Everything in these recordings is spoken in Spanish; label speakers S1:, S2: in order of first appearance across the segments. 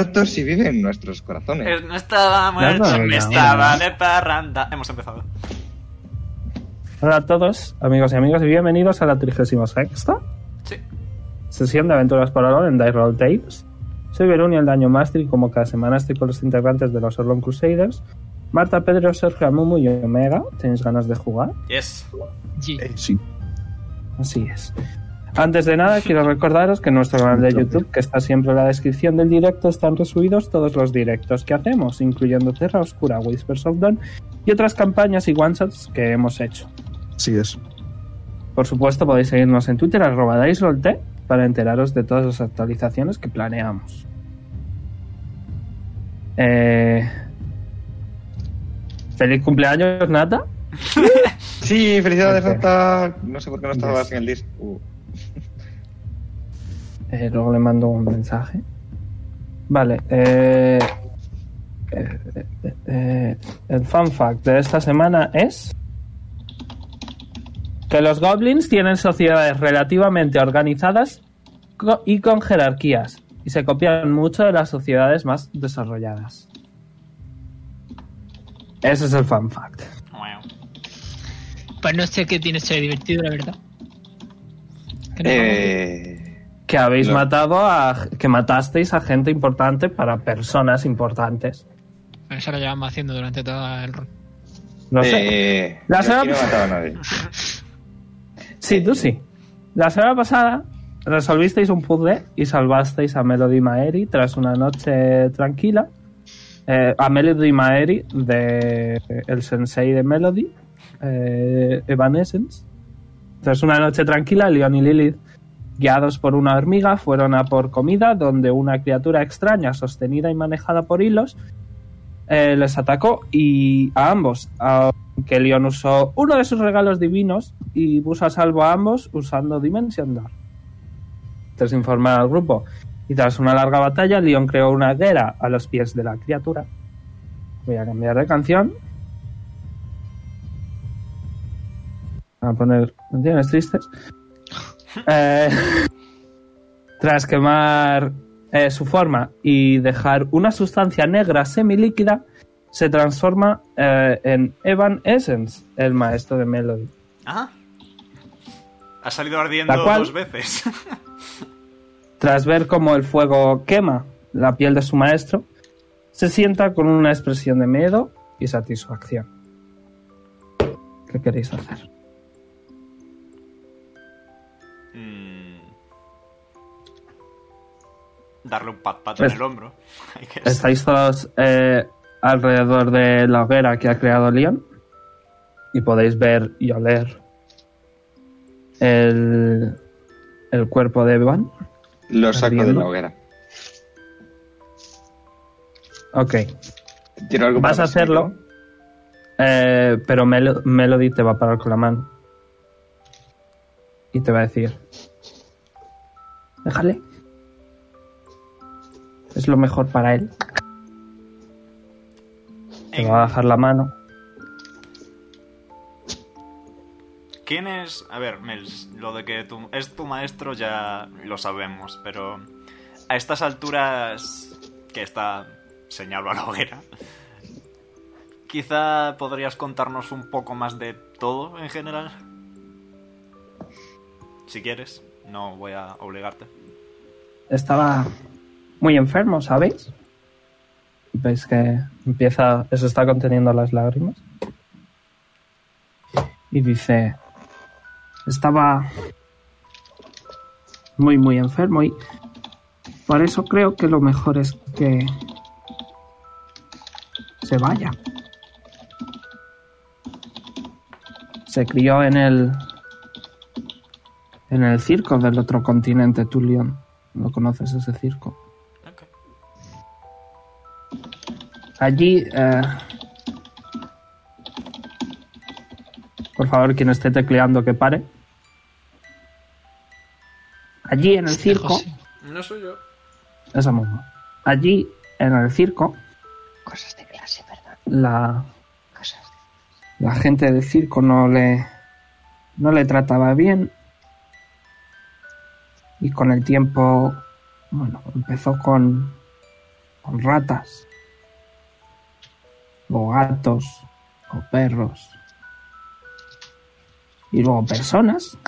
S1: muertos y vive en nuestros corazones.
S2: Él no estaba muerto,
S3: Eh, no, no, no.
S2: estaba de parranda. Hemos empezado.
S3: Hola a todos, amigos y amigas, y bienvenidos a la 36
S2: Sí.
S3: sesión de aventuras por Orlon en Die Roll Tales. Soy Beruni, el Daño Master, y como cada semana estoy con los integrantes de los Orlon Crusaders. Marta, Pedro, Sergio, Amumu y Omega. ¿Tenéis ganas de jugar?
S2: Yes.
S4: Sí.
S3: Así es. Antes de nada, quiero recordaros que en nuestro canal de YouTube, que está siempre en la descripción del directo, están resubidos todos los directos que hacemos, incluyendo Terra Oscura, Whispers of Dawn y otras campañas y one-shots que hemos hecho.
S4: Así es.
S3: Por supuesto, podéis seguirnos en Twitter, arroba DiceRollT, para enteraros de todas las actualizaciones que planeamos. Eh, Feliz cumpleaños, Nata.
S1: Sí, felicidades,
S3: Perfecto.
S1: Nata. No sé por qué no estabas
S3: Yes.
S1: en el disco. Uh,
S3: Eh, luego le mando un mensaje. Vale. eh, eh, eh, eh, el fun fact de esta semana es que los goblins tienen sociedades relativamente organizadas co- y con jerarquías y se copian mucho de las sociedades más desarrolladas. Ese es el fun fact.
S2: Wow.
S5: Pues no sé qué tiene eso de divertido, la verdad. Que no
S1: eh,
S3: Que habéis
S1: No.
S3: matado a que matasteis a gente importante para personas importantes.
S5: vamos- Eso lo llevamos haciendo durante todo el rol.
S3: No sé.
S1: eh,
S3: La
S1: yo
S3: semana
S1: aquí no he
S3: pas-
S1: matado a nadie.
S3: Sí, tú sí. La semana pasada resolvisteis un puzzle y salvasteis a Melody Maeri tras una noche tranquila. Eh, a Melody Maeri, de el sensei de Melody, eh, Evanescence. Tras una noche tranquila, Leon y Lilith, guiados por una hormiga, fueron a por comida donde una criatura extraña, sostenida y manejada por hilos, eh, les atacó y a ambos, a que Leon usó uno de sus regalos divinos y puso a salvo a ambos usando Dimension Door. Tras informar al grupo y tras una larga batalla, Leon creó una guerra a los pies de la criatura. Voy a cambiar de canción. Voy a poner canciones tristes. Eh, tras quemar eh, su forma y dejar una sustancia negra semilíquida, se transforma eh, en Evan Essence, el maestro de Melody.
S2: Ajá. Ah. Ha salido ardiendo
S3: La cual-
S2: dos veces.
S3: Tras ver cómo el fuego quema la piel de su maestro, se sienta con una expresión de miedo y satisfacción. ¿Qué queréis hacer?
S2: Mm. Darle un pat pat en
S3: Es-
S2: el hombro. I guess.
S3: Estáis todos eh, alrededor de la hoguera que ha creado Leon y podéis ver y oler el, el cuerpo de Evan.
S1: Lo saco de
S3: Ardiendo.
S1: la hoguera.
S3: Ok.
S1: Quiero algo
S3: Vas
S1: para
S3: a
S1: pasar,
S3: hacerlo,
S1: ¿no?
S3: eh, pero Melo- Melody te va a parar con la mano. Y te va a decir: Déjale. Es lo mejor para él. Te
S2: En-
S3: va a dejar la mano.
S2: ¿Quién es? A ver, Mels, lo de que tu- es tu maestro ya lo sabemos, pero a estas alturas que está señalo a la hoguera, quizá podrías contarnos un poco más de todo en general. Si quieres, no voy a obligarte.
S3: Estaba muy enfermo, ¿sabéis? Y Veis que empieza. Eso está conteniendo las lágrimas. Y dice: Estaba muy, muy enfermo y por eso creo que lo mejor es que se vaya. Se crió en el en el circo del otro continente, Tulión. ¿No conoces ese circo? Allí... eh, Por favor, quien esté tecleando que pare. Allí en el
S5: Este
S3: circo...
S5: José.
S2: No soy yo.
S3: Esa misma. Allí, en el circo. La. La gente del circo no le. No le trataba bien. Y con el tiempo. Bueno, empezó con. con ratas, o gatos, o perros, y luego personas,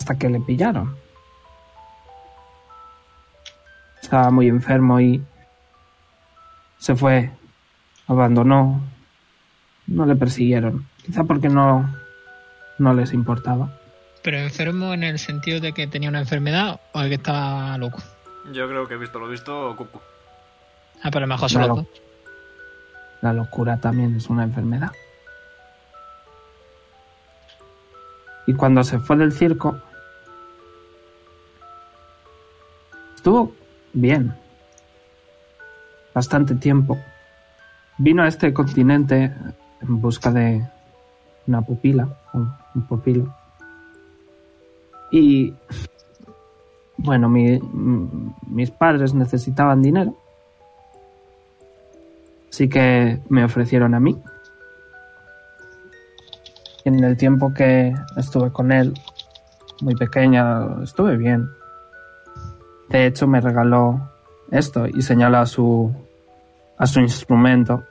S3: hasta que le pillaron. Estaba muy enfermo y se fue, abandonó, no le persiguieron, quizá porque no, no les importaba.
S5: Pero enfermo en el sentido de que tenía una enfermedad o de que estaba loco.
S2: Yo creo que he visto lo visto, Cucu.
S5: Ah, pero a lo mejor son los
S3: Claro.
S5: dos.
S3: La locura también es una enfermedad. Y cuando se fue del circo, estuvo bien. Bastante tiempo. Vino a este continente en busca de una pupila, un, un pupilo. Y bueno, mi- m- mis padres necesitaban dinero. Así que me ofrecieron a mí. En el tiempo que estuve con él, muy pequeña, estuve bien. De hecho, me regaló esto y señala a su, a su instrumento,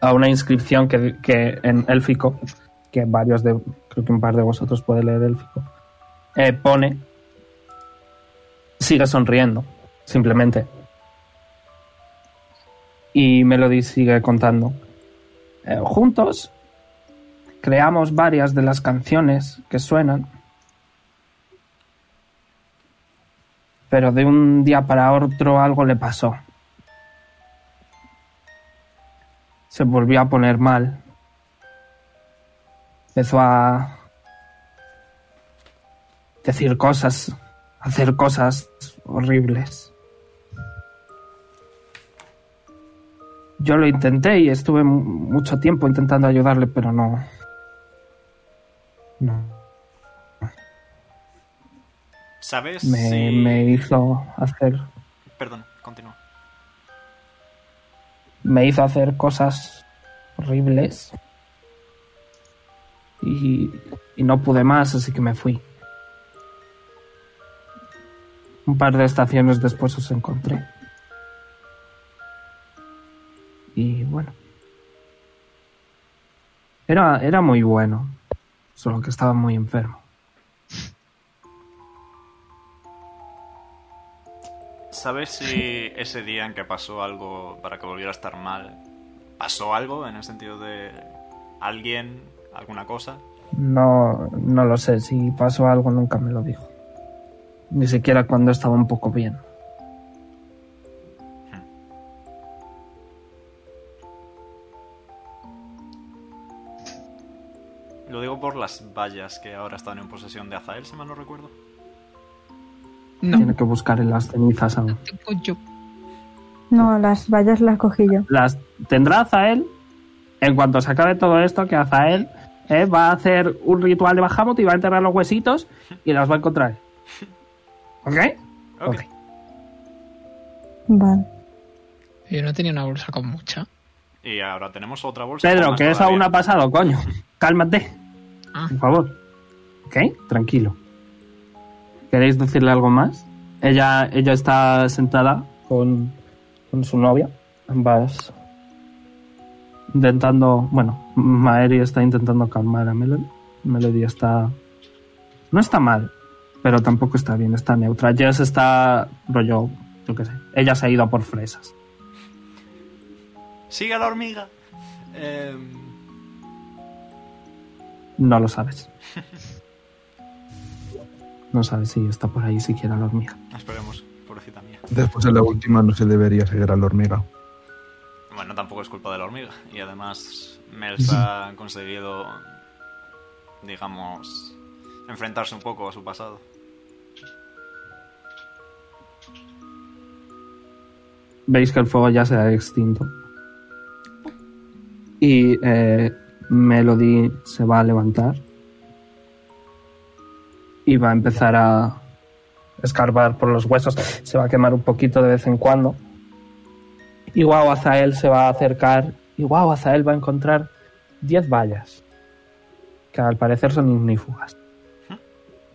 S3: a una inscripción que, que en élfico, que varios de, creo que un par de vosotros puede leer élfico, eh, pone, sigue sonriendo, simplemente y Melody sigue contando. Eh, juntos creamos varias de las canciones que suenan. Pero de un día para otro algo le pasó. Se volvió a poner mal. Empezó a decir cosas, hacer cosas horribles. Yo lo intenté y estuve mu- mucho tiempo intentando ayudarle, pero no. No.
S2: ¿Sabes?
S3: Me,
S2: si-
S3: me hizo hacer.
S2: Perdón, continúa.
S3: Me hizo hacer cosas horribles. Y, y no pude más, así que me fui. Un par de estaciones después os encontré. Y bueno. Era, era muy bueno. Solo que estaba muy enfermo.
S2: ¿Sabes si ese día en que pasó algo para que volviera a estar mal, pasó algo en el sentido de alguien, alguna cosa?
S3: No, no lo sé. Si pasó algo, nunca me lo dijo. Ni siquiera cuando estaba un poco bien.
S2: Lo digo por las vallas que ahora están en posesión de Azael, si mal no recuerdo.
S5: No,
S3: Tiene que buscar en las cenizas aún.
S5: tengo yo.
S6: No, las vallas las cogí yo.
S3: Las tendrá Azael. En cuanto se acabe todo esto, que Azael eh, va a hacer un ritual de Bahamut y va a enterrar los huesitos y las va a encontrar. ¿Ok?
S2: Ok.
S3: Ok.
S6: Vale.
S5: Yo no tenía una bolsa con mucha.
S2: Y ahora tenemos otra bolsa. con
S3: Pedro,
S2: más
S3: que eso
S2: todavía.
S3: aún no ha pasado, coño. Cálmate,
S5: Ah,
S3: por favor. ¿Ok? Tranquilo. ¿Queréis decirle algo más? Ella, ella está sentada con, con su novia. Ambas intentando. Bueno, Maeri está intentando calmar a Melody. Melody está. No está mal, pero tampoco está bien, está neutra. Jess está. rollo. Yo qué sé. Ella se ha ido a por fresas.
S2: ¡Sigue a la hormiga! Eh,
S3: No lo sabes. No sabes si está por ahí siquiera la hormiga.
S2: esperemos, pobrecita mía.
S4: Después de la última no se debería seguir a la hormiga.
S2: Bueno, tampoco es culpa de la hormiga. Y además, Mels ha conseguido, digamos, enfrentarse un poco a su pasado.
S3: Veis que el fuego ya se ha extinto. Y eh, Melody se va a levantar. Y va a empezar a escarbar por los huesos. Se va a quemar un poquito de vez en cuando. Y wow, Azael se va a acercar. Y wow, Azael va a encontrar 10 vallas. Que al parecer son ignífugas.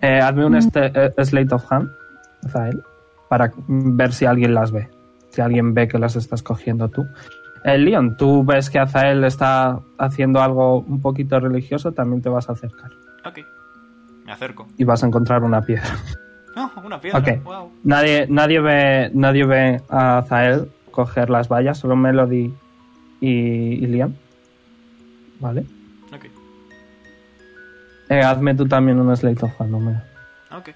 S3: Eh, hazme un este- eh, Slate of Hand, Azael. para ver si alguien las ve. Si alguien ve que las estás cogiendo tú. Eh, Leon, tú ves que Azael está haciendo algo un poquito religioso, también te vas a acercar
S2: Ok. Me acerco.
S3: y vas a encontrar una piedra.
S2: No, una piedra.
S3: Ok.
S2: Wow.
S3: Nadie, nadie ve, nadie ve a Azael coger las vallas, solo Melody y, y Liam. Vale.
S2: Ok.
S3: Eh, hazme tú también un Slate of Hand, hombre.
S2: Ok.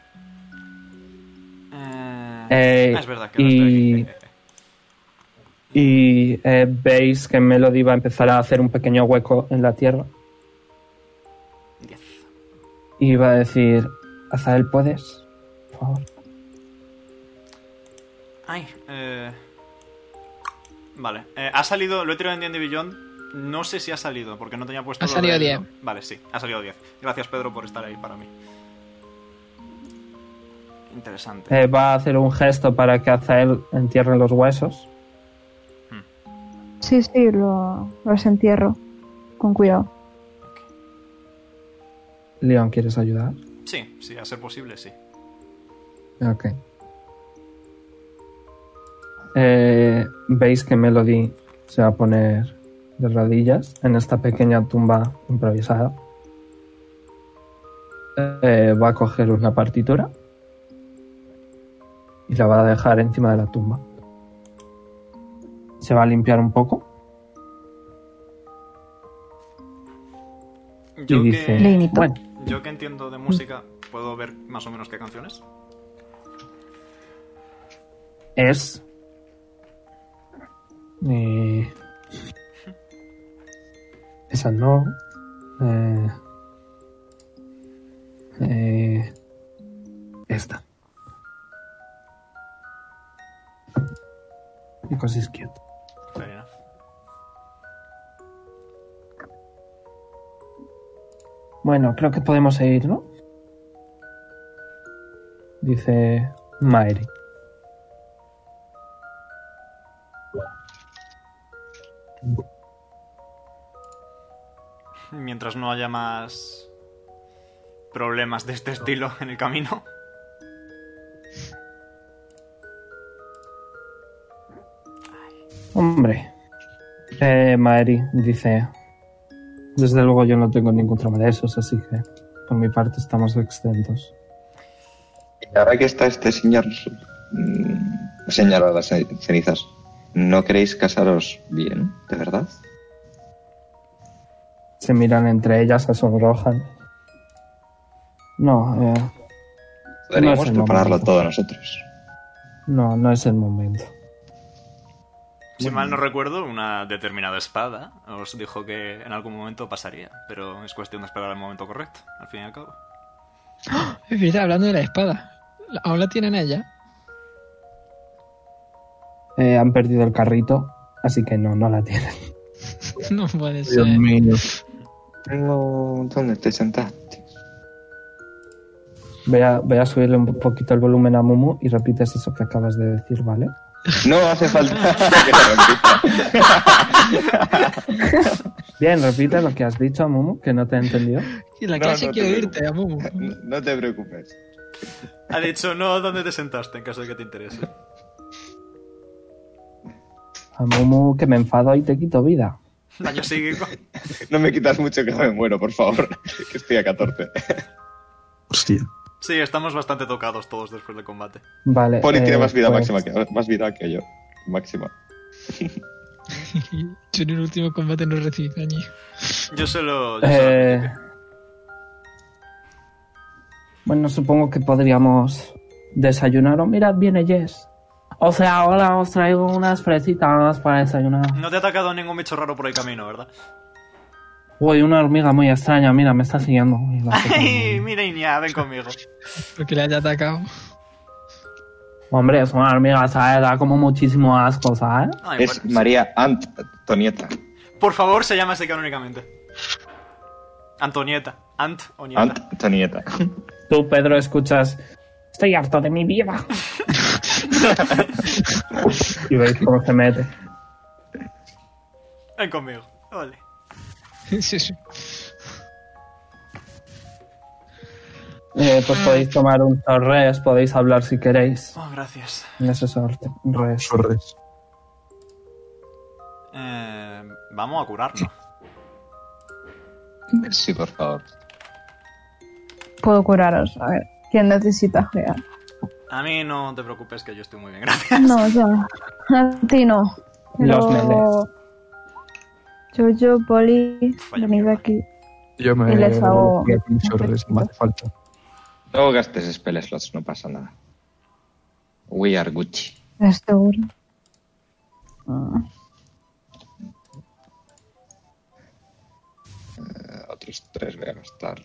S2: Eh,
S3: Eh,
S2: ah, es verdad que
S3: y-
S2: no estoy aquí. Eh,
S3: Y eh, veis que Melody va a empezar a hacer un pequeño hueco en la tierra.
S2: eh, Diez.
S3: Y va a decir, Azael, ¿puedes? Por favor.
S2: Ay, eh... Vale. Eh, ha salido, lo he tirado en D&D Beyond. No sé si ha salido, porque no tenía puesto...
S5: Ha
S2: lo
S5: salido
S2: del-
S5: 10.
S2: Vale, sí, ha salido 10. Gracias, Pedro, por estar ahí para mí. Interesante.
S3: Eh, va a hacer un gesto para que Azael entierre los huesos.
S6: Sí, sí, lo, los entierro. Con cuidado.
S3: Leon, ¿quieres ayudar?
S2: Sí, sí, a ser posible, sí.
S3: Ok. Eh, Veis que Melody se va a poner de rodillas en esta pequeña tumba improvisada. Eh, va a coger una partitura y la va a dejar encima de la tumba. Se va a limpiar un poco.
S2: Yo
S3: dice-
S2: que,
S6: Leinito.
S3: Bueno,
S2: yo que entiendo de música, ¿puedo ver más o menos qué canciones?
S3: es. eh, esa no. eh, eh, esta. Because it's cute.
S2: Fair enough.
S3: Bueno, creo que podemos seguir, ¿no? Dice Maeri.
S2: Mientras no haya más problemas de este estilo en el camino.
S3: Hombre. Eh, Maeri dice. Desde luego yo no tengo ningún trauma de esos, así que por mi parte estamos exentos.
S1: Y ahora que está este señor mm, señaló las ce- cenizas, ¿no queréis casaros bien, de verdad?
S3: Se miran entre ellas, se sonrojan. No, eh,
S1: Podríamos
S3: es el
S1: prepararlo
S3: momento.
S1: todo nosotros.
S3: no, no es el momento.
S2: Si mal no recuerdo, una determinada espada os dijo que en algún momento pasaría, pero es cuestión de esperar el momento correcto, al fin y al cabo.
S5: Es verdad, hablando de la espada. La- Aún la tienen ella.
S3: Eh, han perdido el carrito, así que no, no la tienen.
S5: No puede ser.
S4: Dios mío.
S1: Tengo... ¿Dónde te sentaste?
S3: Voy a, voy a subirle un poquito el volumen a Mumu y repites eso que acabas de decir, ¿vale?
S1: No hace falta que te lo repita.
S3: Bien, repite lo que has dicho, Mumu, que no te he entendido.
S5: Y la
S1: No,
S5: clase
S1: no te
S5: quiere
S1: preocupes.
S5: irte, a Mumu.
S1: No- No te preocupes.
S2: Ha dicho, no, ¿dónde te sentaste? En caso de que te interese.
S3: A Mumu que me enfado y te quito vida.
S2: Daño psíquico.
S1: No me quitas mucho que no me muero, por favor. Que estoy a 14.
S4: Hostia.
S2: Sí, estamos bastante tocados todos después del combate.
S3: Vale.
S1: Poli tiene
S3: eh,
S1: más vida
S3: pues-
S1: máxima que más vida que yo. Máxima.
S5: Yo en el último combate no recibí daño.
S2: Yo solo... Yo solo-
S3: Eh, bueno, supongo que podríamos desayunar. Oh, mirad, viene Jess. O sea, hola, os traigo unas fresitas para desayunar.
S2: No te ha atacado ningún bicho raro por el camino, ¿verdad?
S3: Uy, una hormiga muy extraña, mira, me está siguiendo. Uy, la puta
S2: ¡Ay!
S3: madre.
S2: Mira, Iña, ven conmigo.
S5: Porque le haya atacado.
S3: Hombre, es una hormiga, ¿sabes? Da como muchísimo asco, ¿sabes?
S2: Ay,
S1: Es
S2: bueno,
S1: María Antonieta.
S2: Por favor, se llama así canónicamente. Antonieta. Ant o nieta.
S1: Antonieta.
S3: Tú, Pedro, escuchas... Estoy harto de mi vida. y veis cómo se mete.
S2: Ven conmigo. Vale.
S5: sí, sí.
S3: Eh, pues podéis tomar un sorres, podéis hablar si queréis.
S2: Oh, gracias.
S3: En ese sorres.
S4: Sorres.
S2: Eh, vamos a curarnos.
S1: Sí, por favor.
S6: Puedo curaros. A ver, ¿quién necesita cuidar?
S2: A mí no te preocupes que yo estoy muy bien, gracias.
S6: No, ya. A ti no.
S3: Los
S6: Pero... Jojo, Poli,
S2: Vaya
S6: venid
S2: mierda.
S6: aquí.
S4: Yo me
S6: Y les hago-
S4: voy a con mis sorres, no me hace falta.
S1: No gastes spell slots, no pasa nada. We are Gucci.
S6: ¿Estás seguro? Ah,
S1: Eh, Otros tres voy a gastar.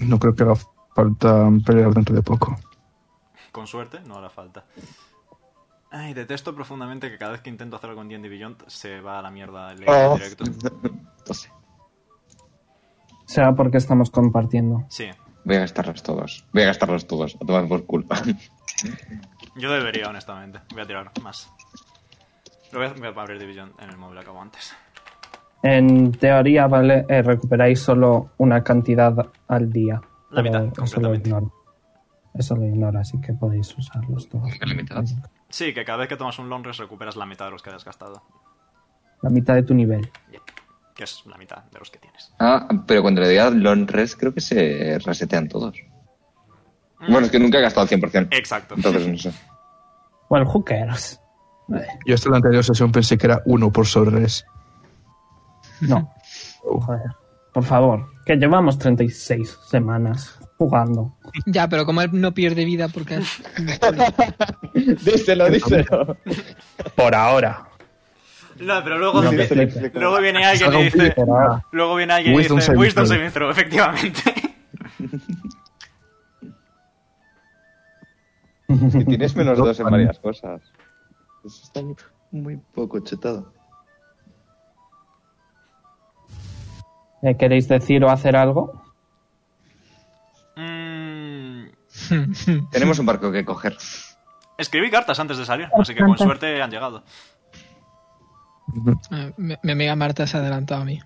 S4: No creo que haga falta pelear dentro de poco.
S2: Con suerte, no hará falta. Ay, detesto profundamente que cada vez que intento hacer algo en D&D Beyond se va a la mierda el
S1: Oh.
S2: directo.
S1: Entonces,
S3: Sea porque estamos compartiendo.
S2: Sí,
S1: voy a gastarlos todos. Voy a gastarlos todos. A tomar por culpa.
S2: yo debería, honestamente. Voy a tirar más. Lo voy a, voy a abrir Division en el móvil, acabo antes.
S3: En teoría, vale, eh, recuperáis solo una cantidad al día.
S2: La
S3: Pero
S2: mitad,
S3: eso lo
S2: completamente.
S3: ignoro. Eso lo ignoro, así que podéis usarlos todos.
S1: ¿Qué limitad?
S2: Sí, que cada vez que tomas un long rest recuperas la mitad de los que has gastado.
S3: La mitad de tu nivel.
S2: Que es la mitad de los que tienes.
S1: Ah, pero cuando le diga long rest creo que se resetean todos. Bueno, es que nunca he gastado 100%.
S2: Exacto.
S1: Entonces no sé.
S3: Well, who cares?
S4: Yo hasta la anterior sesión pensé que era uno por sorres.
S3: No. Joder. Por favor, que llevamos 36 semanas jugando.
S5: Ya, pero como él no pierde vida porque es
S1: díselo, díselo.
S3: Por ahora.
S2: No, pero luego,
S3: No,
S2: sí-
S3: que se le-
S2: luego viene alguien y
S4: Haga un
S2: dice...
S4: clic, nada.
S2: Luego viene alguien
S4: Wisdom
S2: y dice...
S4: saving
S2: Wisdom
S4: throw".
S2: saving throw, efectivamente.
S1: Y tienes menos
S4: Yo-
S1: dos en varias cosas. Eso está muy, muy poco chetado.
S3: ¿Me eh, queréis decir o hacer algo?
S2: Mm,
S1: Tenemos un barco que coger.
S2: escribí cartas antes de salir, así que con suerte han llegado.
S5: Eh, mi, mi amiga Marta se ha adelantado a mí.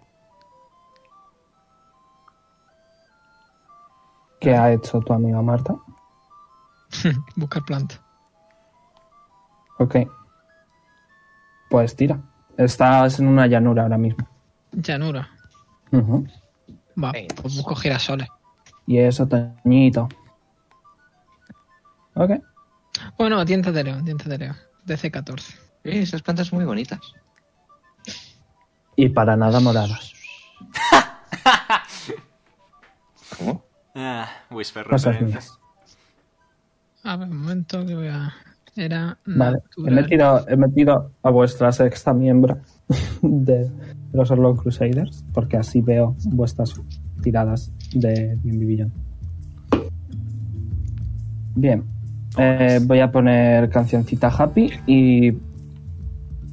S3: ¿Qué ha hecho tu amiga Marta?
S5: Buscar planta.
S3: Ok. Pues tira. Estás en una llanura ahora mismo.
S5: Llanura.
S3: Ujú.
S5: Va, pues busco girasoles.
S3: Y eso, Toñito. Ok.
S5: Bueno, dientes de león, dientes de león. DC 14.
S1: Eh, esas plantas muy bonitas.
S3: Y para nada moradas.
S1: ¿Cómo?
S2: Ah, Whisper
S3: Cosas
S2: referencia.
S3: mías.
S5: A ver, un momento que voy a. Era.
S3: Vale. este- He
S5: natural.
S3: metido, he metido a vuestra sexta miembro de los Orlon Crusaders, porque así veo vuestras tiradas de Bien Vivillón. Bien. Eh, voy a poner cancioncita happy y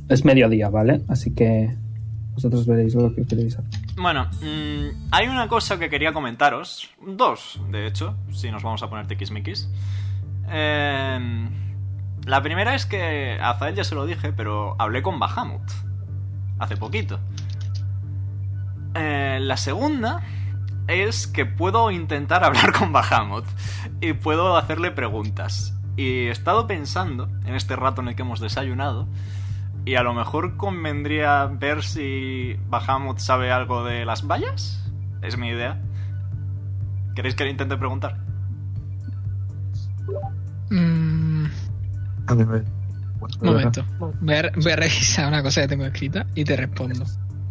S3: es mediodía, ¿vale? Así que vosotros veréis lo que queréis hacer.
S2: Bueno, mm, hay una cosa que quería comentaros. Dos, de hecho, si nos vamos a poner tiquismiquis. Eh, la primera es que a Zael ya se lo dije, pero hablé con Bahamut. Hace poquito. Eh, la segunda es que puedo intentar hablar con Bahamut y puedo hacerle preguntas. Y he estado pensando, en este rato en el que hemos desayunado, y a lo mejor convendría ver si Bahamut sabe algo de las vallas. Es mi idea. ¿Queréis que le intente preguntar?
S5: Mm,
S4: A mí me...
S5: un momento. Voy a, re- voy a revisar una cosa que tengo escrita y te respondo.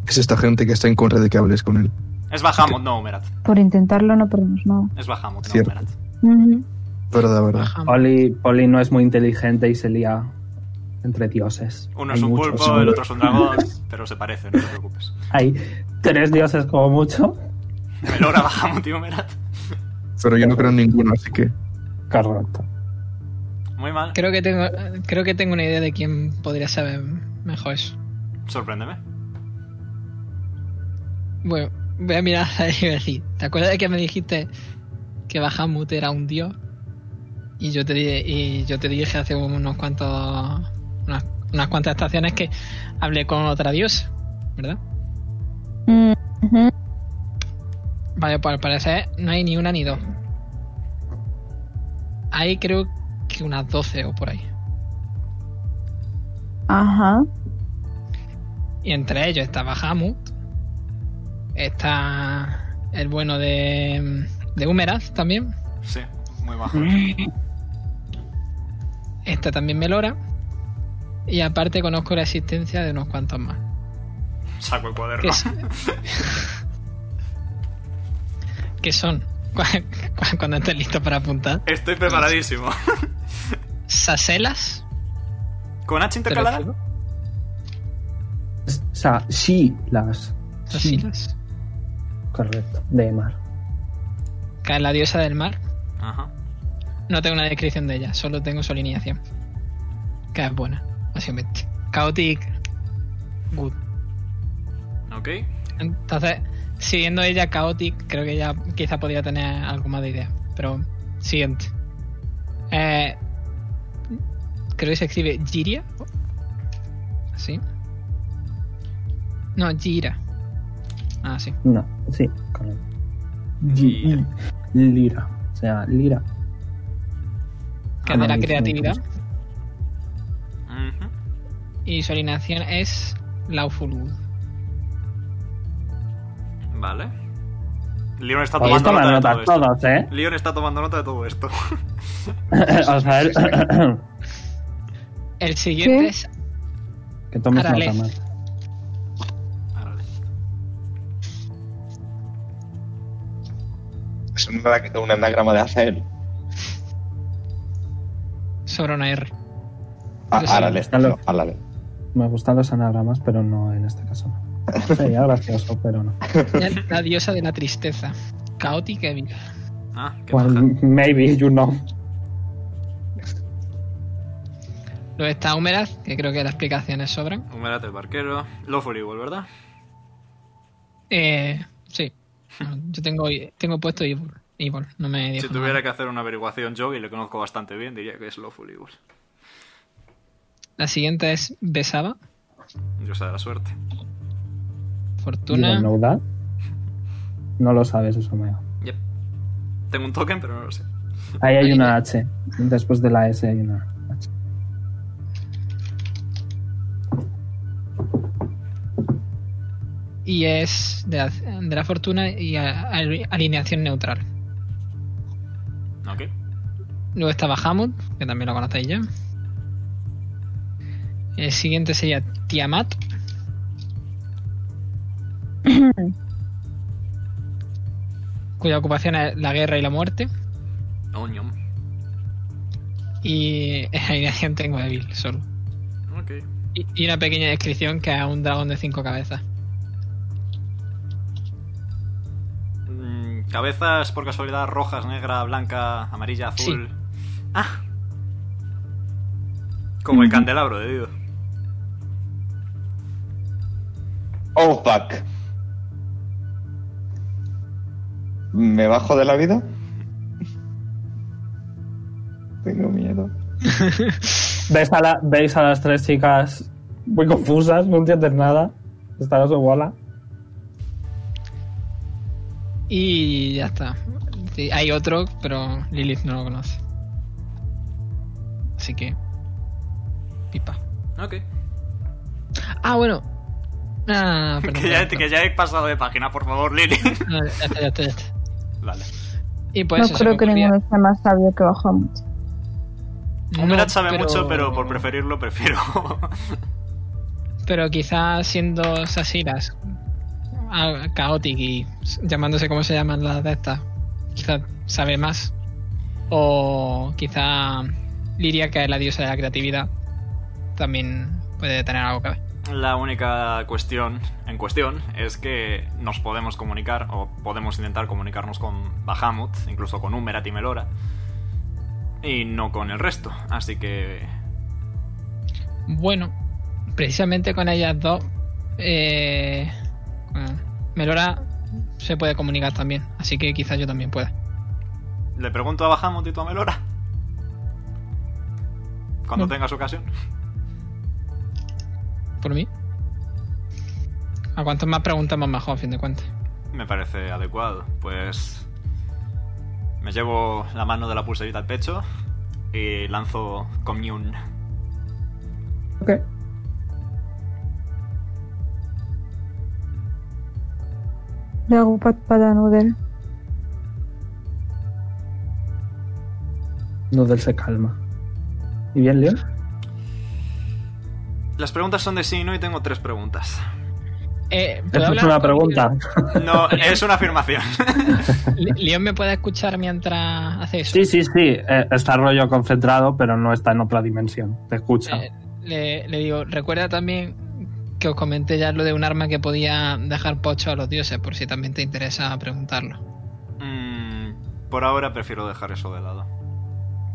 S4: Es esta gente que está en contra de que hables con él.
S2: Es Bahamut, no Humerat.
S6: Por intentarlo no perdemos nada.
S2: Es Bahamut, no
S4: Cierto.
S2: Humerat.
S6: Ujú.
S4: Verdad, verdad.
S5: Baja.
S3: Poli, Poli no es muy inteligente y se lía entre dioses.
S2: Uno
S3: Hay
S2: es un
S3: muchos.
S2: pulpo, el otro es un dragón, pero se parecen, no te preocupes.
S3: Hay tres dioses como mucho.
S2: Melora, Bahamut y Humerat.
S4: Pero yo no creo en ninguno, así que.
S3: Correcto.
S2: Muy mal.
S5: Creo que tengo creo que tengo una idea de quién podría saber mejor eso.
S2: Sorpréndeme.
S5: Bueno, voy a mirar a él y voy a decir, ¿te acuerdas de que me dijiste que Bahamut era un dios? Y yo te, di- y yo te dije hace unos cuantos unas, unas cuantas estaciones que hablé con otra diosa, ¿verdad?
S6: Mm, ujú.
S5: Vale, pues al parecer no hay ni una ni dos. Hay creo que unas 12 o por ahí.
S6: Ajá.
S5: Y entre ellos está Bahamut. Está el bueno de, de Humeraz también.
S2: Sí, muy bajo.
S5: Está también Melora. Y aparte conozco la existencia de unos cuantos más.
S2: Saco el
S5: Que,
S2: cuaderno.
S5: es- que son, cua- cua- cuando estés listo para apuntar,
S2: Estoy preparadísimo.
S5: Saselas.
S2: ¿Con H
S5: ¿te lo
S2: intercalada?
S5: explico?
S3: O sea, sí las.
S5: Saselas.
S3: Correcto, de mar.
S5: Que es la diosa del mar.
S2: Ajá.
S5: No tengo una descripción de ella, solo tengo su alineación. Que es buena, básicamente. Chaotic. Good.
S2: Ok.
S5: Entonces, siguiendo ella Chaotic, creo que ya quizá podría tener algo más de idea. Pero, siguiente. Eh, creo que se escribe Giria. ¿Sí? No, Gira. Ah, sí.
S3: No, sí, correcto. Gi- Lira. O sea, lira.
S5: Que es de la
S3: Ah, sí,
S5: creatividad.
S3: sí.
S2: Ujú.
S5: Y su alineación es Lawful Good.
S2: Vale. Leon está
S3: Podéis
S2: tomando nota
S3: tomar nota
S2: de todo esto.
S3: todos, ¿eh?
S2: Leon está tomando nota de todo esto.
S3: o sea, el-
S5: El siguiente
S6: ¿Qué?
S5: es
S3: que tomes
S5: Arale.
S3: nota más.
S2: Árale.
S1: Es un, ana- un anagrama de Azael.
S5: sobre una R.
S1: Ah,
S5: Yo sí.
S1: Árale.
S3: Está
S1: No,
S3: loco.
S1: Árale.
S3: Me gustan los anagramas, pero no en este caso. No. Sería gracioso, pero no.
S5: La diosa de la tristeza. Chaotic Evil.
S2: Ah, qué
S3: Well,
S2: baja.
S3: maybe, you know.
S5: Luego está Humeraz, que creo que las explicaciones sobran.
S2: Humérate el barquero. Lawful Evil, ¿verdad?
S5: Eh, sí. No, Yo tengo, tengo puesto Evil. Evil, no me dijo
S2: Si
S5: nada.
S2: tuviera que hacer una averiguación yo, y le conozco bastante bien, diría que es Lawful Evil.
S5: La siguiente es Besaba.
S2: Diosa de la suerte.
S3: You
S5: Fortuna.
S3: don't know that. No lo sabes, eso me
S2: Yep. Tengo un token, pero no lo sé.
S3: Ahí hay
S5: Ahí
S3: una H. Después de la S hay una H.
S5: Y es de la, de la fortuna y a- a- alineación neutral.
S2: Ok.
S5: Luego está Bahamut, que también lo conocéis ya. El siguiente sería Tiamat. cuya ocupación es la guerra y la muerte.
S2: Onion.
S5: Y en alineación tengo Evil solo.
S2: Ok.
S5: Y, y una pequeña descripción que es un dragón de cinco cabezas.
S2: Mm, cabezas por casualidad rojas, negra, blanca, amarilla, azul. Ah. Como el candelabro de Dios.
S1: Oh, fuck. ¿Me bajo de la vida? Tengo miedo.
S3: ¿Ves a, la- veis a las tres chicas muy confusas, no entienden nada. Están a su bola.
S5: Y ya está. Sí, hay otro, pero Lilith no lo conoce. Así que. Pipa.
S2: Ok.
S5: Ah, bueno. Ah, perdón.
S2: Que ya,
S5: perdón,
S2: que ya he pasado de página, por favor, Lili.
S5: perdón. No, ya está, ya está, ya está.
S2: vale.
S5: Y pues
S6: no
S5: eso se
S6: creo
S5: me
S6: que
S5: ocurría.
S6: ninguno sea más sabio que Bahamut.
S5: No,
S2: Homerat sabe mucho, pero por preferirlo, prefiero.
S5: Pero quizás siendo Sasiras, ah, Chaotic y s- llamándose como se llaman las de estas, quizás sabe más. O quizá Liria, que es la diosa de la creatividad, también puede tener algo que ver.
S2: La única cuestión en cuestión es que nos podemos comunicar, o podemos intentar comunicarnos con Bahamut, incluso con Humerat y Melora, y no con el resto. Así que.
S5: Bueno, precisamente con ellas dos, eh, con Melora se puede comunicar también, así que quizás yo también pueda.
S2: Le pregunto a Bahamut y tú a Melora. Cuando
S5: Mm.
S2: tengas ocasión.
S5: Por mí. A cuantas más preguntas, más mejor, a fin de cuentas.
S2: Me parece adecuado. Pues. Me llevo la mano de la pulserita al pecho y lanzo Commune.
S3: Ok.
S6: Le hago un pat para Noodle.
S3: Noodle se calma. ¿Y bien, Leon?
S2: Las preguntas son de sí y no y tengo tres preguntas.
S5: Eh, ¿puedo
S3: Esto es
S5: hablar
S3: una
S5: con
S3: pregunta.
S2: No, es una afirmación.
S5: Leon? Le- Leon me puede escuchar mientras hace eso.
S3: Sí, sí, sí. eh, está rollo concentrado, pero no está en otra dimensión. Te escucha.
S5: Eh, le, le digo, recuerda también que os comenté ya lo de un arma que podía dejar pocho a los dioses, por si también te interesa preguntarlo.
S2: Mm, por ahora prefiero dejar eso de lado.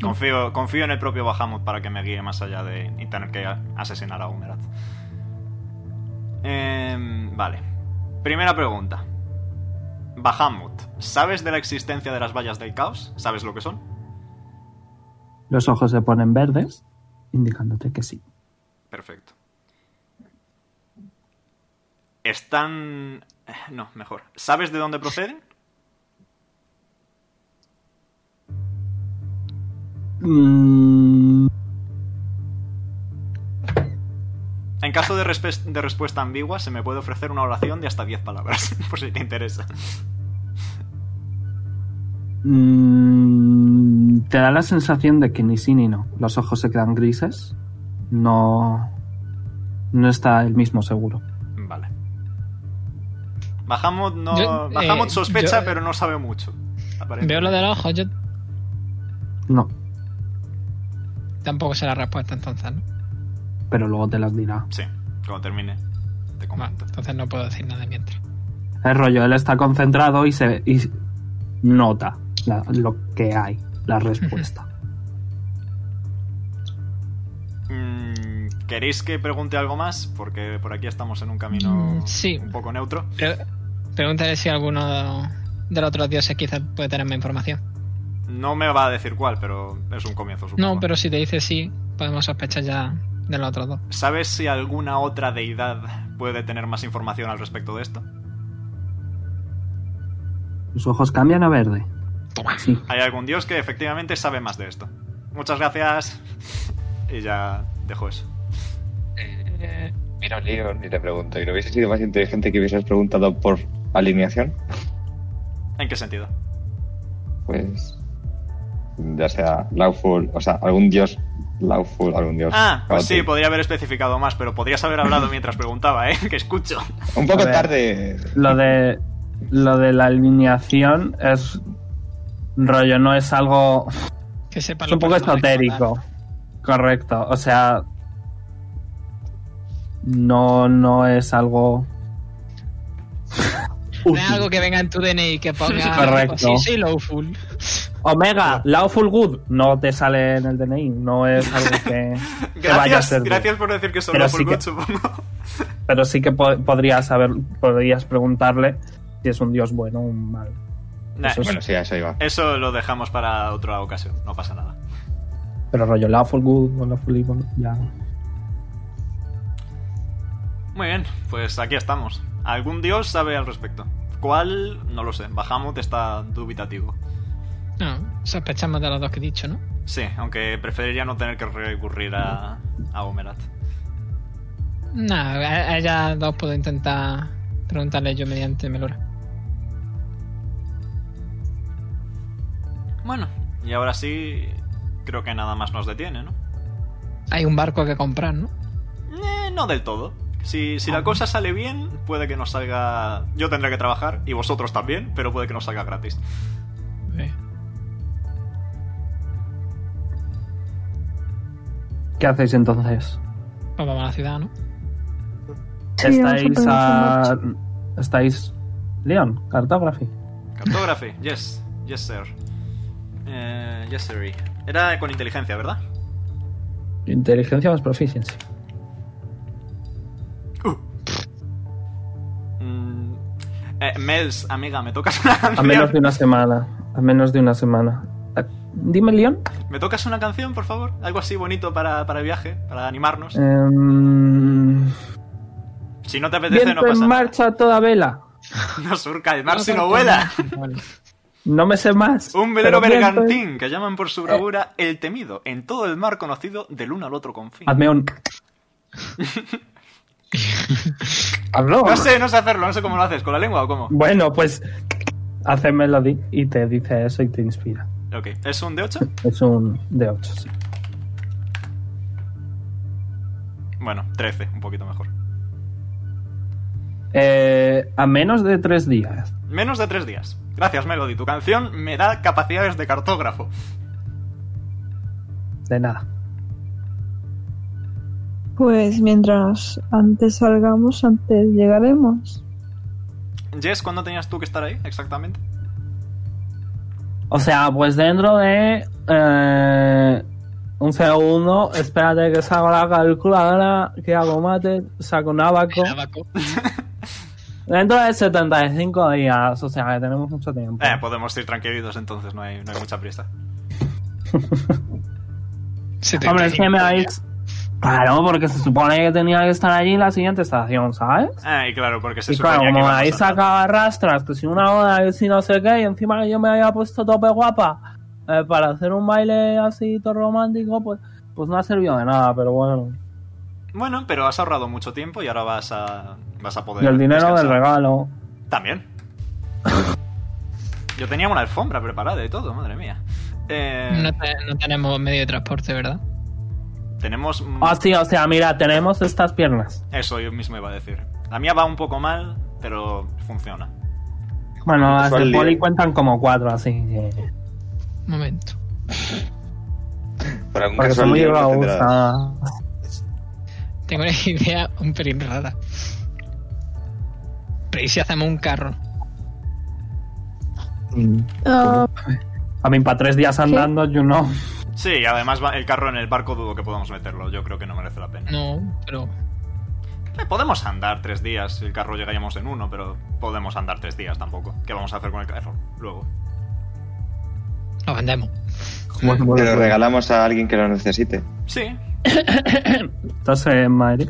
S2: Confío, confío en el propio Bahamut para que me guíe más allá de y tener que asesinar a Humerat. Em, vale. Primera pregunta. Bahamut, ¿sabes de la existencia de las vallas del caos? ¿Sabes lo que son?
S3: Los ojos se ponen verdes, indicándote que sí.
S2: Perfecto. Están... eh, No, mejor. ¿Sabes de dónde proceden?
S3: Mm,
S2: En caso de, respe- de respuesta ambigua, se me puede ofrecer una oración de hasta 10 palabras, por si te interesa.
S3: mm, te da la sensación de que ni sí ni no. Los ojos se quedan grises. No. No está el mismo seguro.
S2: Vale. Bahamut no.
S5: Yo, eh,
S2: Bahamut sospecha,
S5: yo-
S2: pero no sabe mucho. aparentemente.
S5: Veo lo del ojo, yo
S3: No,
S5: tampoco sé la respuesta entonces, ¿no?
S3: pero luego te las dirá.
S2: Sí, cuando termine, te
S5: Bueno,
S2: comento.
S5: entonces no puedo decir nada mientras.
S3: El rollo, él está concentrado y se y nota la- lo que hay, la respuesta.
S2: Mm, ¿Queréis que pregunte algo más? Porque por aquí estamos en un camino
S5: Mm, sí.
S2: un poco neutro.
S5: Pero pregúntale si alguno de los otros dioses quizás puede tener más información.
S2: No me va a decir cuál, pero es un comienzo, supongo.
S5: No, pero si te dice sí, podemos sospechar ya de los otros dos.
S2: ¿Sabes si alguna otra deidad puede tener más información al respecto de esto?
S3: Sus ojos cambian a verde.
S5: Toma.
S3: Sí.
S2: Hay algún dios que efectivamente sabe más de esto. Muchas gracias. Y ya dejo eso.
S1: Eh, miro a Leon y le pregunto, ¿y no hubiese sido más inteligente que hubieses preguntado por alineación?
S2: ¿En qué sentido?
S1: Pues ya sea Lawful, o sea, algún dios Lawful, algún dios.
S2: Ah, pues sí,
S1: Chaotic.
S2: podría haber especificado más, pero podrías haber hablado mientras preguntaba, ¿eh? Que escucho.
S1: Un
S3: A
S1: poco
S3: ver.
S1: tarde.
S3: Lo de lo de la alineación es rollo, no es algo
S5: Que sepa
S3: es
S5: lo
S3: un poco
S5: personal que
S3: esotérico. Correcto, o sea, no no es algo
S5: No es algo que venga en tu DNI que ponga.
S3: Correcto.
S5: Sí, sí, lowful.
S3: Omega, Lawful Good no te sale en el DNI, no es algo que, que vaya a
S2: Gracias,
S3: ser. de-
S2: gracias por decir que solo
S3: Pero
S2: por
S3: sí que-
S2: good, supongo.
S3: Pero sí que po- podrías saber, podrías preguntarle si es un dios bueno o un malo.
S2: Nah,
S3: Eso es-
S1: Bueno, sí, a eso iba.
S2: Eso lo dejamos para otra ocasión, no pasa nada.
S3: Pero rollo Lawful Good o Lawful Evil, ya.
S2: Muy bien, pues aquí estamos. ¿Algún dios sabe al respecto? ¿Cuál? No lo sé. Bahamut está dubitativo.
S5: No, sospechamos de los dos que he dicho, ¿no?
S2: Sí, aunque preferiría no tener que recurrir a, a Omerat.
S5: No, a, a ellas dos puedo intentar preguntarle yo mediante Melora.
S2: Bueno, y ahora sí, creo que nada más nos detiene, ¿no?
S5: Hay un barco que comprar, ¿no?
S2: Eh, no del todo. Si,
S3: Ah.
S2: si la cosa sale bien, puede que nos salga... Yo tendré que trabajar, y vosotros también, pero puede que nos salga gratis.
S5: Eh,
S3: ¿Qué hacéis entonces?
S5: Pues vamos a la ciudad, ¿no?
S6: Sí,
S3: estáis
S6: vamos a
S3: a... Estáis... Leon, cartography.
S2: Cartography, yes, yes sir. Eh, yes sir. Era con inteligencia, ¿verdad?
S3: Inteligencia más proficiency. Uh.
S2: Mm, eh, Mels, amiga, me tocas una
S3: A
S2: canción.
S3: menos de una semana. A menos de una semana. Eh, Dime, Leon.
S2: ¿Me tocas una canción, por favor? Algo así bonito para, para el viaje, para animarnos.
S3: Eh, Em,
S2: si no te apetece, no
S3: Viento
S2: pasa
S3: en
S2: nada.
S3: marcha a toda vela.
S2: No surca el mar si no
S5: porque-
S2: Ah, vuela.
S5: Bueno,
S3: No me sé más.
S2: Un velero
S3: pero ¿eh? bien,
S2: bergantín que llaman por su bravura el temido en todo el mar conocido del uno al otro confín.
S3: pues, Hazme un. Hazlo.
S2: No sé, no sé hacerlo, no sé cómo lo haces, con la lengua o cómo.
S3: Bueno, pues. Hace melody y te dice eso y te inspira.
S2: Ok, ¿es un D8?
S3: Es un de 8, sí.
S2: Bueno, 13, un poquito mejor.
S3: Eh, a menos de tres días.
S2: Menos de tres días. Gracias, Melody. Tu canción me da capacidades de cartógrafo.
S3: De nada.
S6: Pues mientras antes salgamos, antes llegaremos.
S2: Jess, ¿cuándo tenías tú que estar ahí exactamente?
S3: O sea, pues dentro de. eh, un segundo, espérate que saco la calculadora, que hago mate, saco un abaco.
S5: El abaco.
S3: Dentro de 75 días, o sea que tenemos mucho tiempo.
S2: Eh, podemos ir tranquilitos entonces, no hay, no hay mucha prisa. pues,
S3: Hombre, es que me habéis. Claro, porque se supone que tenía que estar allí en la siguiente estación, ¿sabes?
S2: Ah, y claro, porque se
S3: Y claro,
S2: suponía que
S3: como me
S2: íbamos
S3: habéis
S2: a-
S3: sacado a rastras, que si una hora, que si no sé qué, y encima que yo me había puesto tope guapa eh, para hacer un baile así todo romántico, pues, pues no ha servido de nada, pero bueno.
S2: Bueno, pero has ahorrado mucho tiempo y ahora vas a, vas a poder...
S3: Y el dinero
S2: descansar.
S3: del regalo.
S2: También. Yo tenía una alfombra preparada y todo, madre mía. Eh,
S5: No, te- no tenemos medio de transporte, ¿verdad?
S2: Tenemos... mm,
S3: Ah, sí, o sea, mira, tenemos estas piernas.
S2: Eso yo mismo iba a decir. La mía va un poco mal, pero funciona.
S3: Bueno, las
S1: Son Mm,
S3: de
S1: lío.
S3: poli cuentan como cuatro, así que.
S5: Un momento.
S1: Por algún
S3: Porque
S1: casual
S3: son muy
S1: día lo
S3: babosas.
S1: tendrás.
S5: Tengo una idea un pelín rara. Pero ¿y si hacemos un carro?
S4: Mm,
S6: Ah,
S3: A mí, para tres días andando, you know.
S2: Sí, y además va- el carro en el barco dudo que podamos meterlo. Yo creo que no merece la pena.
S5: No, pero
S2: Eh, podemos andar tres días. si El carro llegaríamos en uno, pero podemos andar tres días tampoco. ¿Qué vamos a hacer con el carro luego?
S5: lo vendemos.
S4: ¿Cómo hacemos
S1: Te
S4: la-
S1: lo regalamos a alguien que lo necesite.
S2: Sí.
S3: Estás en Madrid.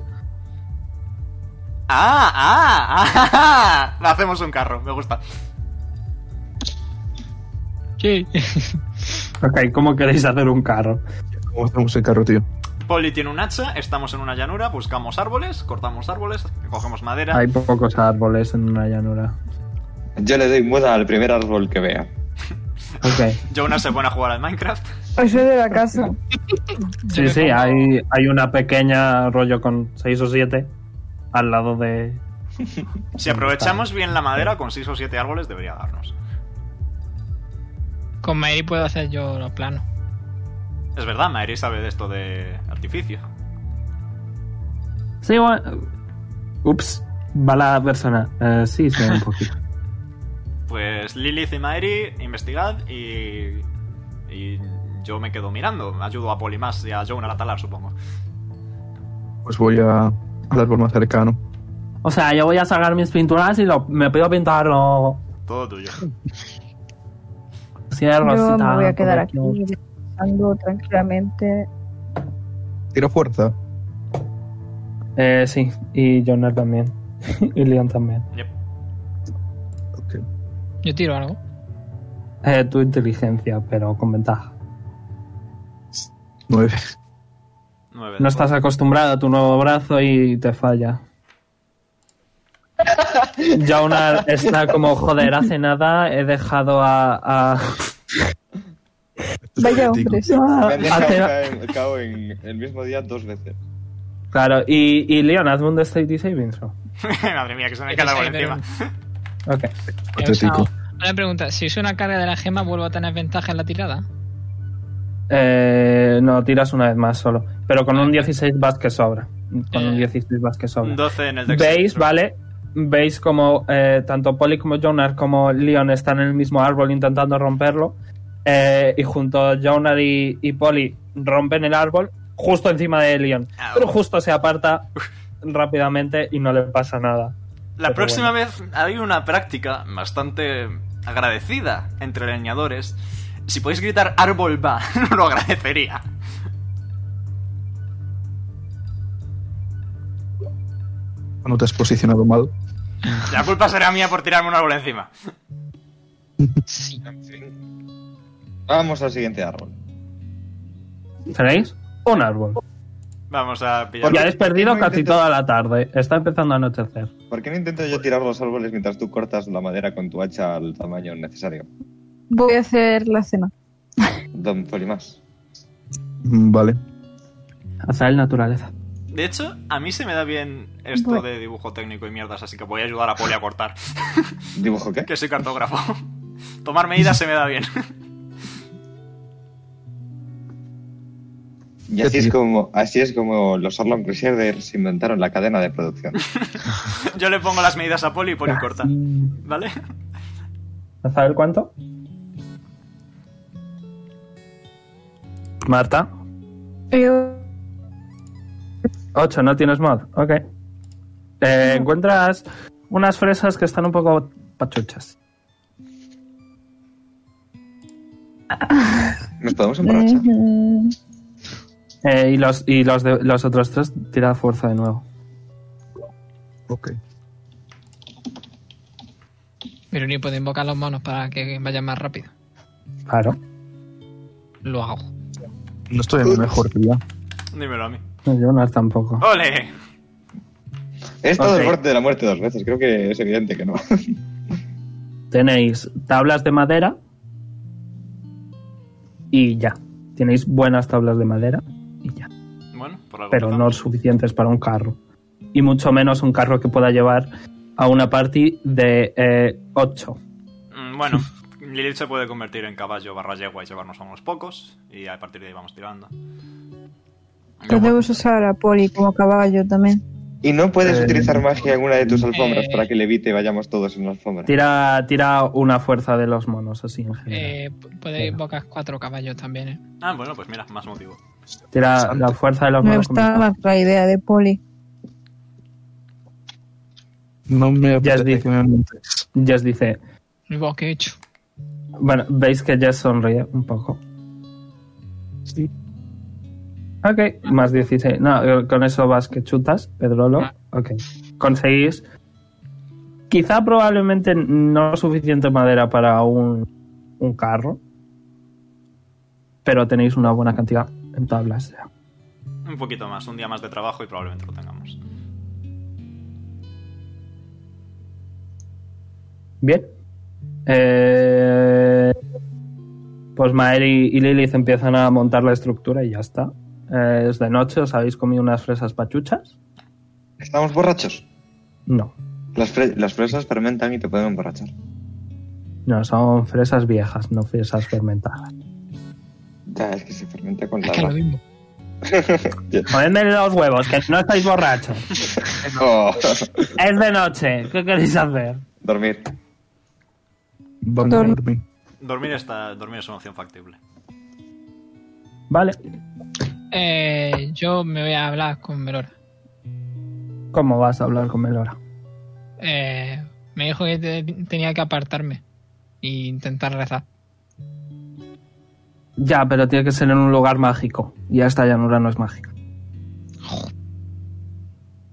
S2: ¡Ah! ¡Ah! ¡Ah! Hacemos un carro, me gusta.
S5: Sí.
S3: Ok, ¿cómo queréis hacer un carro?
S4: ¿Cómo hacemos el carro, tío?
S2: Polly tiene un hacha, estamos en una llanura, buscamos árboles, cortamos árboles, cogemos madera.
S3: Hay pocos árboles en una llanura.
S1: Yo le doy muda al primer árbol que vea.
S3: Ok.
S2: Jonas se pone a jugar al Minecraft.
S6: hoy Pues soy de la casa.
S3: Sí, sí, hay, hay una pequeña rollo con seis o siete al lado de...
S2: Si aprovechamos bien la madera, con 6 o 7 árboles debería darnos.
S5: Con Mary puedo hacer yo los planos.
S2: Es verdad, Maeri sabe de esto de artificio.
S3: Sí, bueno... Ups, va la persona. Eh, sí, sí, un poquito.
S2: Pues Lilith y Maeri, investigad y. Y yo me quedo mirando. Ayudo a Poli más y a Joan a talar, supongo.
S4: Pues voy a, al árbol más cercano.
S3: O sea, yo voy a sacar mis pinturas y lo, me pido pintarlo...
S2: Todo tuyo.
S3: Cierro,
S6: Yo me voy a quedar aquí descansando tranquilamente.
S4: Tiro fuerza.
S3: Eh, sí, y Jonar también. y Leon también.
S2: Yep.
S4: Ok.
S5: Yo tiro algo.
S3: Eh, tu inteligencia, pero con ventaja.
S4: Nueve.
S2: Nueve de
S3: No estás acostumbrado a tu nuevo brazo y te falla. Jonar está como, joder, hace nada he dejado a... a-
S6: Vaya
S4: Crítico.
S6: hombres.
S1: Me han dejado
S3: hace-
S1: caer- cao en el mismo día dos veces.
S3: Claro, y, y Leon, hazme un Dexterity Saving throw.
S2: poder. Madre mía, que se me cae la bola encima.
S3: Ok.
S5: He usado-
S4: Patético.
S5: Una pregunta, si uso una carga de la gema, ¿vuelvo a tener ventaja en la tirada?
S3: Eh, no, tiras una vez más solo. Pero con un 16 vas que sobra. Con un
S5: Eh,
S3: 16 vas que sobra.
S2: 12 en el Dex.
S3: Veis, ¿vale? Veis como eh, tanto Polly como Jonar como Leon están en el mismo árbol intentando romperlo. eh, y junto Jonar y, y Polly rompen el árbol justo encima de Leon.
S2: Au.
S3: Pero justo se aparta rápidamente y no le pasa nada.
S2: La
S3: Pero
S2: próxima vez hay una práctica bastante agradecida entre leñadores. Si podéis gritar árbol va, lo agradecería.
S4: No te has posicionado mal.
S2: La culpa será mía por tirarme un árbol encima.
S5: Sí.
S1: En fin. Vamos al siguiente árbol.
S3: ¿Tenéis? Un árbol.
S2: Vamos a pillar.
S3: Ya eh. habéis perdido
S1: no
S3: casi
S1: intentes-
S3: toda la tarde. Está empezando a anochecer.
S1: ¿Por qué no intento yo tirar los árboles mientras tú cortas la madera con tu hacha al tamaño necesario?
S6: Voy a hacer la cena.
S1: Don Polimas.
S4: Mm, Vale.
S3: Hasta el naturaleza.
S2: De hecho, a mí se me da bien esto
S6: Bueno.
S2: de dibujo técnico y mierdas, así que voy a ayudar a Poli a cortar,
S1: ¿Dibujo qué?
S2: que soy cartógrafo. Tomar medidas se me da bien.
S1: Y así es como, así es como los Orlon Crusaders inventaron la cadena de producción.
S2: Yo le pongo las medidas a Poli y Poli corta.
S3: Mm,
S2: ¿Vale?
S3: ¿Hasta el cuánto? Marta.
S6: Yo-
S3: 8, no tienes mod. Ok. Eh, encuentras unas fresas que están un poco pachuchas.
S1: ¿Nos podemos emborrachar?
S6: Ujú.
S3: Eh, y los, y los, de- los otros tres tira fuerza de nuevo.
S4: Ok.
S5: Pero ni puedo invocar los monos para que vayan más rápido.
S3: Claro.
S5: Lo hago.
S4: No estoy en mi mejor día.
S2: Dímelo a mí.
S3: No, yo no tampoco.
S2: ¡Ole!
S1: He estado
S3: Ok.
S1: al borde de la muerte dos veces, creo que es evidente que no.
S3: Tenéis tablas de madera. Y ya. Tenéis buenas tablas de madera. Y ya.
S2: Bueno, por algo.
S3: Pero no
S2: empezamos.
S3: suficientes para un carro. Y mucho menos un carro que pueda llevar a una party de eh, 8.
S2: Mm, Bueno, Lilith se puede convertir en caballo barra yegua y llevarnos a unos pocos, y a partir de ahí vamos tirando.
S6: Yo debo usar a Poli como caballo también.
S1: ¿Y no puedes
S4: Eh,
S1: utilizar magia en una de tus alfombras
S5: eh,
S1: para que levite y vayamos todos en la alfombra?
S3: Tira, tira una fuerza de los monos, así en general.
S5: Eh, p- puede invocar cuatro caballos también, ¿eh?
S2: Ah, bueno, pues mira, más motivo.
S3: tira la fuerza de los
S6: Me
S3: monos.
S6: gusta
S3: con-
S6: más la idea de Poli.
S4: No me
S3: Jazz
S4: apetece
S3: dice.
S4: que me montes.
S3: Jess dice.
S5: Lo que he hecho.
S3: Bueno, veis que Jess sonríe un poco.
S4: Sí.
S3: Ok, más 16. No, eh, con eso vas que chutas, Pedrolo. Ok. Conseguís. Quizá probablemente no suficiente madera para un, un carro. Pero tenéis una buena cantidad en tablas. ya.
S2: Un poquito más, un día más de trabajo y probablemente lo tengamos.
S3: Bien. Eh, pues Maer y, y Lilith empiezan a montar la estructura y ya está. Eh, es de noche, ¿os habéis comido unas fresas pachuchas?
S1: ¿Estamos borrachos?
S3: No,
S1: Las, fre- las fresas fermentan y te pueden emborrachar.
S3: no, son fresas viejas, no fresas fermentadas.
S1: Ya, es que se fermenta con
S5: Es
S1: la...
S5: que es lo mismo.
S3: Ponedme los huevos, que no estáis borrachos.
S1: Oh,
S3: Es de noche, ¿qué queréis hacer?
S1: dormir.
S4: Vamos a
S6: Dorm-
S4: dormir.
S2: Dormir, está, dormir es una opción factible.
S3: Vale,
S5: Eh, yo me voy a hablar con Melora.
S3: ¿cómo vas a hablar con Melora?
S5: Eh, me dijo que te- tenía que apartarme e intentar rezar.
S3: Ya, pero tiene que ser en un lugar mágico. Y esta llanura no es mágica.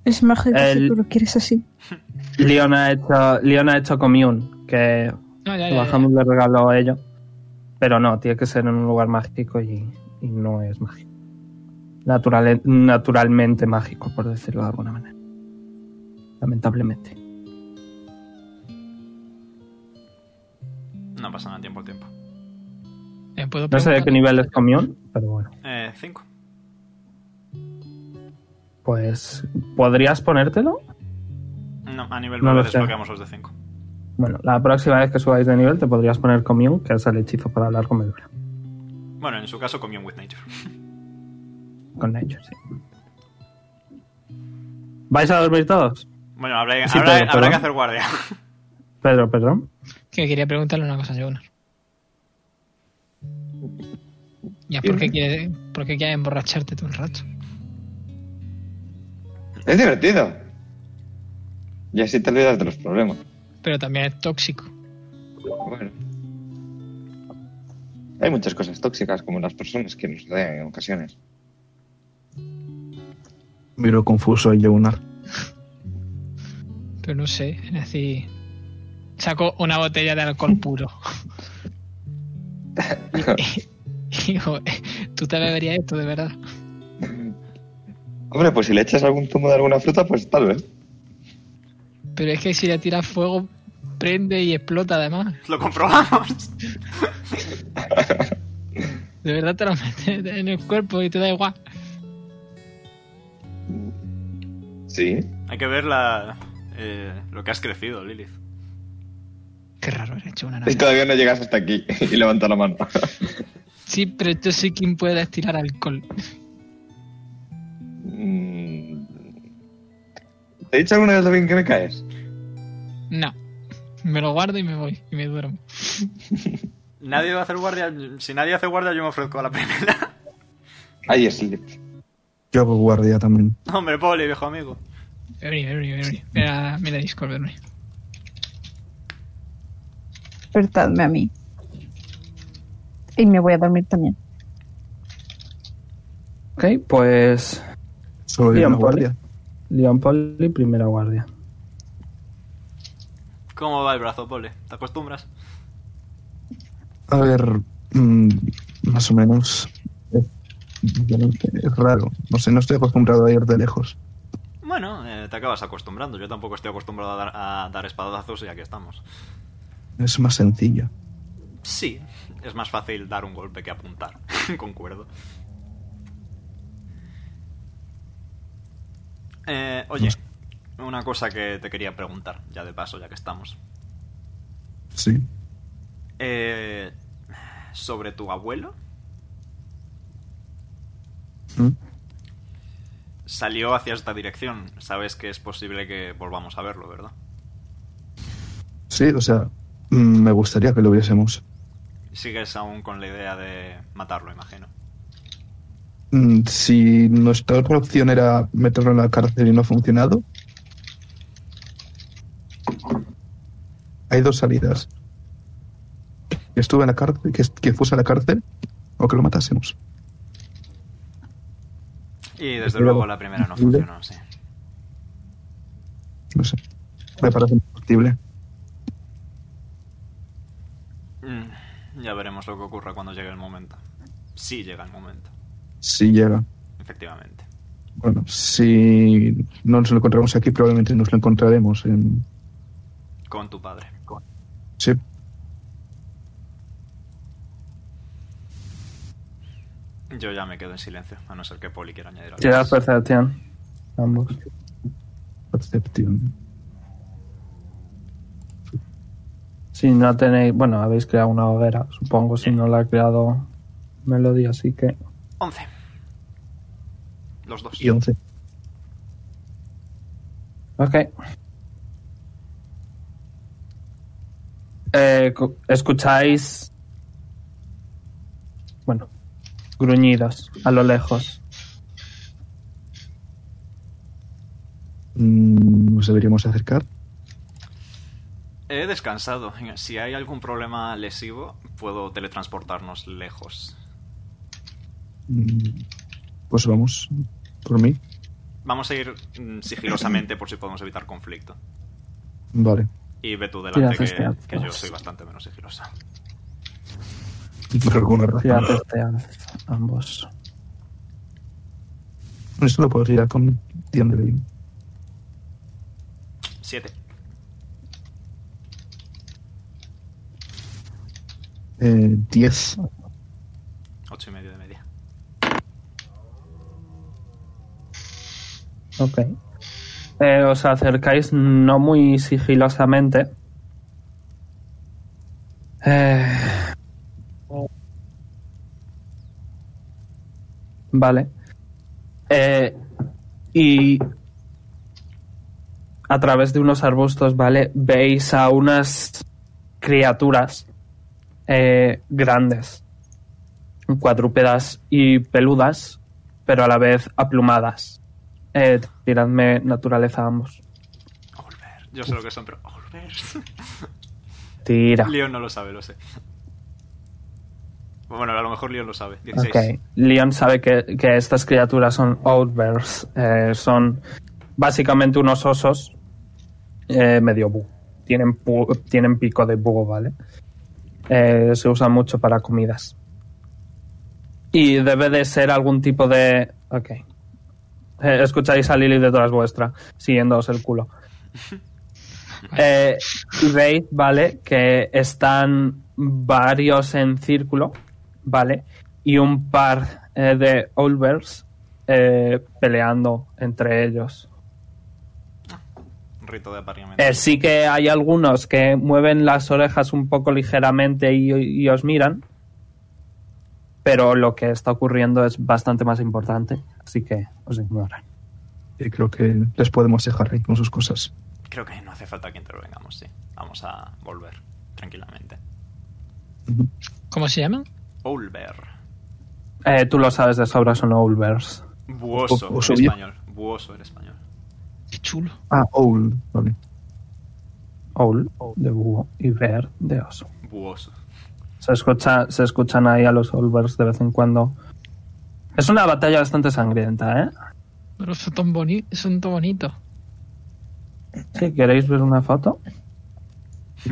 S6: Es mágico
S3: El-
S6: si tú lo quieres así.
S3: Leon ha hecho, Leon ha hecho commune, que
S5: No, ya, ya, ya.
S3: Bahamut le regaló a ello. Pero no, tiene que ser en un lugar mágico y, y no es mágico. Naturale- naturalmente mágico, por decirlo de alguna manera. Lamentablemente.
S2: No pasa nada, tiempo al tiempo.
S5: Eh, ¿puedo
S3: No sé de
S5: preguntar?
S3: qué nivel es commune, pero bueno.
S2: Eh, cinco.
S3: Pues, ¿podrías ponértelo?
S2: No, a nivel
S3: No
S2: nueve
S3: lo sé.
S2: desbloqueamos los de cinco.
S3: Bueno, la próxima vez que subáis de nivel te podrías poner commune, que es el hechizo para hablar con Medula.
S2: Bueno, en su caso, Commune with Nature.
S3: Con Nature, sí. ¿Vais a dormir todos?
S2: Bueno, habrá,
S3: Sí,
S2: habrá-
S3: Pedro,
S2: habrá que
S3: perdón.
S2: hacer guardia.
S3: Pedro, perdón.
S5: Que quería preguntarle una cosa a Jonas. Ya, ¿por qué, quieres, ¿por qué quieres emborracharte tú un rato?
S1: Es divertido. Y así te olvidas de los problemas.
S5: Pero también es tóxico.
S1: Bueno. Hay muchas cosas tóxicas como las personas que nos rodean en ocasiones.
S4: Miro confuso a Jonar.
S5: Pero no sé, es decir... saco una botella de alcohol puro. Y digo, tú te beberías esto, de verdad.
S1: Hombre, pues si le echas algún zumo de alguna fruta, pues tal vez.
S5: Pero es que si le tiras fuego, prende y explota además.
S2: Lo comprobamos.
S5: De verdad te lo metes en el cuerpo y te da igual.
S1: Sí.
S2: Hay que ver la, eh, lo que has crecido, Lilith.
S5: Qué raro, he hecho una
S1: Y
S5: naranja.
S1: todavía no llegas hasta aquí y levanta la mano.
S5: Sí, pero yo soy quien puede destilar alcohol.
S1: Mm. ¿Te he dicho alguna vez lo bien que me caes?
S5: No. Me lo guardo y me voy. Y me duermo.
S2: Nadie va a hacer guardia. Si nadie hace guardia, yo me ofrezco a la primera.
S1: Ahí es Lilith.
S4: Yo hago guardia también.
S2: Hombre, pobre viejo amigo.
S5: Bernie, Bernie, Bernie. Mira, mira Discord, Bernie.
S6: Despertadme a mí. Y me voy a dormir también.
S3: Ok, pues.
S4: Solo
S3: Bien,
S4: digo una
S3: vale.
S4: guardia.
S3: Leon Poli, primera guardia.
S2: ¿Cómo va el brazo, Pole? ¿Te acostumbras?
S4: A ver, mm, más o menos. eh, yo no sé, Es raro. No sé, no estoy acostumbrado a ir de lejos.
S2: Bueno, eh, te acabas acostumbrando. Yo tampoco estoy acostumbrado a dar, a dar espadazos y aquí estamos.
S4: Es más sencillo.
S2: Sí, es más fácil dar un golpe que apuntar. Concuerdo. Eh, oye, una cosa que te quería preguntar, ya de paso, ya que estamos.
S4: Sí.
S2: Eh, sobre tu abuelo,
S4: ¿Mm?
S2: salió hacia esta dirección. Sabes que es posible que volvamos a verlo, ¿verdad?
S4: Sí, o sea, mm, me gustaría que lo viésemos.
S2: Sigues aún con la idea de matarlo, imagino.
S4: Mm, Si nuestra otra opción era meterlo en la cárcel y no ha funcionado, hay dos salidas. Que estuve en la cárcel, que, que fuese a la cárcel o que lo matásemos.
S2: Y desde
S4: Espero-
S2: luego la primera no funcionó, sí.
S4: No sé. Me parece imposible.
S2: Mm, Ya veremos lo que ocurra cuando llegue el momento. Sí llega el momento,
S4: Si llega.
S2: efectivamente.
S4: Bueno, si no nos lo encontramos aquí, probablemente nos lo encontraremos en.
S2: Con tu padre.
S4: Sí.
S2: Yo ya me quedo en silencio, a no ser que Poli quiera añadir algo.
S3: Tirad percepción. Ambos.
S4: Percepción.
S3: Si no tenéis. Bueno, habéis creado una hoguera, supongo, si no la ha creado Melody, así que.
S2: 11. Los dos.
S4: Y 11.
S3: Ok. Eh, cu- escucháis. Bueno, gruñidos a lo lejos.
S4: Mm, Nos deberíamos acercar.
S2: He descansado. Si hay algún problema lesivo, puedo teletransportarnos lejos.
S4: Mm, Pues vamos. Por mí.
S2: Vamos a ir mm, sigilosamente por si podemos evitar conflicto.
S4: Vale.
S2: Y ve tú
S3: Tira
S2: delante, que,
S3: cesteado.
S2: que yo soy bastante menos sigilosa.
S4: Por alguna razón.
S3: Tirad testear ambos.
S4: Esto lo puedo tirar con Dion de Ley.
S2: 7.
S4: Eh, 10.
S2: 8 y medio de media.
S3: Ok. Eh, os acercáis no muy sigilosamente. Eh. Vale. Eh, y a través de unos arbustos, ¿vale? Veis a unas criaturas eh, grandes, cuadrúpedas y peludas, pero a la vez aplumadas. Eh, tiradme naturaleza ambos.
S2: Olver. Yo sé lo que son, pero. Olver.
S3: Tira.
S2: Leon no lo sabe, lo sé. Bueno, a lo mejor Leon lo sabe. 16.
S3: Ok. Leon sabe que, que estas criaturas son outbears. son básicamente unos osos eh, medio bu. tienen, pu- tienen pico de búho, ¿vale? Eh, se usa mucho para comidas. Y debe de ser algún tipo de... Ok. Eh, escucháis a Lily detrás vuestra, siguiéndoos el culo. Eh, y veis, ¿vale? Que están varios en círculo, ¿vale? Y un par eh, de Olvers eh, peleando entre ellos.
S2: Rito de apareamiento.
S3: Eh, sí que hay algunos que mueven las orejas un poco ligeramente y, y os miran. Pero lo que está ocurriendo es bastante más importante, así que os ignoran.
S4: Y Eh, creo que les podemos dejar ahí con sus cosas.
S2: Creo que no hace falta que intervengamos, sí. Vamos a volver tranquilamente.
S5: ¿Cómo se llaman?
S2: Volver.
S3: Eh, tú lo sabes de sobra, son Olvers.
S2: Buoso
S4: O- oso
S2: en
S4: bien.
S2: español. Buoso en español.
S5: Qué chulo.
S4: Ah, Owl, vale.
S3: Owl de búho y ver de oso.
S2: Buoso.
S3: Se, escucha, se escuchan ahí a los Olvers de vez en cuando. Es una batalla bastante sangrienta, ¿eh?
S5: Pero son tan boni- son tan bonitos.
S3: Si queréis ver una foto,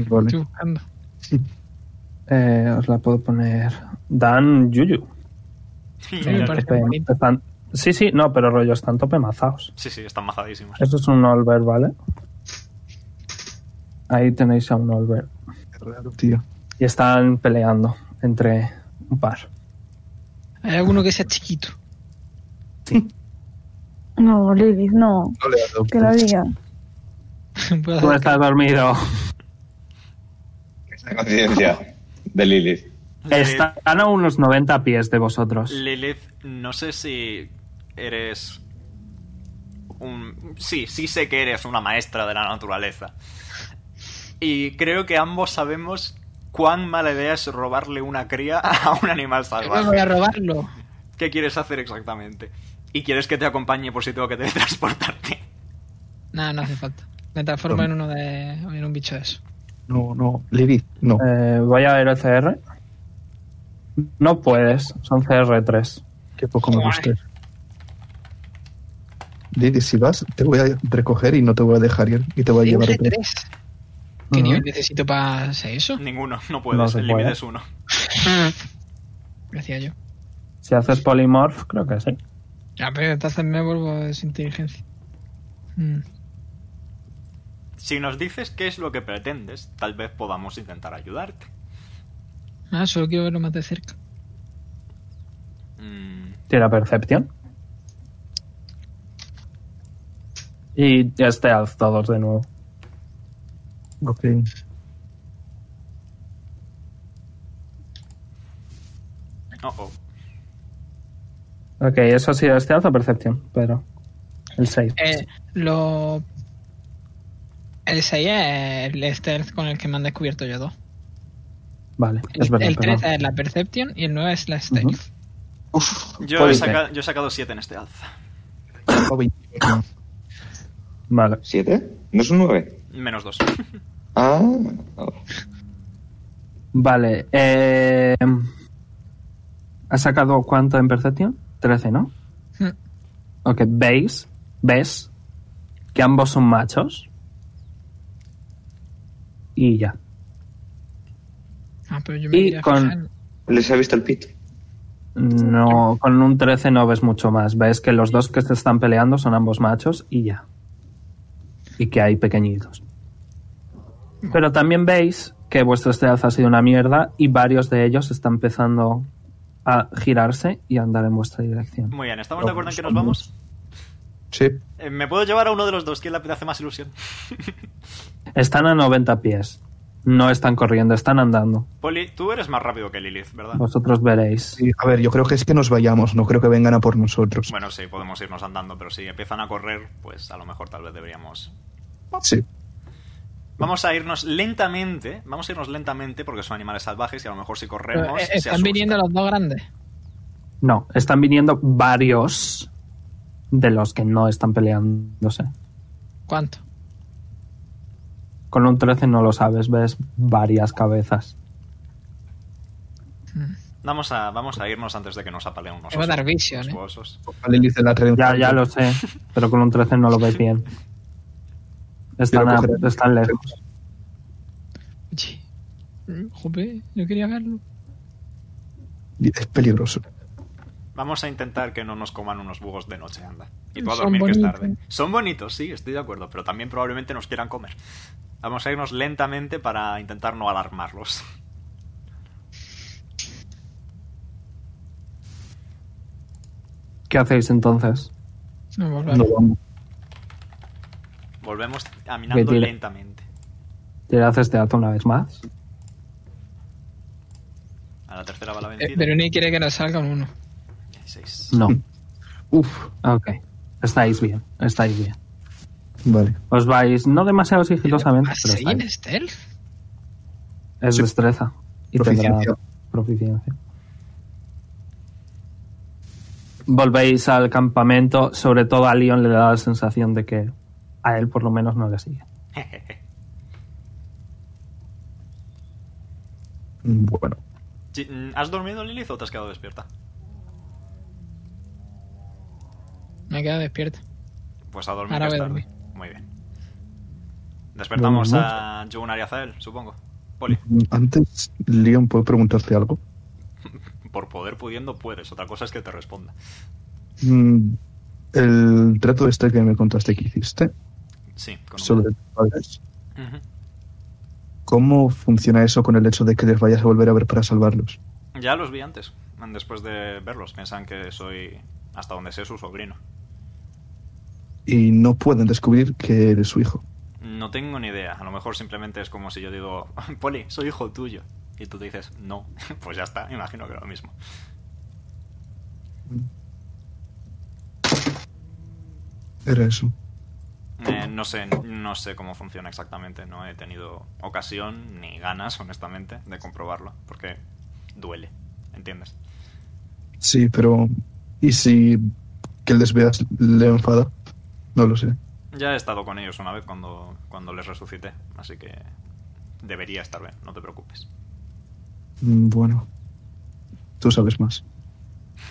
S4: Vale.
S5: Estoy buscando.
S3: eh, os la puedo poner. Dan Yuyu.
S5: Sí, me
S3: Eh,
S5: parece
S3: tope-
S5: bonito.
S3: están- sí, sí, no, pero rollo, están tope mazaos.
S2: Sí, sí, están mazadísimos.
S3: Eso es un Olver, ¿vale? Ahí tenéis a un Olver.
S4: Qué raro, tío.
S3: Y están peleando entre un par.
S5: Hay alguno que sea chiquito.
S6: No, Lilith, no.
S4: No le
S6: Que la
S4: adoptes.
S6: diga.
S5: Puedo
S3: Tú
S5: hacer-
S3: estás dormido.
S1: Esta conciencia de Lilith.
S2: Lilith,
S3: Están a unos 90 pies de vosotros.
S2: Lilith, no sé si eres un... Sí, sí sé que eres una maestra de la naturaleza. Y creo que ambos sabemos cuán mala idea es robarle una cría a un animal
S5: Pero voy a
S2: salvaje.
S5: robarlo.
S2: ¿Qué quieres hacer exactamente? ¿Y quieres que te acompañe por si tengo que teletransportarte?
S5: Nada, no hace falta. Me transformo en uno de. en un bicho de eso.
S4: No, no, Lilith, no.
S3: Eh, voy a ver el CR. No puedes, son CR3.
S4: Qué poco me
S5: Joder.
S4: gusta. Lilith, si vas, te voy a recoger y no te voy a dejar ir y te voy a llevar a
S5: R3. ¿Qué
S3: Ujú.
S5: nivel necesito para hacer eso?
S2: Ninguno, no puedes.
S3: No se
S2: el límite
S3: puede.
S2: es uno.
S3: Ah.
S5: Decía yo.
S3: Si haces polymorph, creo que sí.
S5: Ya, pero entonces me vuelvo de su inteligencia. Mm.
S2: Si nos dices qué es lo que pretendes, tal vez podamos intentar ayudarte.
S5: Ah, solo quiero verlo más de cerca.
S2: Mm,
S3: Tira percepción. Y este alz todos de nuevo.
S4: Ok.
S2: oh, oh.
S3: Ok, eso ha sido este alza percepción, pero. El 6.
S5: Eh, lo. El 6 es el stealth con el que me han descubierto yo dos.
S3: Vale,
S5: El,
S3: es verdad.
S5: el 3
S3: perdón.
S5: es la perception y el 9 es la stealth.
S3: Ujú.
S2: Yo, he
S3: Puede
S2: saca- yo he sacado 7 en este alza.
S4: Oh, 21.
S3: Vale.
S1: ¿Siete? ¿No es un nueve?
S2: Menos 2.
S1: Ah, oh,
S3: Vale. Eh, ¿Has sacado cuánto en percepción? 13, ¿no?
S5: Mm.
S3: Ok, veis, ves que ambos son machos. Y ya.
S5: Ah, pero yo me
S3: Y
S5: quería
S3: con-
S5: fijar.
S1: les ha visto el pito.
S3: No, con un 13 no ves mucho más. Ves que los dos que se están peleando son ambos machos y ya. Y que hay pequeñitos. Pero también veis que vuestra esteaza ha sido una mierda y varios de ellos están empezando a girarse y a andar en vuestra dirección.
S2: Muy bien, ¿estamos de acuerdo en que nos vamos?
S4: Sí,
S2: Eh, ¿Me puedo llevar a uno de los dos? ¿Quién le hace más ilusión?
S3: Están a 90 pies. No están corriendo, están andando.
S2: Poli, tú eres más rápido que Lilith, ¿verdad?
S3: Vosotros veréis.
S4: sí. A ver, yo creo que es que nos vayamos, no creo que vengan a por nosotros.
S2: Bueno, sí, podemos irnos andando, pero si empiezan a correr, pues a lo mejor tal vez deberíamos...
S4: Sí.
S2: Vamos a irnos lentamente, vamos a irnos lentamente porque son animales salvajes y a lo mejor si
S5: Pero,
S2: corremos...
S5: eh,
S2: se
S5: están
S2: asustan.
S5: viniendo los dos grandes.
S3: No, están viniendo varios de los que no están peleándose.
S5: ¿Cuánto?
S3: Con un 13 no lo sabes, ves varias cabezas.
S5: Mm.
S2: Vamos a, vamos a irnos antes de que nos apaleen unos
S5: Me va a dar
S2: osos,
S5: vision,
S2: unos
S5: eh.
S2: osos.
S4: Lilith de la
S3: Ya, ya lo sé, pero con un 13 no lo ves bien. Están,
S4: Quiero
S3: a-
S4: coger el-
S3: están lejos.
S5: Eh, Jope, yo quería verlo.
S4: Es peligroso.
S2: Vamos a intentar que no nos coman unos bugos de noche, anda. Y tú a
S5: Son
S2: dormir, que es
S5: bonitos.
S2: tarde. Son bonitos, sí, estoy de acuerdo, pero también probablemente nos quieran comer. Vamos a irnos lentamente para intentar no alarmarlos.
S3: ¿Qué hacéis entonces?
S5: No, volver.
S4: No vamos.
S2: Volvemos caminando
S3: Vete, le-
S2: lentamente.
S3: ¿Te haces teatro una vez más?
S2: A la tercera va la
S5: Eh, Mm.
S2: vencida.
S5: Veroni quiere que nos salga un uno.
S2: 16.
S3: No.
S4: Uf,
S3: Ok. Estáis bien, estáis bien.
S4: vale.
S3: Os vais no demasiado sigilosamente,
S5: ¿Así
S3: pero
S5: en
S3: estáis.
S5: stealth?
S3: Es
S4: Sí.
S3: destreza. Y tendrá
S4: Proficiencia.
S3: proficiencia. Volvéis al campamento. Sobre todo a Leon le da la sensación de que a él por lo menos no le sigue.
S4: Bueno,
S2: Sí, mm, ¿Has dormido, Lilith, o te has quedado despierta?
S5: Me he quedado despierto.
S2: Pues a dormir
S5: Ahora
S2: que es
S5: voy a
S2: tarde. Muy bien. Despertamos a Jonar y Azael, supongo. Poli,
S4: antes, Leon, ¿puedo preguntarte algo?
S2: por poder pudiendo puedes. Otra cosa es que te responda.
S4: Mm, El trato este que me contaste que hiciste
S2: Sí, con un-
S4: sobre tus padres,
S2: Ujú.
S4: ¿cómo funciona eso con el hecho de que les vayas a volver a ver para salvarlos?
S2: Ya los vi antes, después de verlos. Piensan que soy, hasta donde sé, su sobrino.
S4: Y no pueden descubrir que eres su hijo.
S2: No tengo ni idea. A lo mejor simplemente es como si yo digo, Poli, soy hijo tuyo. Y tú te dices, no. Pues ya está, imagino que lo mismo.
S4: Era eso.
S2: Eh, no sé, no sé cómo funciona exactamente. No he tenido ocasión ni ganas, honestamente, de comprobarlo. Porque duele, ¿entiendes?
S4: Sí, pero. ¿Y si que les veas le enfada? No lo sé.
S2: Ya he estado con ellos una vez cuando, cuando les resucité. Así que debería estar bien, no te preocupes.
S4: Mm, Bueno. Tú sabes más.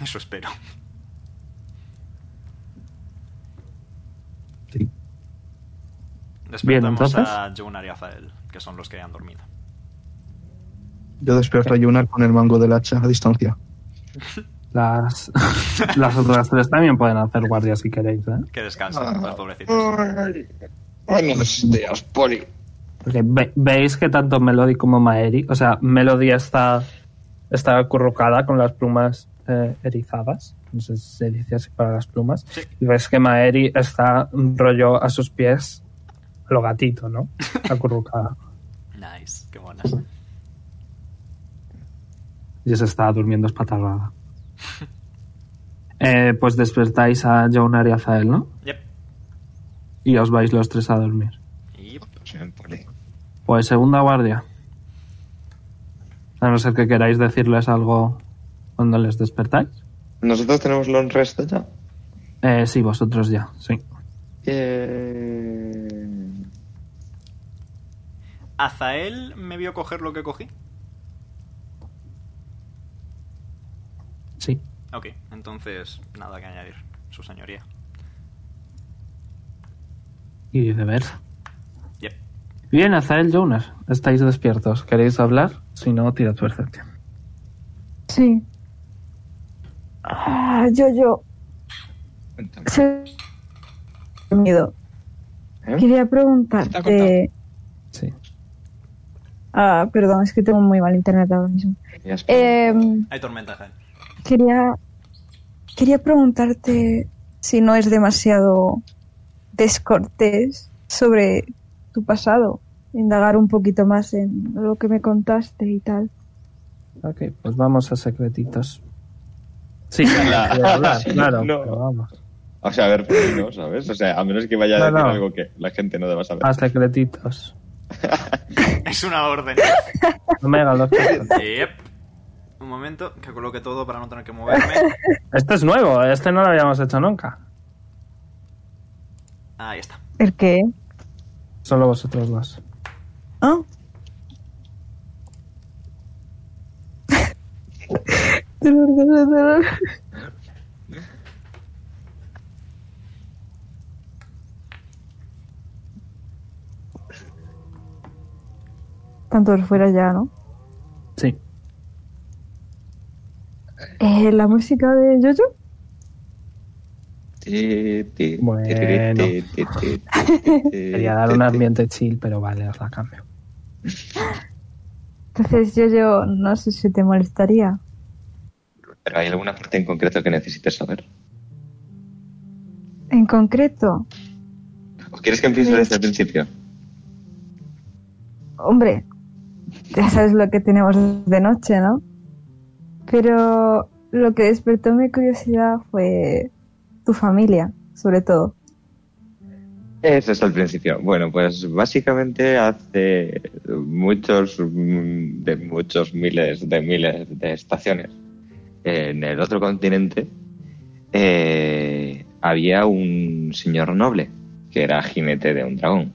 S2: Eso espero.
S4: Sí.
S2: Despertamos
S3: entonces.
S2: a Jonar y Azael, que son los que han dormido.
S4: Yo despierto a Yunar con el mango del hacha a distancia.
S3: Las, las otras tres también pueden hacer guardia si queréis, ¿eh?
S2: Que descansen, las pobrecitas.
S1: Buenas ideas, Poli.
S3: Porque ve- veis que tanto Melody como Maeri, o sea, Melody está, está acurrucada con las plumas eh, erizadas, no sé si se dice así para las plumas, y veis que Maeri está un rollo a sus pies, lo gatito, ¿no? Acurrucada.
S2: Nice, qué buenas.
S3: y se está durmiendo espatarrada. Eh, pues despertáis a Jonar y a Zael, ¿no?
S2: Yep.
S3: Y os vais los tres a dormir.
S2: Yep.
S1: Pues bien, Poli.
S3: Pues segunda guardia. A no ser que queráis decirles algo cuando les despertáis.
S1: Nosotros tenemos long rest ya.
S3: Eh, sí, vosotros ya, sí.
S1: Eh, Bien.
S2: ¿Azael me vio coger lo que cogí?
S3: Sí.
S2: Ok, entonces nada que añadir, su señoría.
S3: Y de ver.
S2: Yep.
S3: Bien, Azael Jonas, estáis despiertos. ¿Queréis hablar? Si no, tirad suerte.
S6: Sí. Ah, yo, yo.
S1: Cuéntame.
S6: se- Miedo.
S1: ¿Eh?
S6: Quería
S5: Está cortado.
S6: preguntarte.
S3: Sí.
S6: Ah, perdón, es que tengo muy mal internet ahora mismo.
S1: Ya es-
S6: Em,
S2: Hay tormenta, Azael.
S6: quería. Quería preguntarte si no es demasiado descortés sobre tu pasado. Indagar un poquito más en lo que me contaste y tal.
S3: Ok, pues vamos a secretitos. Sí, claro, quiero hablar, claro.
S1: No.
S3: pero vamos.
S1: O sea, a ver, Poli, ¿no? ¿Sabes? O sea, a menos que vaya a
S3: No,
S1: decir
S3: no. Ah,
S1: algo que la gente no deba saber.
S3: A secretitos.
S2: Es una orden.
S3: Omega, los secretos.
S2: Yep. Un momento, que coloque todo para no tener que moverme.
S3: Este es nuevo, este no lo habíamos hecho nunca.
S2: Ahí está.
S6: ¿El qué?
S3: Solo vosotros dos.
S6: ¿Ah? Dolor, dolor, dolor. Tanto fuera ya, ¿no?
S3: Sí.
S6: Eh, la música de Jojo.
S1: Ti, ti,
S3: Bueno.
S1: ti, ti, ti, ti, ti, ti,
S3: Quería dar
S1: ti,
S3: un
S1: ti.
S3: ambiente chill, pero vale, os la cambio.
S6: Entonces Jojo, no sé si te molestaría.
S1: Pero hay alguna parte en concreto que necesites saber.
S6: En concreto,
S1: ¿O quieres que empiece
S6: Sí.
S1: desde el principio?
S6: hombre, ya sabes lo que tenemos de noche, ¿no? Pero lo que despertó mi curiosidad fue tu familia, sobre todo.
S1: Eso es el principio. Bueno, pues básicamente hace muchos, mm, de muchos miles de miles de estaciones en el otro continente eh, había un señor noble que era jinete de un dragón.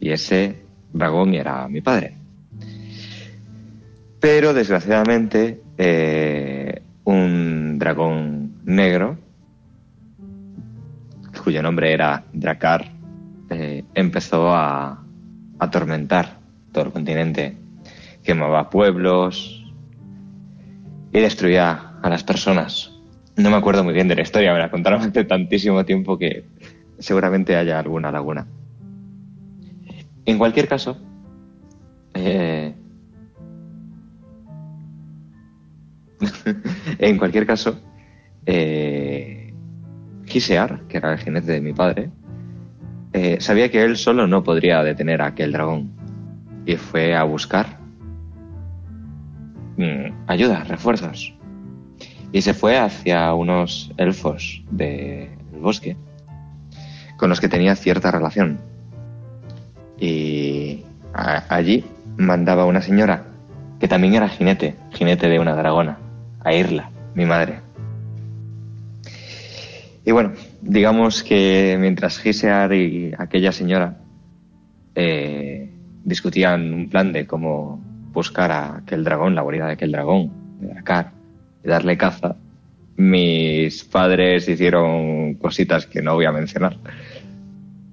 S1: Y ese dragón era mi padre. Pero desgraciadamente eh, un dragón negro cuyo nombre era Dracar, eh, empezó a a atormentar todo el continente. Quemaba pueblos y destruía a las personas. No me acuerdo muy bien de la historia, me la contaron hace tantísimo tiempo que seguramente haya alguna laguna. En cualquier caso, eh, en cualquier caso, eh, Kisear, que era el jinete de mi padre, eh, sabía que él solo no podría detener a aquel dragón y fue a buscar mm, ayuda, refuerzos. Y se fue hacia unos elfos del bosque con los que tenía cierta relación. Y a- allí mandaba una señora, que también era jinete, jinete de una dragona, a Irla, mi madre. Y bueno, digamos que mientras Gisear y aquella señora eh, discutían un plan de cómo buscar a aquel dragón, la guarida de aquel dragón, de Dakar, y darle caza, mis padres hicieron cositas que no voy a mencionar.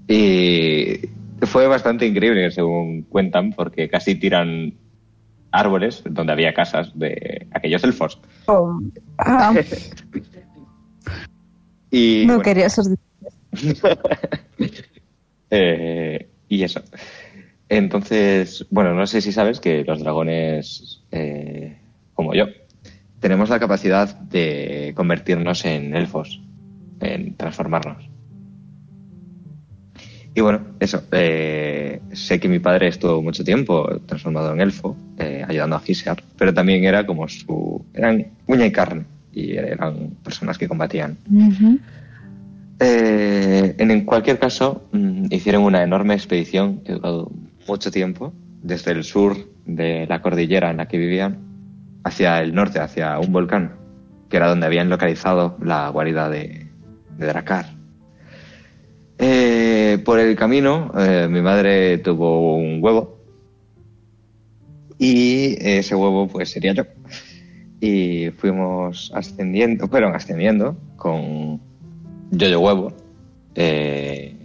S1: Y fue bastante increíble, según cuentan, porque casi tiran árboles donde había casas de aquellos elfos.
S6: Oh, ah,
S1: Y
S6: no
S1: bueno,
S6: quería ser
S1: Eh, y eso. Entonces, bueno, no sé si sabes que los dragones, eh, como yo, tenemos la capacidad de convertirnos en elfos, en transformarnos. Y bueno, eso. eh, sé que mi padre estuvo mucho tiempo transformado en elfo, eh, ayudando a Gisear, pero también era como su. eran uña y carne, y eran personas que combatían.
S6: Ujú.
S1: Eh, en cualquier caso, mm, hicieron una enorme expedición que duró mucho tiempo, desde el sur de la cordillera en la que vivían, hacia el norte, hacia un volcán, que era donde habían localizado la guarida de, de Dracar. Eh, por el camino, eh, mi madre tuvo un huevo, y ese huevo pues sería yo y fuimos ascendiendo, fueron ascendiendo con Yoyo Huevo eh,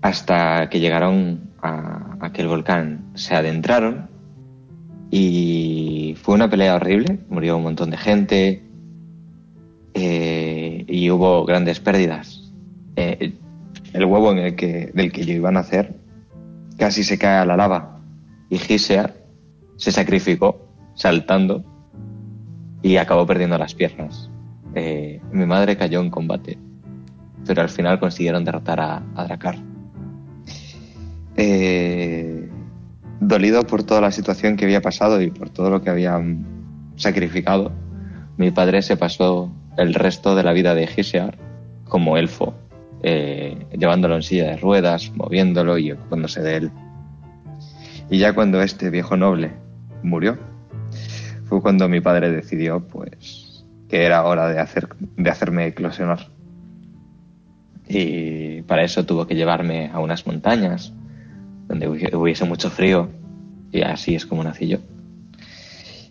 S1: hasta que llegaron a aquel volcán, se adentraron y fue una pelea horrible, murió un montón de gente eh, y hubo grandes pérdidas. Eh, el huevo en el que, del que yo iba a nacer casi se cae a la lava y Gisear se sacrificó saltando y acabó perdiendo las piernas. Eh, mi madre cayó en combate, pero al final consiguieron derrotar a, a Dracar. Eh, dolido por toda la situación que había pasado y por todo lo que habían sacrificado, mi padre se pasó el resto de la vida de Gisear como elfo, eh, llevándolo en silla de ruedas, moviéndolo y ocupándose de él. Y ya cuando este viejo noble murió, fue cuando mi padre decidió pues que era hora de hacer de hacerme eclosionar. Y para eso tuvo que llevarme a unas montañas donde hubi- hubiese mucho frío y así es como nací yo.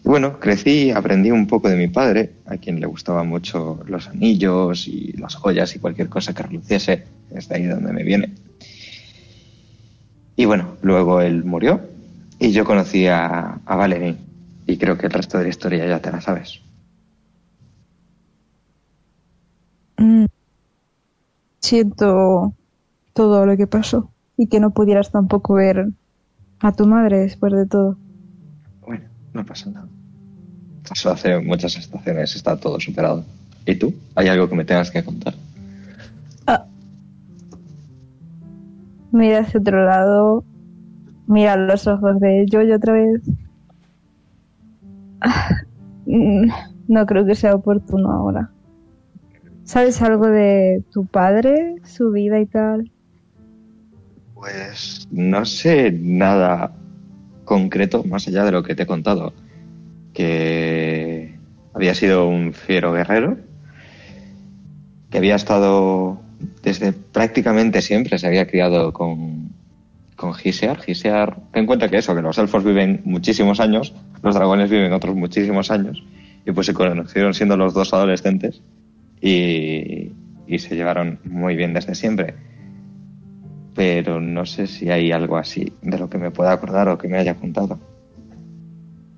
S1: Y bueno, crecí y aprendí un poco de mi padre, a quien le gustaban mucho los anillos y las joyas y cualquier cosa que reluciese, es de ahí donde me viene. Y bueno, luego él murió Y yo conocí a, a Valerie. Y creo que el resto de la historia ya te la sabes.
S6: Mm. Siento todo lo que pasó y que no pudieras tampoco ver a tu madre después de todo.
S1: Bueno, no pasa nada. Pasó hace muchas estaciones, está todo superado. ¿Y tú? ¿Hay algo que me tengas que contar?
S6: Mira hacia otro lado, mira los ojos de Joy otra vez. Mm, No creo que sea oportuno ahora. ¿Sabes algo de tu padre, su vida y tal?
S1: Pues no sé nada concreto más allá de lo que te he contado. Que había sido un fiero guerrero, que había estado desde prácticamente siempre, se había criado con, con Gisear. Gisear, ten en cuenta que eso, que los elfos viven muchísimos años, los dragones viven otros muchísimos años, y pues se conocieron siendo los dos adolescentes y, y se llevaron muy bien desde siempre pero no sé si hay algo así de lo que me pueda acordar o que me haya contado.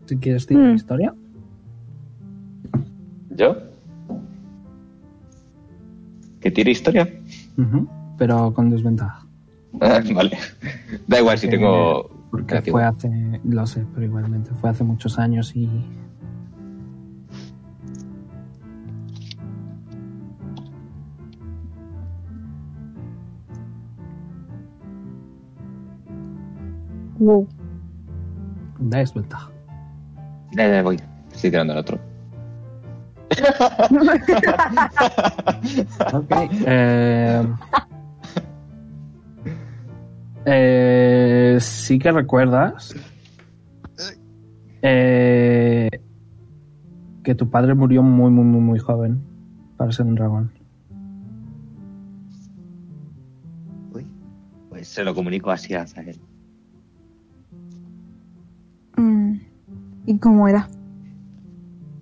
S3: Si quieres, tirar
S6: Mm.
S3: historia.
S1: ¿Yo? ¿Que tire historia?
S3: Ujú, Pero con desventaja.
S1: Ah, vale. Da igual si
S3: Porque-
S1: tengo...
S3: Porque
S1: creativo.
S3: fue hace. Lo sé, pero igualmente fue hace muchos años y.
S6: Wow.
S3: Da desventaja.
S1: Ya, ya voy. Estoy tirando el otro.
S3: Ok. eh, eh, sí que recuerdas eh, que tu padre murió muy, muy, muy, muy joven para ser un dragón.
S1: Uy. Pues se lo comunico así a Zael.
S6: Mm. ¿Y cómo era?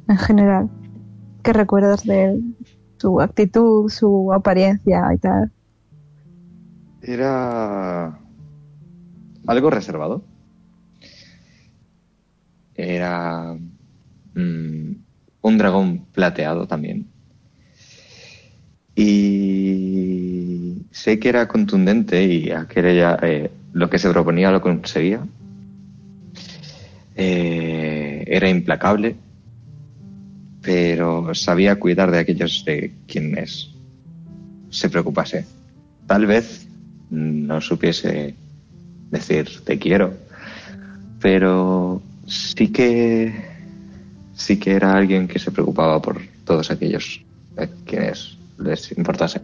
S6: En general. ¿Qué recuerdas de él? Su actitud, su apariencia y tal.
S1: Era... Algo reservado. Era... mm, un dragón plateado también. Y sé que era contundente y aquella, eh, lo que se proponía lo conseguía. Eh, era implacable, pero sabía cuidar de aquellos de quienes se preocupase. Tal vez no supiese decir te quiero, pero sí que sí que era alguien que se preocupaba por todos aquellos a quienes les importase.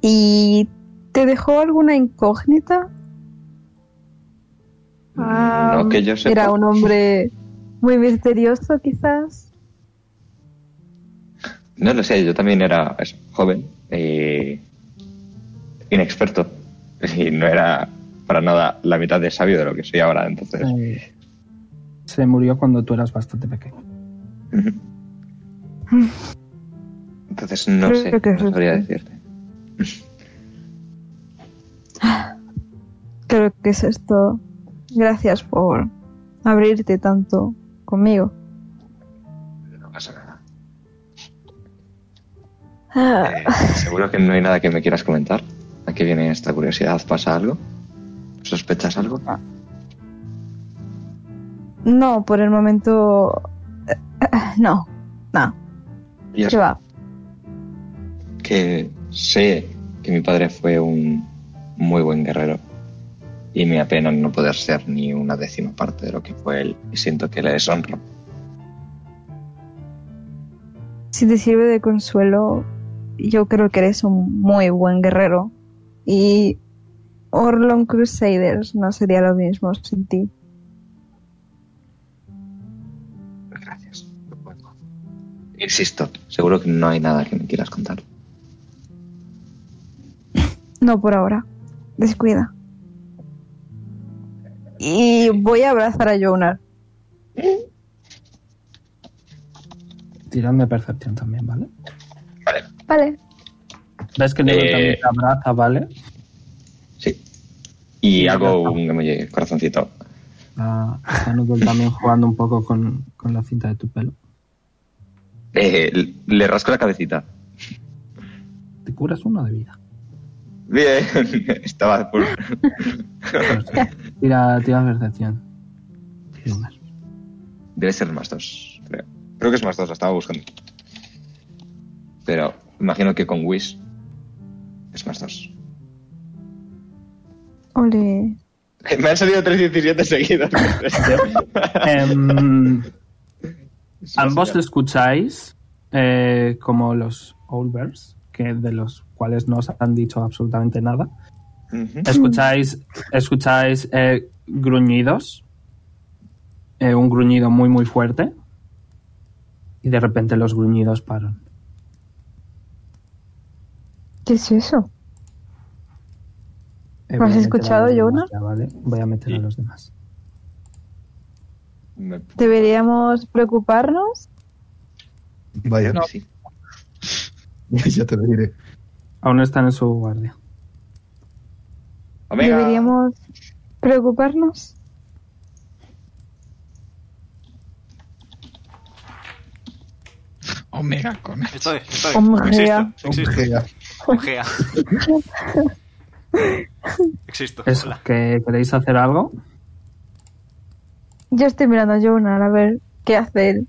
S6: ¿Y te dejó alguna incógnita? Ah,
S1: Mm, no que yo sepa.
S6: Era un hombre muy misterioso, quizás.
S1: No lo sé, yo también era eso, joven y inexperto y no era para nada la mitad de sabio de lo que soy ahora, entonces.
S3: Eh, se murió cuando tú eras bastante pequeño.
S1: Ujú. Entonces no
S6: Creo
S1: sé,
S6: que
S1: no
S6: sí.
S1: sabría decirte.
S6: Creo que eso es todo. Gracias por abrirte tanto conmigo.
S1: No pasa nada.
S6: Ah,
S1: Eh, Seguro que no hay nada que me quieras comentar. ¿A qué viene esta curiosidad? ¿Pasa algo? ¿Sospechas algo?
S6: No, por el momento. eh, No, no,
S1: Y es
S6: se va.
S1: que sé que mi padre fue un muy buen guerrero y me apena no poder ser ni una décima parte de lo que fue él y siento que le deshonro.
S6: Si te sirve de consuelo, yo creo que eres un muy buen guerrero. Y Orlon Crusaders no sería lo mismo sin ti.
S1: Gracias. Insisto, seguro que no hay nada que me quieras contar.
S6: No por ahora. Descuida. Y voy a abrazar a Jonar.
S3: Tiradme percepción también, ¿vale?
S6: Vale.
S3: Ves que el libro
S1: Eh.
S3: también te abraza, ¿vale?
S1: Sí. Y hago un emoji corazoncito.
S7: Ah, está Noodle también jugando un poco con, con la cinta de tu pelo.
S1: Eh, l- le rasco la cabecita.
S7: Te curas uno de vida.
S1: Bien, estaba full.
S7: Bueno, sí. Tira, tira percepción. Tira más.
S1: Debe ser más dos, creo. Creo que es más dos, la estaba buscando. Pero imagino que con Wish es más dos.
S6: Ole.
S1: Me han salido 3.17 seguidos.
S3: Em, ambos escucháis eh, como los Owlbears, que de los cuales no os han dicho absolutamente nada.
S1: Ujú.
S3: Escucháis, escucháis eh, gruñidos, eh, un gruñido muy muy fuerte, y de repente los gruñidos paran.
S6: ¿Qué es eso?
S7: Eh,
S6: ¿Lo
S7: voy
S6: has
S7: a meter
S6: escuchado,
S7: a los demás
S6: Jonah?
S7: ya, ¿vale? Voy a meter a los demás.
S1: Me-
S6: ¿Deberíamos preocuparnos?
S4: Vaya,
S1: sí.
S4: ya te lo diré.
S7: Aún están en su guardia.
S1: Omega.
S6: ¿Deberíamos preocuparnos?
S5: Omega con
S2: Estoy, estoy.
S6: Omgea.
S2: Existo, existo.
S4: Ojea.
S2: Omgea. Existo.
S3: Eso,
S2: Hola.
S3: ¿que queréis hacer algo?
S6: Yo estoy mirando a Jonah a ver qué hace él.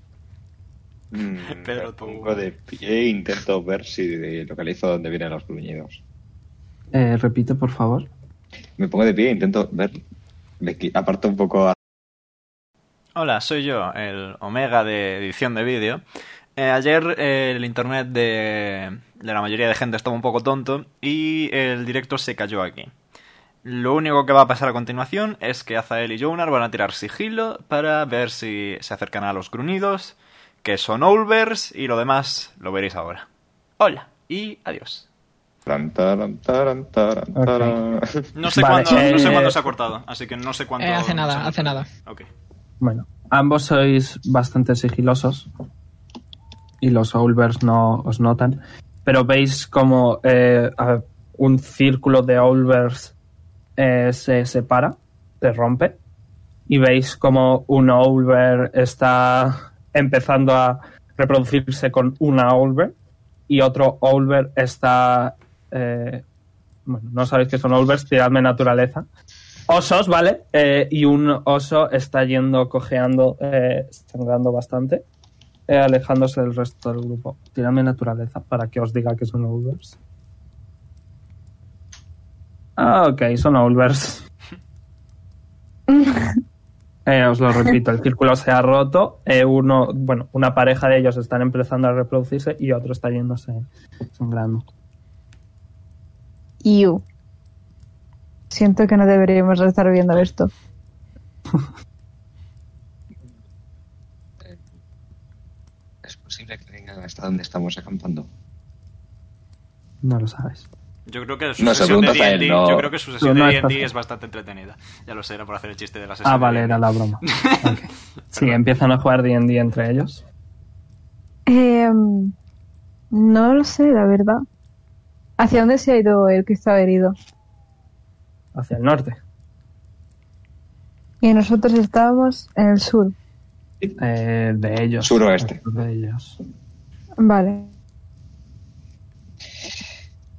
S1: Mm,
S2: Pedro,
S1: me
S2: tú-
S1: pongo de pie e intento ver si localizo dónde vienen los gruñidos.
S7: Eh, repite, por favor.
S1: Me pongo de pie e intento ver. Me qui- aparto un poco a.
S2: Hola, soy yo, el Omega de edición de vídeo. Eh, ayer eh, el internet de, de la mayoría de gente estaba un poco tonto y el directo se cayó aquí. Lo único que va a pasar a continuación es que Azael y Jonar van a tirar sigilo para ver si se acercan a los gruñidos, que son Olvers, y lo demás lo veréis ahora. Hola y adiós.
S1: Taran, taran, taran, taran,
S7: Ok.
S1: taran.
S2: No sé,
S3: Vale,
S2: cuándo, no sé
S3: eh,
S2: cuándo se ha cortado, así que no sé cuándo.
S5: Eh, hace nada,
S2: se ha
S5: hace nada.
S2: Ok.
S3: Bueno, ambos sois bastante sigilosos y los Owlbears no os notan, pero veis como eh, a- un círculo de Owlbears eh, se separa, se rompe, y veis como un Owlbear está empezando a reproducirse con una Owlbear y otro Owlbear está... eh, bueno, no sabéis que son Owlbears, tiradme naturaleza osos, ¿vale? Eh, y un oso está yendo cojeando, eh, sangrando bastante, eh, alejándose del resto del grupo. Tiradme naturaleza para que os diga que son Owlbears. Ah, ok, son Owlbears. Eh, os lo repito, el círculo se ha roto. eh, uno, bueno, una pareja de ellos están empezando a reproducirse y otro está yéndose sangrando.
S6: Iu. Siento que no deberíamos estar viendo esto.
S1: Es posible que vengan hasta donde estamos acampando.
S7: No lo sabes.
S2: Yo creo que su
S1: No, se
S2: sesión de
S1: preguntas a él,
S2: D&D,
S1: no.
S2: yo creo que su sesión
S7: No, no
S2: de
S7: es
S2: D&D
S7: fácil.
S2: es bastante entretenida. Ya lo sé, era por hacer el chiste de la sesión.
S7: Ah,
S2: de
S7: vale,
S2: D&D.
S7: era la broma. Ok.
S3: Sí, empiezan a jugar D&D entre ellos.
S6: Em, no lo sé, la verdad. ¿Hacia dónde se ha ido el que estaba herido?
S3: Hacia el norte.
S6: Y nosotros estábamos en el sur.
S7: Eh, de ellos.
S1: Suroeste.
S7: De ellos.
S6: Vale.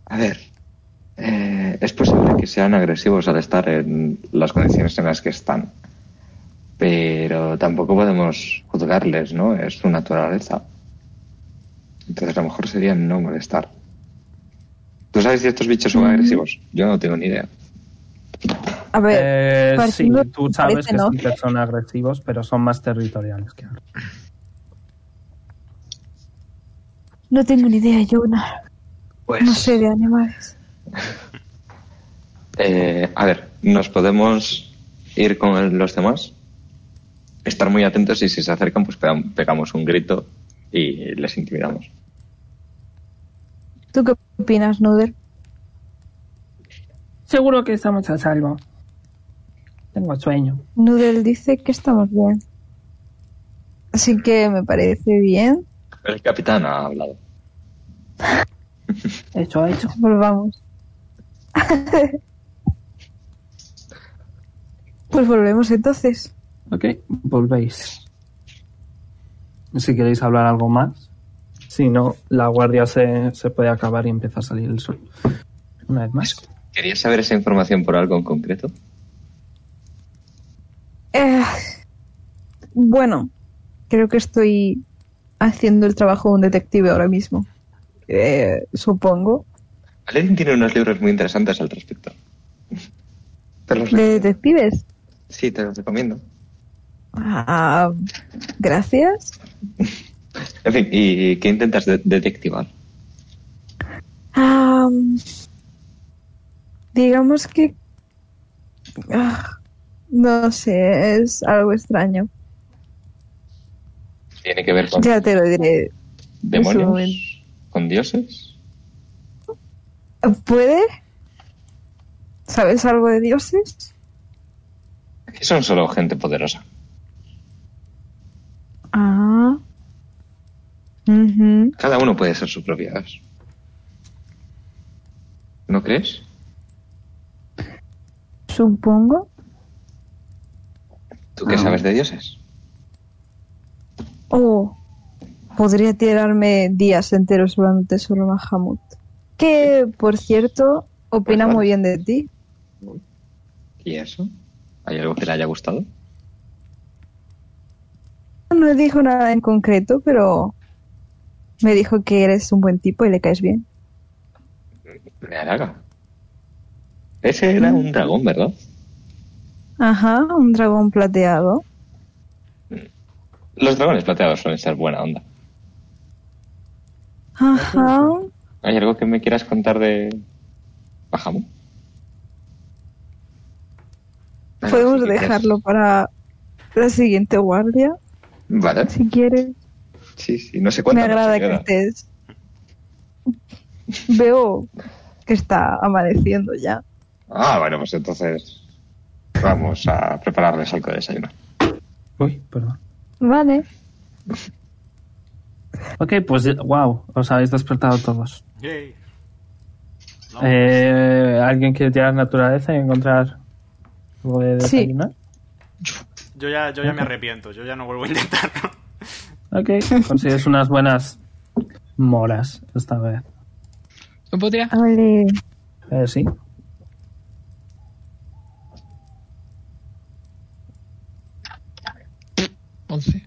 S1: A ver. eh, es posible que sean agresivos al estar en las condiciones en las que están. Pero tampoco podemos juzgarles, ¿no? Es su naturaleza. Entonces a lo mejor sería no molestar. ¿Tú sabes si estos bichos son agresivos? Yo no tengo ni idea.
S6: A ver,
S3: Eh, sí,
S6: parecido-
S3: tú sabes
S6: parece,
S3: que
S6: ¿no?
S3: sí que son agresivos, pero son más territoriales que ahora.
S6: no tengo ni idea, Jonah.
S1: Pues,
S3: Pues
S6: No sé de animales.
S1: Eh, a ver, ¿nos podemos ir con el- los demás? Estar muy atentos y si se acercan, pues pegam- pegamos un grito y les intimidamos.
S6: ¿Tú qué opinas, Nuder?
S3: Seguro que estamos a salvo. Tengo sueño.
S6: Noodle dice que estamos bien. Así que me parece bien.
S1: El capitán ha hablado.
S3: Hecho, hecho.
S6: Volvamos. Pues volvemos entonces.
S3: Ok, volvéis. Si queréis hablar algo más. Si no, la guardia se, se puede acabar y empieza a salir el sol. Una vez más.
S1: ¿Querías saber esa información por algo en concreto?
S6: Eh, bueno, creo que estoy haciendo el trabajo de un detective ahora mismo. Eh, supongo.
S1: Valerín tiene unos libros muy interesantes al respecto.
S6: ¿Te los ¿De detectives?
S1: Sí, te los recomiendo.
S6: Ah, gracias.
S1: en fin, ¿y qué intentas de detectivar?
S6: Um, digamos que... Ah, no sé, es algo extraño.
S1: Tiene que ver con...
S6: Ya te lo diré.
S1: ¿Demonios? ¿Con dioses?
S6: ¿Puede? ¿Sabes algo de dioses?
S1: Que son solo gente poderosa.
S6: Ah. Uh -huh.
S1: Cada uno puede ser su propia as. ¿No crees?
S6: Supongo.
S1: ¿Tú qué
S6: Ah.
S1: sabes de dioses?
S6: Oh, podría tirarme días enteros hablándote sobre Mahamut. Que, por cierto, opina
S1: Pues vale.
S6: muy bien de ti.
S1: ¿Y eso? ¿Hay algo que le haya gustado?
S6: No dijo nada en concreto, pero me dijo que eres un buen tipo y le caes bien.
S1: Me halaga. Ese era un dragón, ¿verdad?
S6: Ajá, un dragón plateado.
S1: Los dragones plateados suelen ser buena onda.
S6: Ajá.
S1: ¿Hay algo que me quieras contar de Bajamu?
S6: Podemos dejarlo para la siguiente guardia,
S1: Vale.
S6: si quieres.
S1: Sí, sí, no sé
S6: Me
S1: cuánto.
S6: agrada que estés. Veo que está amaneciendo ya.
S1: Ah, bueno, pues entonces vamos a prepararles algo de desayuno.
S3: Uy, perdón.
S6: Vale.
S3: Ok, pues wow, os habéis despertado todos.
S2: Yay. No,
S3: Eh, ¿Alguien quiere tirar naturaleza y encontrar algo de
S6: Sí.
S3: desayunar?
S2: yo ya, yo ya me arrepiento, yo ya no vuelvo a intentarlo.
S3: Ok, consigues unas buenas moras esta vez.
S5: ¿Lo puedo tirar?
S6: Vale.
S3: Eh, sí.
S5: Once.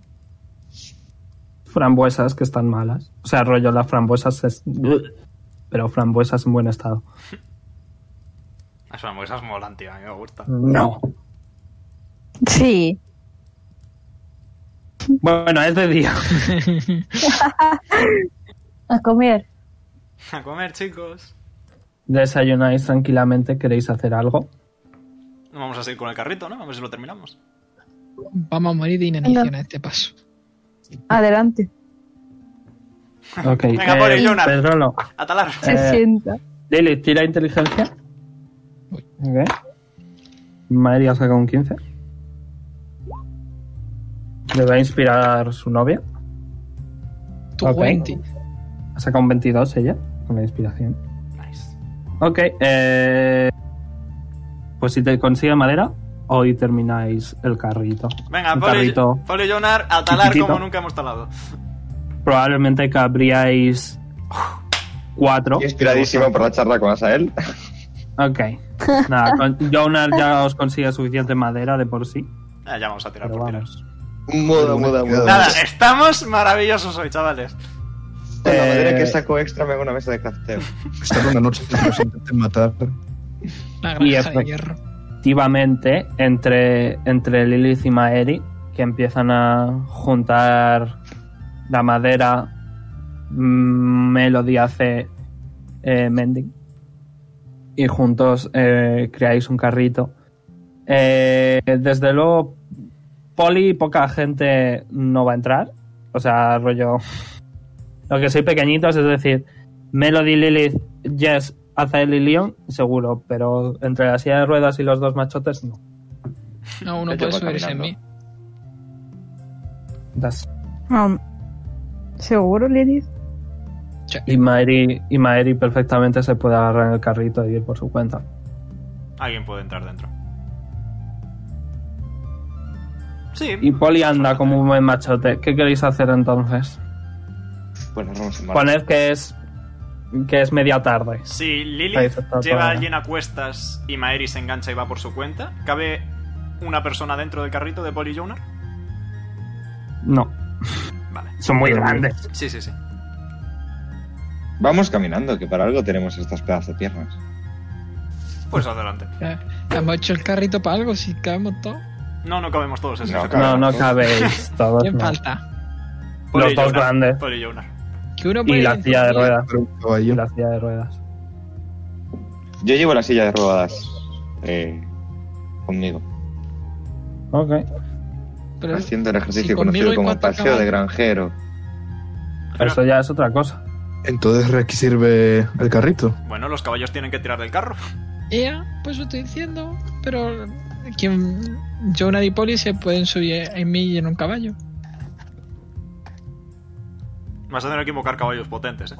S3: Frambuesas que están malas. O sea, rollo las frambuesas. es- Pero frambuesas en buen estado.
S2: Las frambuesas molan, tío, a mí me gusta.
S3: No.
S6: Sí.
S3: Bueno, es de día.
S8: A comer.
S2: A comer, chicos.
S3: Desayunáis tranquilamente, queréis hacer algo.
S2: No Vamos a seguir con el carrito, ¿no? A ver si lo terminamos.
S5: Vamos a morir de inanición a este paso.
S6: Adelante.
S3: Ok. eh,
S2: Venga, por ello, Jonas.
S3: Pedrolo,
S2: Atalar.
S6: Se
S3: Eh.
S6: sienta.
S3: Lily, tira inteligencia. Ok. María ha sacado un 15. Le va a inspirar su novia.
S5: Tu
S3: Ok.
S5: 20.
S3: Ha sacado un 22 ella, con la inspiración.
S2: Nice.
S3: Ok, eh, pues si te consigue madera, hoy termináis el carrito.
S2: Venga,
S3: Un
S2: Pablo y,
S3: carrito.
S2: Pablo y Jonar, a talar
S3: Chiquitito.
S2: como nunca hemos talado.
S3: Probablemente cabríais cuatro.
S1: Inspiradísimo por la charla con Asael.
S3: Ok. Nada, con Jonar ya os consigue suficiente madera de por sí.
S2: Ah, ya vamos a tirar
S3: Pero
S2: por tirar.
S3: vamos.
S1: Moda, moda, moda.
S2: Nada, estamos maravillosos hoy, chavales.
S1: Con la madera
S3: Eh,
S1: que saco extra me hago una mesa de crafteo.
S4: Esta ronda noche que nos intenten matar.
S5: La
S3: Y
S5: granja de
S3: efecto.
S5: hierro.
S3: Activamente entre, entre Lilith y Maeri, que empiezan a juntar la madera, mm, Melody hace eh, mending, y juntos eh, creáis un carrito. Eh, desde luego, Poli, poca gente no va a entrar. O sea, rollo. Lo que soy pequeñitos, es decir, Melody, Lilith, Jess, Azael y Leon, seguro, pero entre la silla de ruedas y los dos machotes, no.
S5: No, uno
S1: Yo
S5: puede
S1: voy
S5: subirse en mí.
S1: caminando.
S3: Das-
S6: Um, ¿Seguro, Lilith?
S3: Y Maeri, y Maeri perfectamente se puede agarrar en el carrito y ir por su cuenta.
S2: Alguien puede entrar dentro. Sí.
S3: Y Poli anda como un buen machote. ¿Qué queréis hacer entonces?
S1: Ponernos en marcha.
S3: Poned que es que es media tarde.
S2: Si
S3: Ahí
S2: Lilith
S3: está todo
S2: lleva a
S3: bien.
S2: alguien a cuestas y Maeri se engancha y va por su cuenta, ¿cabe una persona dentro del carrito de Poli Jonar?
S3: No,
S2: Vale.
S3: son muy grandes.
S2: Sí, sí, sí.
S1: Vamos caminando, que para algo tenemos estos pedazos de piernas.
S2: Pues adelante.
S5: Hemos hecho el carrito para algo, si caemos todos.
S2: No, no cabemos todos. Ese
S1: No,
S2: es el
S1: claro.
S3: No, no cabéis todos.
S5: ¿Quién
S3: Pues no.
S5: falta?
S2: Poli
S3: Los dos
S2: Jonar,
S3: grandes.
S2: Poli Jonar.
S5: Que uno
S3: Y
S5: puede-
S3: la silla de ruedas.
S4: Pero un caballo.
S3: Y la silla de ruedas.
S1: Yo llevo la silla de ruedas eh, conmigo,
S3: Ok. Ah,
S5: Pero-
S1: haciendo el ejercicio
S5: si conmigo
S1: conocido
S5: hay
S1: como
S5: cuatro
S1: paseo de
S5: caballos.
S1: granjero.
S2: Pero-
S3: Eso ya es otra cosa.
S4: Entonces, ¿de qué sirve el carrito?
S2: Bueno, los caballos tienen que tirar del carro.
S5: Ea, pues lo estoy diciendo. Pero quien Jonah y Polly se pueden subir en mí y en un caballo.
S2: Vas a tener que invocar caballos potentes, eh.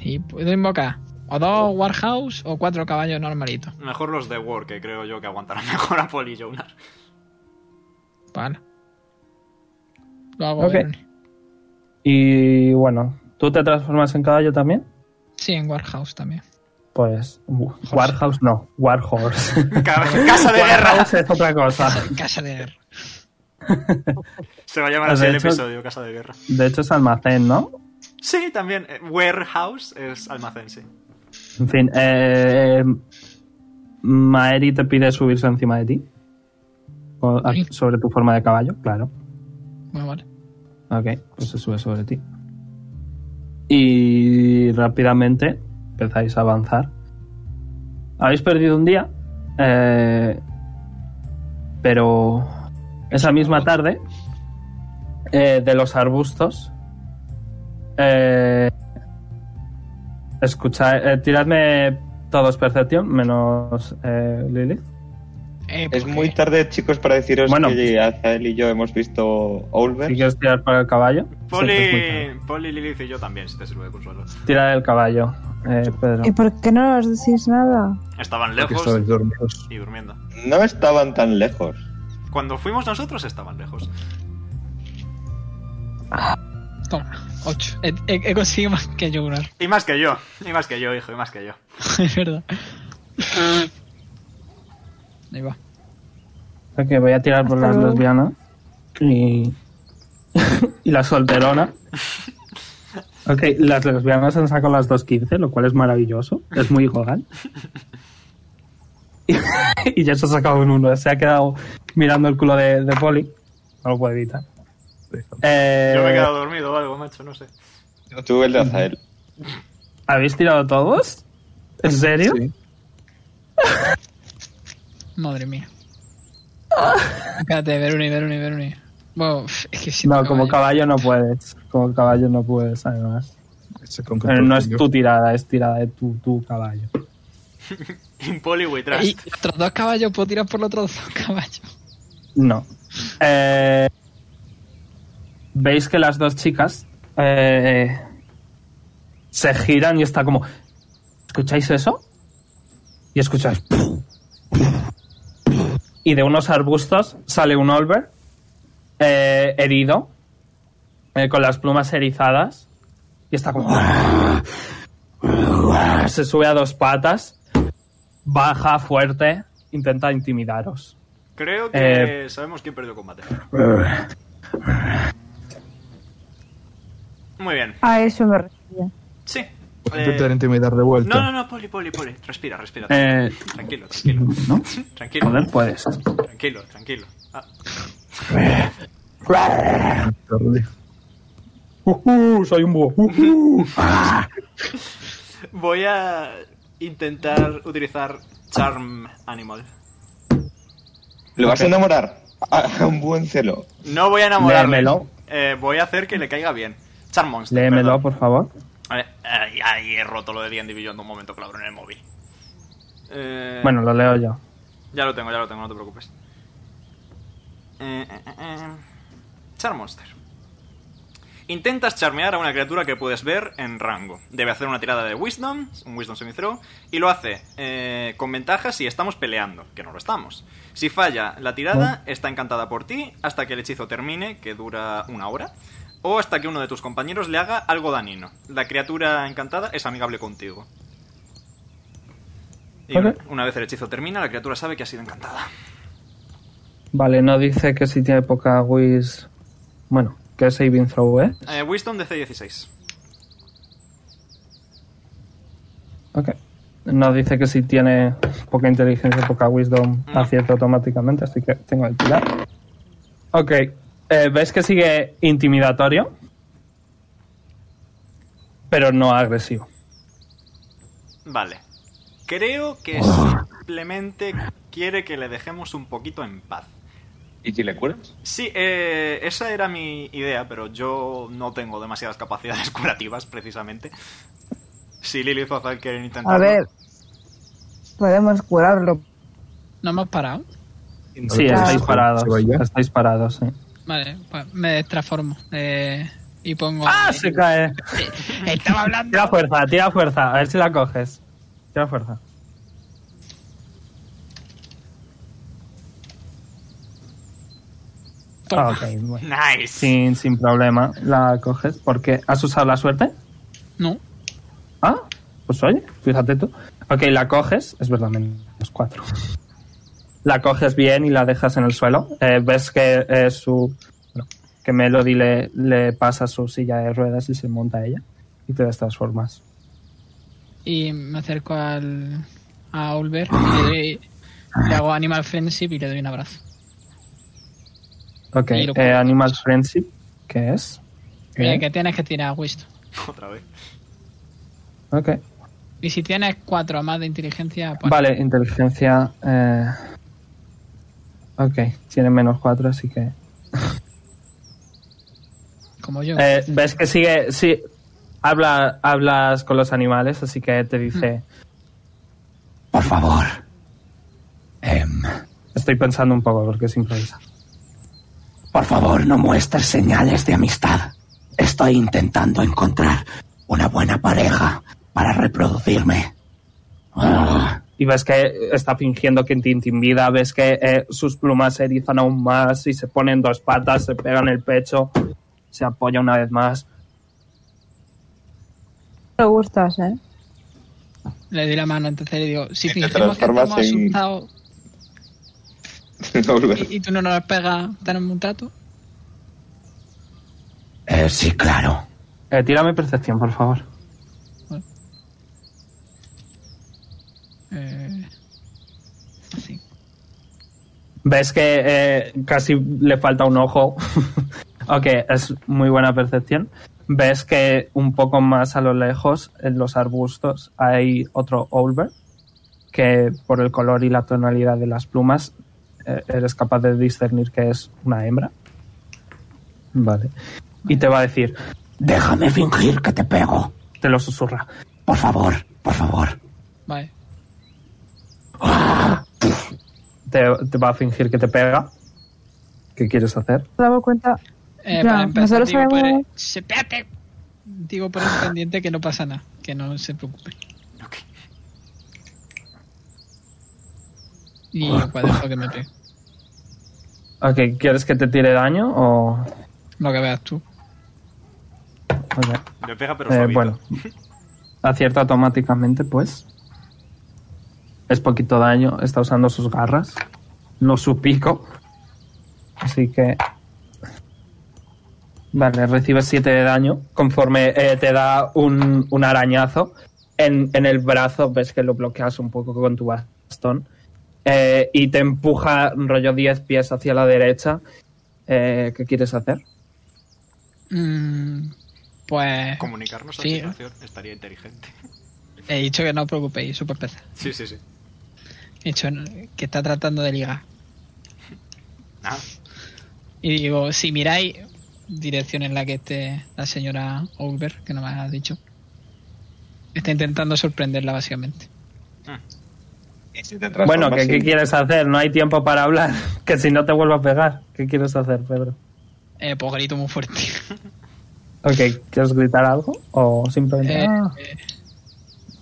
S5: Y puedo invocar o dos Warhouse o cuatro caballos normalitos.
S2: Mejor los de War, que creo yo que aguantarán mejor a Poli Jonar.
S5: Vale. Lo hago.
S3: Ok.
S5: bien.
S3: Y bueno, ¿tú te transformas en caballo también?
S5: Sí, en Warhouse también.
S3: Pues. uh, Warhouse no, Warhorse.
S2: Ca- Casa de guerra.
S3: Warhouse es otra cosa.
S5: Casa de guerra.
S2: Se va a llamar
S3: Has
S2: así el
S3: hecho-
S2: episodio, Casa de guerra.
S3: De hecho, es almacén, ¿no?
S2: Sí, también. eh, Warehouse es almacén, sí.
S3: En fin, eh, eh, Maeri te pide subirse encima de ti. O- a-
S5: Sí.
S3: sobre tu forma de caballo, claro.
S5: Bueno, vale.
S3: Ok, pues se sube sobre ti. Y rápidamente empezáis a avanzar. Habéis perdido un día, eh, pero esa misma tarde, eh, de los arbustos, eh, escucha, eh, tiradme todos percepción, menos eh, Lilith.
S5: Eh,
S1: Es
S5: porque-
S1: muy tarde, chicos, para deciros
S3: Bueno.
S1: que Azael y yo hemos visto Olver.
S3: Si quieres tirar para el caballo, se te escucha.
S2: Poli, Poli, Lilith y yo también, si te sirve de consuelo.
S3: tira el caballo, eh, Pedro.
S6: ¿Y por qué no os decís nada?
S2: Estaban
S4: Porque
S2: lejos
S4: estabais dormidos.
S2: y durmiendo.
S1: No estaban tan lejos.
S2: Cuando fuimos nosotros estaban lejos.
S5: Toma, ocho. He, he- he conseguido más que yo, Gunnar.
S2: Y más que yo, y más que yo, hijo, y más que yo.
S5: es verdad. Ahí va.
S3: que voy a tirar por
S6: Hasta
S3: las
S6: luego.
S3: lesbianas y, y la solterona. Ok, las lesbianas han sacado las 2.15, lo cual es maravilloso. Es muy gogal. Y, y ya se ha sacado un 1. Se ha quedado mirando el culo de, de Poli. No lo puedo evitar. Eh,
S2: Yo me he quedado dormido o algo, macho, no sé.
S1: Tú el de Azael.
S3: ¿Habéis tirado todos? ¿En serio?
S4: Sí.
S5: Madre mía.
S3: Ah.
S5: Espérate, Veruni, Veruni, Veruni. Bueno, es que si
S3: No, como caballo no puedes. Como caballo no puedes, además.
S4: Se compra
S3: Pero
S4: por
S3: Eh, no es
S4: ello.
S3: tu tirada, es tirada de tu, tu caballo.
S2: In Poli we
S5: Y
S2: trust.
S5: otros dos caballos, puedo tirar por los otros dos caballos.
S3: No. Eh, Veis que las dos chicas eh, se giran y está como. ¿Escucháis eso? Y escucháis. Y de unos arbustos sale un Olver eh, herido, eh, con las plumas erizadas, y está como. Se sube a dos patas, baja fuerte, intenta intimidaros.
S2: Creo que
S3: eh,
S2: sabemos quién perdió combate. Muy bien,
S6: A eso me refería.
S2: sí.
S4: Voy a
S2: Eh,
S4: Intentar intimidar de vuelta.
S2: no, no, no, Poli, Poli, Poli. Respira, respira.
S3: Eh,
S2: Tranquilo, tranquilo.
S3: ¿No?
S2: Tranquilo,
S3: Joder, puedes.
S2: tranquilo, tranquilo. Ah,
S4: Tarde.
S3: Ujú, soy un búho. Ujú.
S2: voy a intentar utilizar Charm Animal.
S1: ¿Lo vas a enamorar? A a un buen celo.
S2: No voy a enamorarle.
S3: Léemelo.
S2: Eh, voy a hacer que le caiga bien. Charm Monster.
S3: Léemelo,
S2: perdón.
S3: por favor.
S2: Eh, Ahí, ahí he roto lo de D&D Beyond un momento que lo abro en el móvil. Eh,
S3: Bueno, lo leo yo.
S2: Ya lo tengo, ya lo tengo, no te preocupes. Eh, eh, eh, eh. Charm Monster. Intentas charmear a una criatura que puedes ver en rango. Debe hacer una tirada de Wisdom, un Wisdom semi throw, y lo hace eh, con ventaja si estamos peleando, que no lo estamos. Si falla la tirada, está encantada por ti hasta que el hechizo termine, que dura una hora, o hasta que uno de tus compañeros le haga algo danino. La criatura encantada es amigable contigo. Y
S3: Vale.
S2: una vez el hechizo termina, la criatura sabe que ha sido encantada.
S3: Vale, no dice que si tiene poca Wis. Bueno, que saving throw, ¿eh?
S2: Eh, wisdom de C16.
S3: Ok. No dice que si tiene poca inteligencia, poca wisdom,
S2: No.
S3: acierta automáticamente, así que tengo que tirar. Ok. eh, ¿Ves que sigue intimidatorio? Pero no agresivo.
S2: Vale. Creo que
S3: Ah.
S2: simplemente quiere que le dejemos un poquito en paz.
S1: ¿Y si le curas?
S2: Sí, eh, esa era mi idea, pero yo no tengo demasiadas capacidades curativas, precisamente. Si Lilith o Azal quieren intentarlo.
S6: A ver, podemos curarlo.
S5: ¿No hemos parado?
S3: Sí,
S6: claro.
S3: estáis parados.
S4: ¿Se va ya?
S3: Estáis parados, sí.
S5: Vale, pues me transformo. eh, y pongo.
S3: ¡Ah! Se cae.
S5: Estaba hablando.
S3: Tira fuerza, tira fuerza. A ver si la coges. Tira fuerza. Ah, ok, bueno.
S2: Nice.
S3: Sin, sin problema, la coges porque has usado la suerte.
S5: No.
S3: Ah, pues oye, fíjate tú. Ok, la coges, es verdad, menos cuatro. La coges bien y la dejas en el suelo. Eh, ves que eh, su. bueno, que Melody le, le pasa su silla de ruedas y se monta ella. Y te las transformas.
S5: Y me acerco al. A Olver. Y le, doy- le hago Animal Friendship y le doy un abrazo.
S3: Ok,
S5: Y lo
S3: eh,
S5: pongo.
S3: Animal Friendship, ¿qué es?
S5: Mira,
S3: Bien,
S5: que tienes que tirar Wisto.
S2: Otra vez.
S3: Ok,
S5: Y si tienes cuatro más de inteligencia, pues.
S3: vale, inteligencia. eh, Ok, tiene menos cuatro, así que.
S5: Como yo.
S3: Eh, ves que sigue, sí, habla, hablas con los animales, así que te dice,
S5: Mm.
S8: Por favor. Em,
S3: estoy pensando un poco porque es improvisado.
S8: por favor, no muestres señales de amistad. Estoy intentando encontrar una buena pareja para reproducirme. Ah,
S3: Y ves que está fingiendo que te intimida, ves que eh, sus plumas se erizan aún más y se ponen dos patas, se pegan el pecho, se apoya una vez más.
S6: Te gustas, ¿eh?
S5: Le doy la mano, entonces le digo, si
S1: Y te
S5: fingimos que
S1: transformas
S5: estamos
S1: en-
S5: asustados
S1: No, Albert.
S5: y, y tú no nos pegas, tenemos un trato.
S8: eh, sí, claro.
S3: Eh, tírame percepción, por favor.
S5: Eh, así.
S3: Ves que eh, casi le falta un ojo. ok, es muy buena percepción. Ves que un poco más a lo lejos, en los arbustos, hay otro Olver que por el color y la tonalidad de las plumas eh, eres capaz de discernir que es una hembra. Vale. Y te va a decir,
S8: Déjame fingir que te pego.
S3: te lo susurra.
S8: Por favor, por favor.
S5: Vale.
S3: Te, te va a fingir que te pega. ¿Qué quieres hacer?
S6: ¿Te damos cuenta?
S5: Eh,
S6: Ya,
S5: para empezar,
S6: nosotros
S5: digo por, el,
S6: sabemos-
S5: Sepérate. digo por el pendiente que no pasa nada, que no se preocupe.
S2: Ok.
S5: Y lo cual dejo que me pegue.
S3: Ok, ¿quieres que te tire daño o...?
S5: Lo que veas tú.
S3: ok.
S2: Le pega, pero
S3: Eh,
S2: suavito.
S3: bueno, acierta automáticamente, pues. Es poquito daño, está usando sus garras, no su pico. Así que. Vale, recibes 7 de daño. Conforme eh, te da un, un arañazo en, en el brazo, ves que lo bloqueas un poco con tu bastón. eh, y te empuja rollo 10 pies hacia la derecha. Eh, ¿Qué quieres hacer?
S5: Mm, pues.
S2: Comunicarnos a
S5: Sí.
S2: continuación estaría inteligente.
S5: He dicho que no os preocupéis, super pesa.
S2: Sí, sí, sí.
S5: He dicho no, que está tratando de ligar.
S2: Nada.
S5: Y digo, si miráis dirección en la que esté la señora Olver, que no me ha dicho, está intentando sorprenderla básicamente.
S1: ¿Y si te transformas
S3: Bueno, ¿qué,
S1: en-
S3: qué quieres hacer? No hay tiempo para hablar. Que si no te vuelvo a pegar. ¿Qué quieres hacer, Pedro?
S5: Eh, pues grito muy fuerte.
S3: Ok, ¿quieres gritar algo? O simplemente.
S5: Eh,
S3: "Ah"?
S5: eh,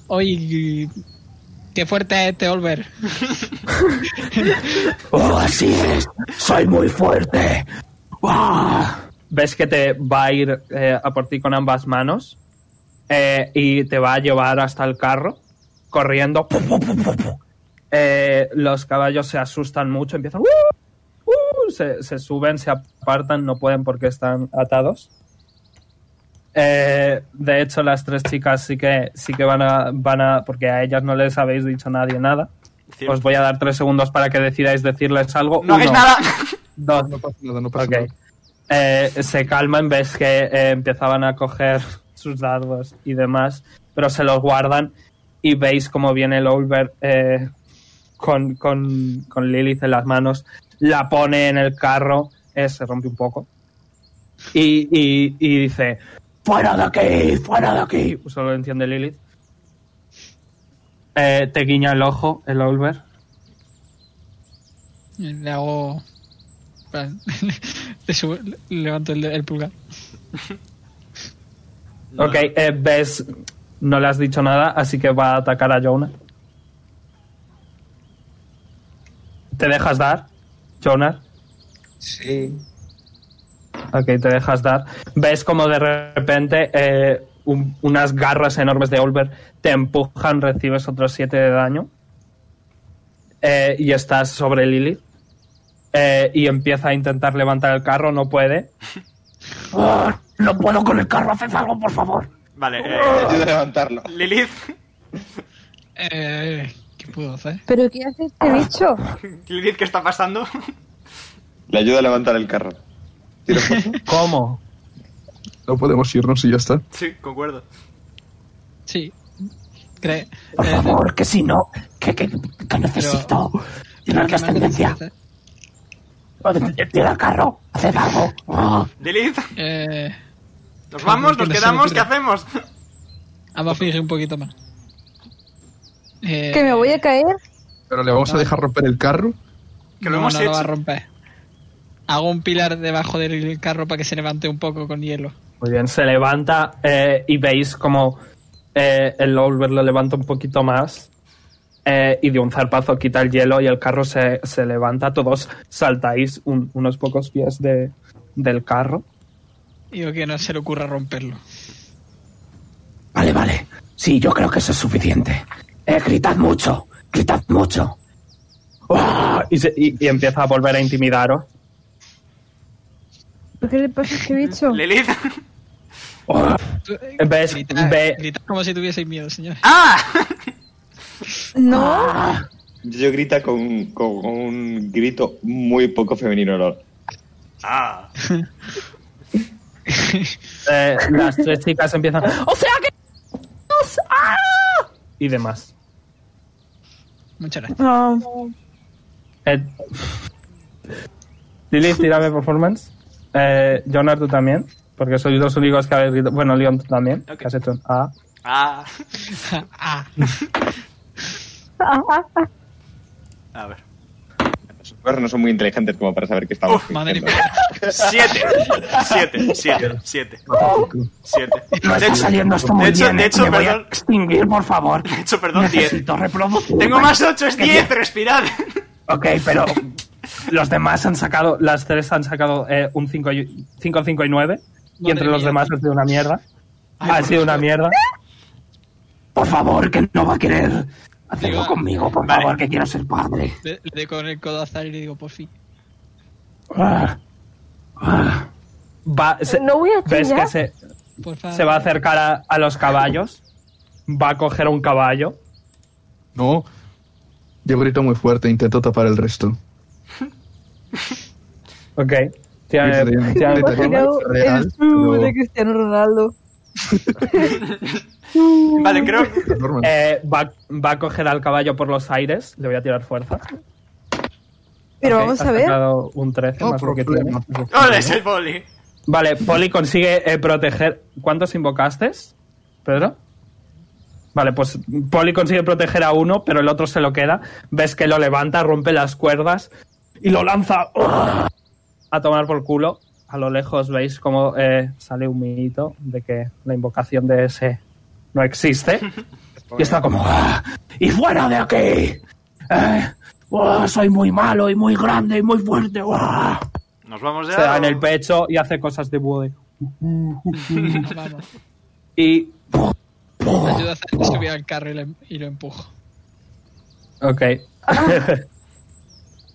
S5: Oye, qué fuerte es este Olver.
S8: Oh, así es. Soy muy fuerte. Ah,
S3: ves que te va a ir eh, a por ti con ambas manos eh, y te va a llevar hasta el carro corriendo. Pu, pu, pu, pu, pu. Eh, los caballos se asustan mucho, empiezan. "Uh, uh", se, se suben, se apartan, no pueden porque están atados. Eh, de hecho, las tres chicas sí que, sí que van, a, van a. Porque a ellas no les habéis dicho nadie nada.
S2: Cierto.
S3: Os voy a dar tres segundos para que decidáis decirles algo.
S2: No hagáis
S3: Uno,
S2: nada.
S3: dos,
S4: No pasa nada, no pasa
S3: Ah, Ok.
S4: nada.
S3: Eh, se calman, ves que eh, empezaban a coger sus dardos y demás, pero se los guardan y veis cómo viene el Olver eh, con, con, con Lilith en las manos, la pone en el carro, eh, se rompe un poco y, y- y dice,
S8: fuera de aquí, fuera de aquí.
S3: solo entiende Lilith, Eh, te guiña el ojo el Olver,
S5: Le hago. en plan, Le subo- le- levanto el, el pulgar.
S3: ok, eh, ves, no le has dicho nada, así que va a atacar a Jonah. ¿Te dejas dar, Jonah?
S1: Sí.
S3: Ok, te dejas dar. Ves como de repente eh, un- unas garras enormes de Olver te empujan, recibes otros 7 de daño. Eh, y estás sobre Lilith. Eh, y empieza a intentar levantar el carro, no puede.
S8: Ah, no puedo con el carro, haced algo, por favor.
S2: Vale,
S1: Te
S2: eh,
S1: ayudo a levantarlo.
S2: Lilith,
S5: Eh, ¿Qué puedo hacer?
S6: ¿Pero qué hace este bicho?
S2: Lilith, ¿qué está pasando?
S1: Le ayudo a levantar el carro. Tiro fuerza.
S3: ¿Cómo?
S4: No podemos irnos y ya está.
S2: Sí, concuerdo.
S5: Sí. Cre-
S8: Por
S5: eh,
S8: favor, que si no, que, que, que necesito
S5: pero
S8: tener
S5: que más
S8: trascendencia.
S5: necesitas,
S8: Tira el carro, haced algo. Ah.
S2: Lilith,
S5: Eh,
S2: nos vamos, nos
S5: Que no se
S2: quedamos,
S5: me
S2: ¿qué
S5: ocurra.
S2: hacemos?
S5: vamos a fingir un poquito más. Eh,
S6: ¿Que me voy a caer?
S4: Pero le
S2: Ah.
S4: vamos a dejar romper el carro.
S2: Que lo
S5: no,
S2: hemos
S5: no
S2: hecho.
S5: lo va a romper. Hago un pilar debajo del carro para que se levante un poco con hielo.
S3: Muy bien, se levanta eh, y veis como eh, el Olver lo levanta un poquito más eh, y de un zarpazo quita el hielo y el carro se, se levanta. Todos saltáis un- unos pocos pies de- del carro.
S5: Digo que no se le ocurra romperlo.
S8: Vale, vale. Sí, yo creo que eso es suficiente. Eh, gritad mucho, gritad mucho.
S3: ¡Ah! Y, se- y- y empieza a volver a intimidaros.
S6: ¿Por qué le pasa a este bicho?
S2: Lilith.
S5: Tú-
S3: ¿Ves?
S5: Grita,
S3: Ve-
S5: grita como si tuvieseis miedo, señores.
S2: ¡Ah!
S6: No,
S1: Yo grita con, con un grito muy poco femenino. ¿no?
S2: ¡Ah!
S3: eh, las tres chicas empiezan. ¡O sea que! ¡Ah!", Y demás.
S5: Muchas gracias.
S6: no.
S3: Eh, Lilith, tírame performance. Eh, Jonar, tú también. Porque sois los únicos que habéis gritado. Bueno, Leon, tú también.
S2: Ok.
S3: Que has hecho un A.
S2: ¡Ah!
S5: Ah,
S2: A ver.
S1: Los perros no son muy inteligentes como para saber que estamos.
S5: madre
S1: fingiendo.
S5: mía.
S2: Siete. Siete, siete, siete, siete.
S8: No
S2: De
S8: está
S2: hecho,
S8: saliendo esto muy
S2: de hecho-
S8: bien.
S2: de
S8: eh.
S2: hecho,
S8: Me voy a
S2: perdón.
S8: extinguir, por favor.
S2: de hecho, perdón, diez.
S8: Necesito reproducir.
S2: Tengo más ocho, es
S8: ¿Qué
S2: diez,
S8: diez?
S2: respirad.
S8: Ok, pero
S3: Los demás han sacado. Las tres han sacado eh, un 5, 5, 5 y 9. Y
S5: Madre
S3: entre los
S5: mía.
S3: demás ha sido una mierda. Ha sido una mierda.
S8: por favor, que no va a querer hacerlo
S5: Digo,
S8: conmigo, por
S2: vale.
S8: favor, que quiero ser padre.
S5: Le, le doy con el codo a Azar y le digo, por fin.
S8: Ah, ah.
S3: Va- se-
S6: No voy a
S3: ves que
S6: chillar.
S3: se,
S5: Por favor.
S3: se va a acercar a, a los caballos. Va a coger un caballo.
S4: No. Yo grito muy fuerte, intento tapar el resto.
S3: Ok. Tírame- tírame
S4: Gritaría- gritaría-
S3: performance.
S6: Imaginaos
S4: real,
S6: Pues el zoom
S4: pero-
S6: de Cristiano Ronaldo.
S2: Vale, creo.
S4: Es normal.
S3: Eh, va, va a coger al caballo por los aires. Le voy a tirar fuerza.
S6: Pero
S3: Ok,
S6: vamos
S3: has
S6: a ver.
S3: sacado un 13
S4: No
S3: más lo que
S4: problema.
S3: tiene.
S2: ¡Ole, es el boli!
S3: Vale, Poli consigue eh, proteger. ¿Cuántos invocaste, Pedro? Vale, pues Poli consigue proteger a uno, pero el otro se lo queda. Ves que lo levanta, rompe las cuerdas y lo lanza ¡oh! a tomar por culo. a lo lejos veis cómo eh, sale un minito de que la invocación de ese no existe. y está como... "Ah,
S8: ¡Y fuera de aquí! Eh, ¡oh, soy muy malo y muy grande y muy fuerte. ¡oh!
S2: Nos vamos
S3: se da
S2: ya.
S3: en el
S2: o-
S3: pecho y hace cosas de búho. de-
S5: Vamos.
S3: Y...
S5: Me ayuda a
S3: Oh.
S5: hacer- subir al carro y lo, em- y lo empujo.
S3: Ok.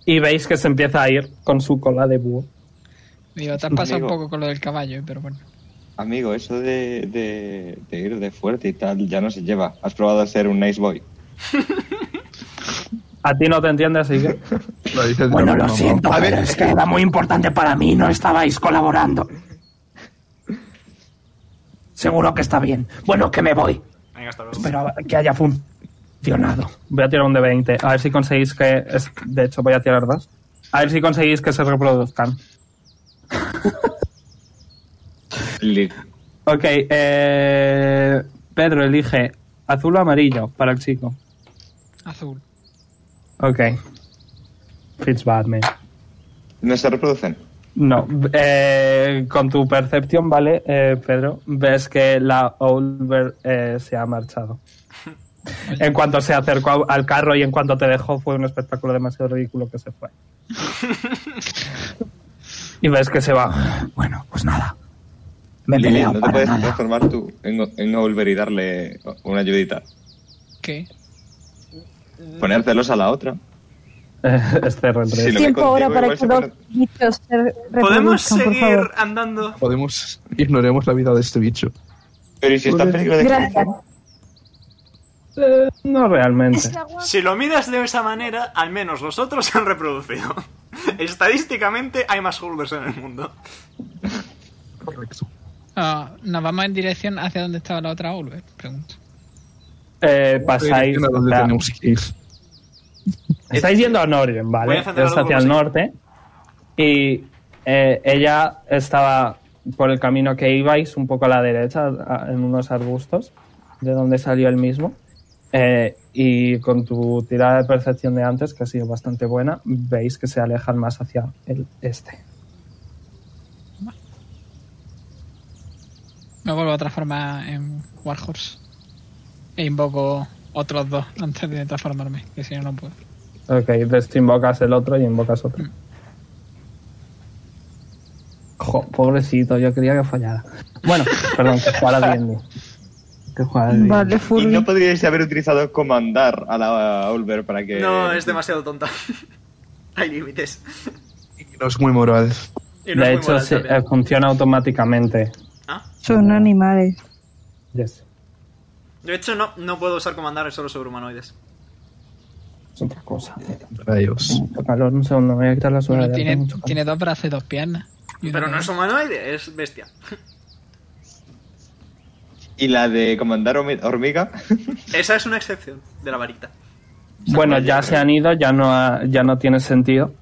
S3: y veis que se empieza a ir con su cola de búho.
S5: Digo, te has pasado un
S1: Amigo.
S5: poco con lo del caballo, eh, pero bueno.
S1: Amigo, eso de, de, de ir de fuerte y tal ya no se lleva. Has probado a ser un nice boy.
S3: A ti no te entiende, así que...
S4: Lo dices de
S8: Bueno,
S4: broma,
S8: lo
S4: ¿no?
S8: siento,
S4: A ver,
S8: pero es que era muy importante para mí, no estabais colaborando. Seguro que está bien. Bueno, que me voy.
S2: Venga, hasta luego.
S8: Espero que haya funcionado.
S3: Voy a tirar un de 20. A ver si conseguís que... es- De hecho, voy a tirar dos. A ver si conseguís que se reproduzcan.
S1: Li-
S3: Ok, eh, Pedro elige azul o amarillo para el chico.
S5: Azul.
S3: Ok. Fits bad, man.
S1: No se reproducen.
S3: No, eh, con tu percepción, ¿vale, eh, Pedro? Ves que la Olver eh, se ha marchado. En cuanto se acercó al carro y en cuanto te dejó, fue un espectáculo demasiado ridículo que se fue. Y ves que se va.
S8: Bueno, pues nada. Me he
S1: Lili,
S8: peleado
S1: ¿no te
S8: para
S1: puedes
S8: nada.
S1: transformar tú en, en Oliver y darle una ayudita?
S5: ¿Qué?
S1: Ponértelos a la otra.
S3: Eh,
S1: Sí,
S3: este reentré.
S1: lo-
S6: Tiempo
S1: contigo
S6: ahora
S1: igual
S6: para que
S1: se
S6: los
S1: pone-
S6: bichos se
S2: ¿Podemos
S6: reproduzcan, por
S2: seguir
S6: favor.
S2: andando?
S4: Podemos ignoremos la vida de este bicho.
S1: Pero ¿y si está en peligro de
S6: Gracias.
S1: extinción?
S3: Eh, no realmente.
S2: Si lo miras de esa manera, al menos los otros se han reproducido. Estadísticamente hay más holders en el mundo.
S4: Correcto.
S5: Ah, ¿Nos vamos en dirección hacia donde estaba la otra Ulver? Pregunto.
S3: Eh, pasáis.
S4: Dirección a donde
S3: o sea,
S4: tenemos que ir.
S3: Estáis yendo a Norien,
S2: Voy a
S3: ¿vale?
S2: encender
S3: Es
S2: algo
S3: hacia el
S2: como
S3: norte. Y eh, ella estaba por el camino que ibais, un poco a la derecha, a- en unos arbustos, de donde salió el mismo. Eh, y con tu tirada de percepción de antes, que ha sido bastante buena, veis que se alejan más hacia el este.
S5: Me vuelvo a transformar en Warhorse. E invoco otros dos antes de transformarme, que si no, no puedo.
S3: Ok, desinvocas el otro y invocas otro. Jo, pobrecito, yo quería que fallara. Bueno, perdón, que jugara D&D.
S7: Que juega de-
S6: Vale,
S1: ¿Y
S6: Furby.
S1: no podríais haber utilizado comandar a la Olver para que...
S2: No, es demasiado tonta. hay límites.
S4: No es muy moral.
S2: Y no es
S3: de
S2: muy
S3: hecho,
S2: moral
S3: sí,
S2: también.
S3: eh, funciona automáticamente.
S2: Ah,
S6: Son animales.
S3: Yes.
S2: De hecho, no, no puedo usar comandar solo sobre humanoides.
S3: Es otra cosa.
S4: Rayos.
S3: Mucho calor, un segundo, me voy a quitar la suela.
S5: Bueno, tiene,
S3: mucho calor.
S5: tiene dos brazos y dos piernas. Y una
S2: Pero no
S5: cabeza.
S2: es humanoide, es bestia.
S1: ¿Y la de comandar hormi- hormiga?
S2: Esa es una excepción de la varita.
S3: Bueno, ya se han ido, ya no, ha- ya no tiene sentido.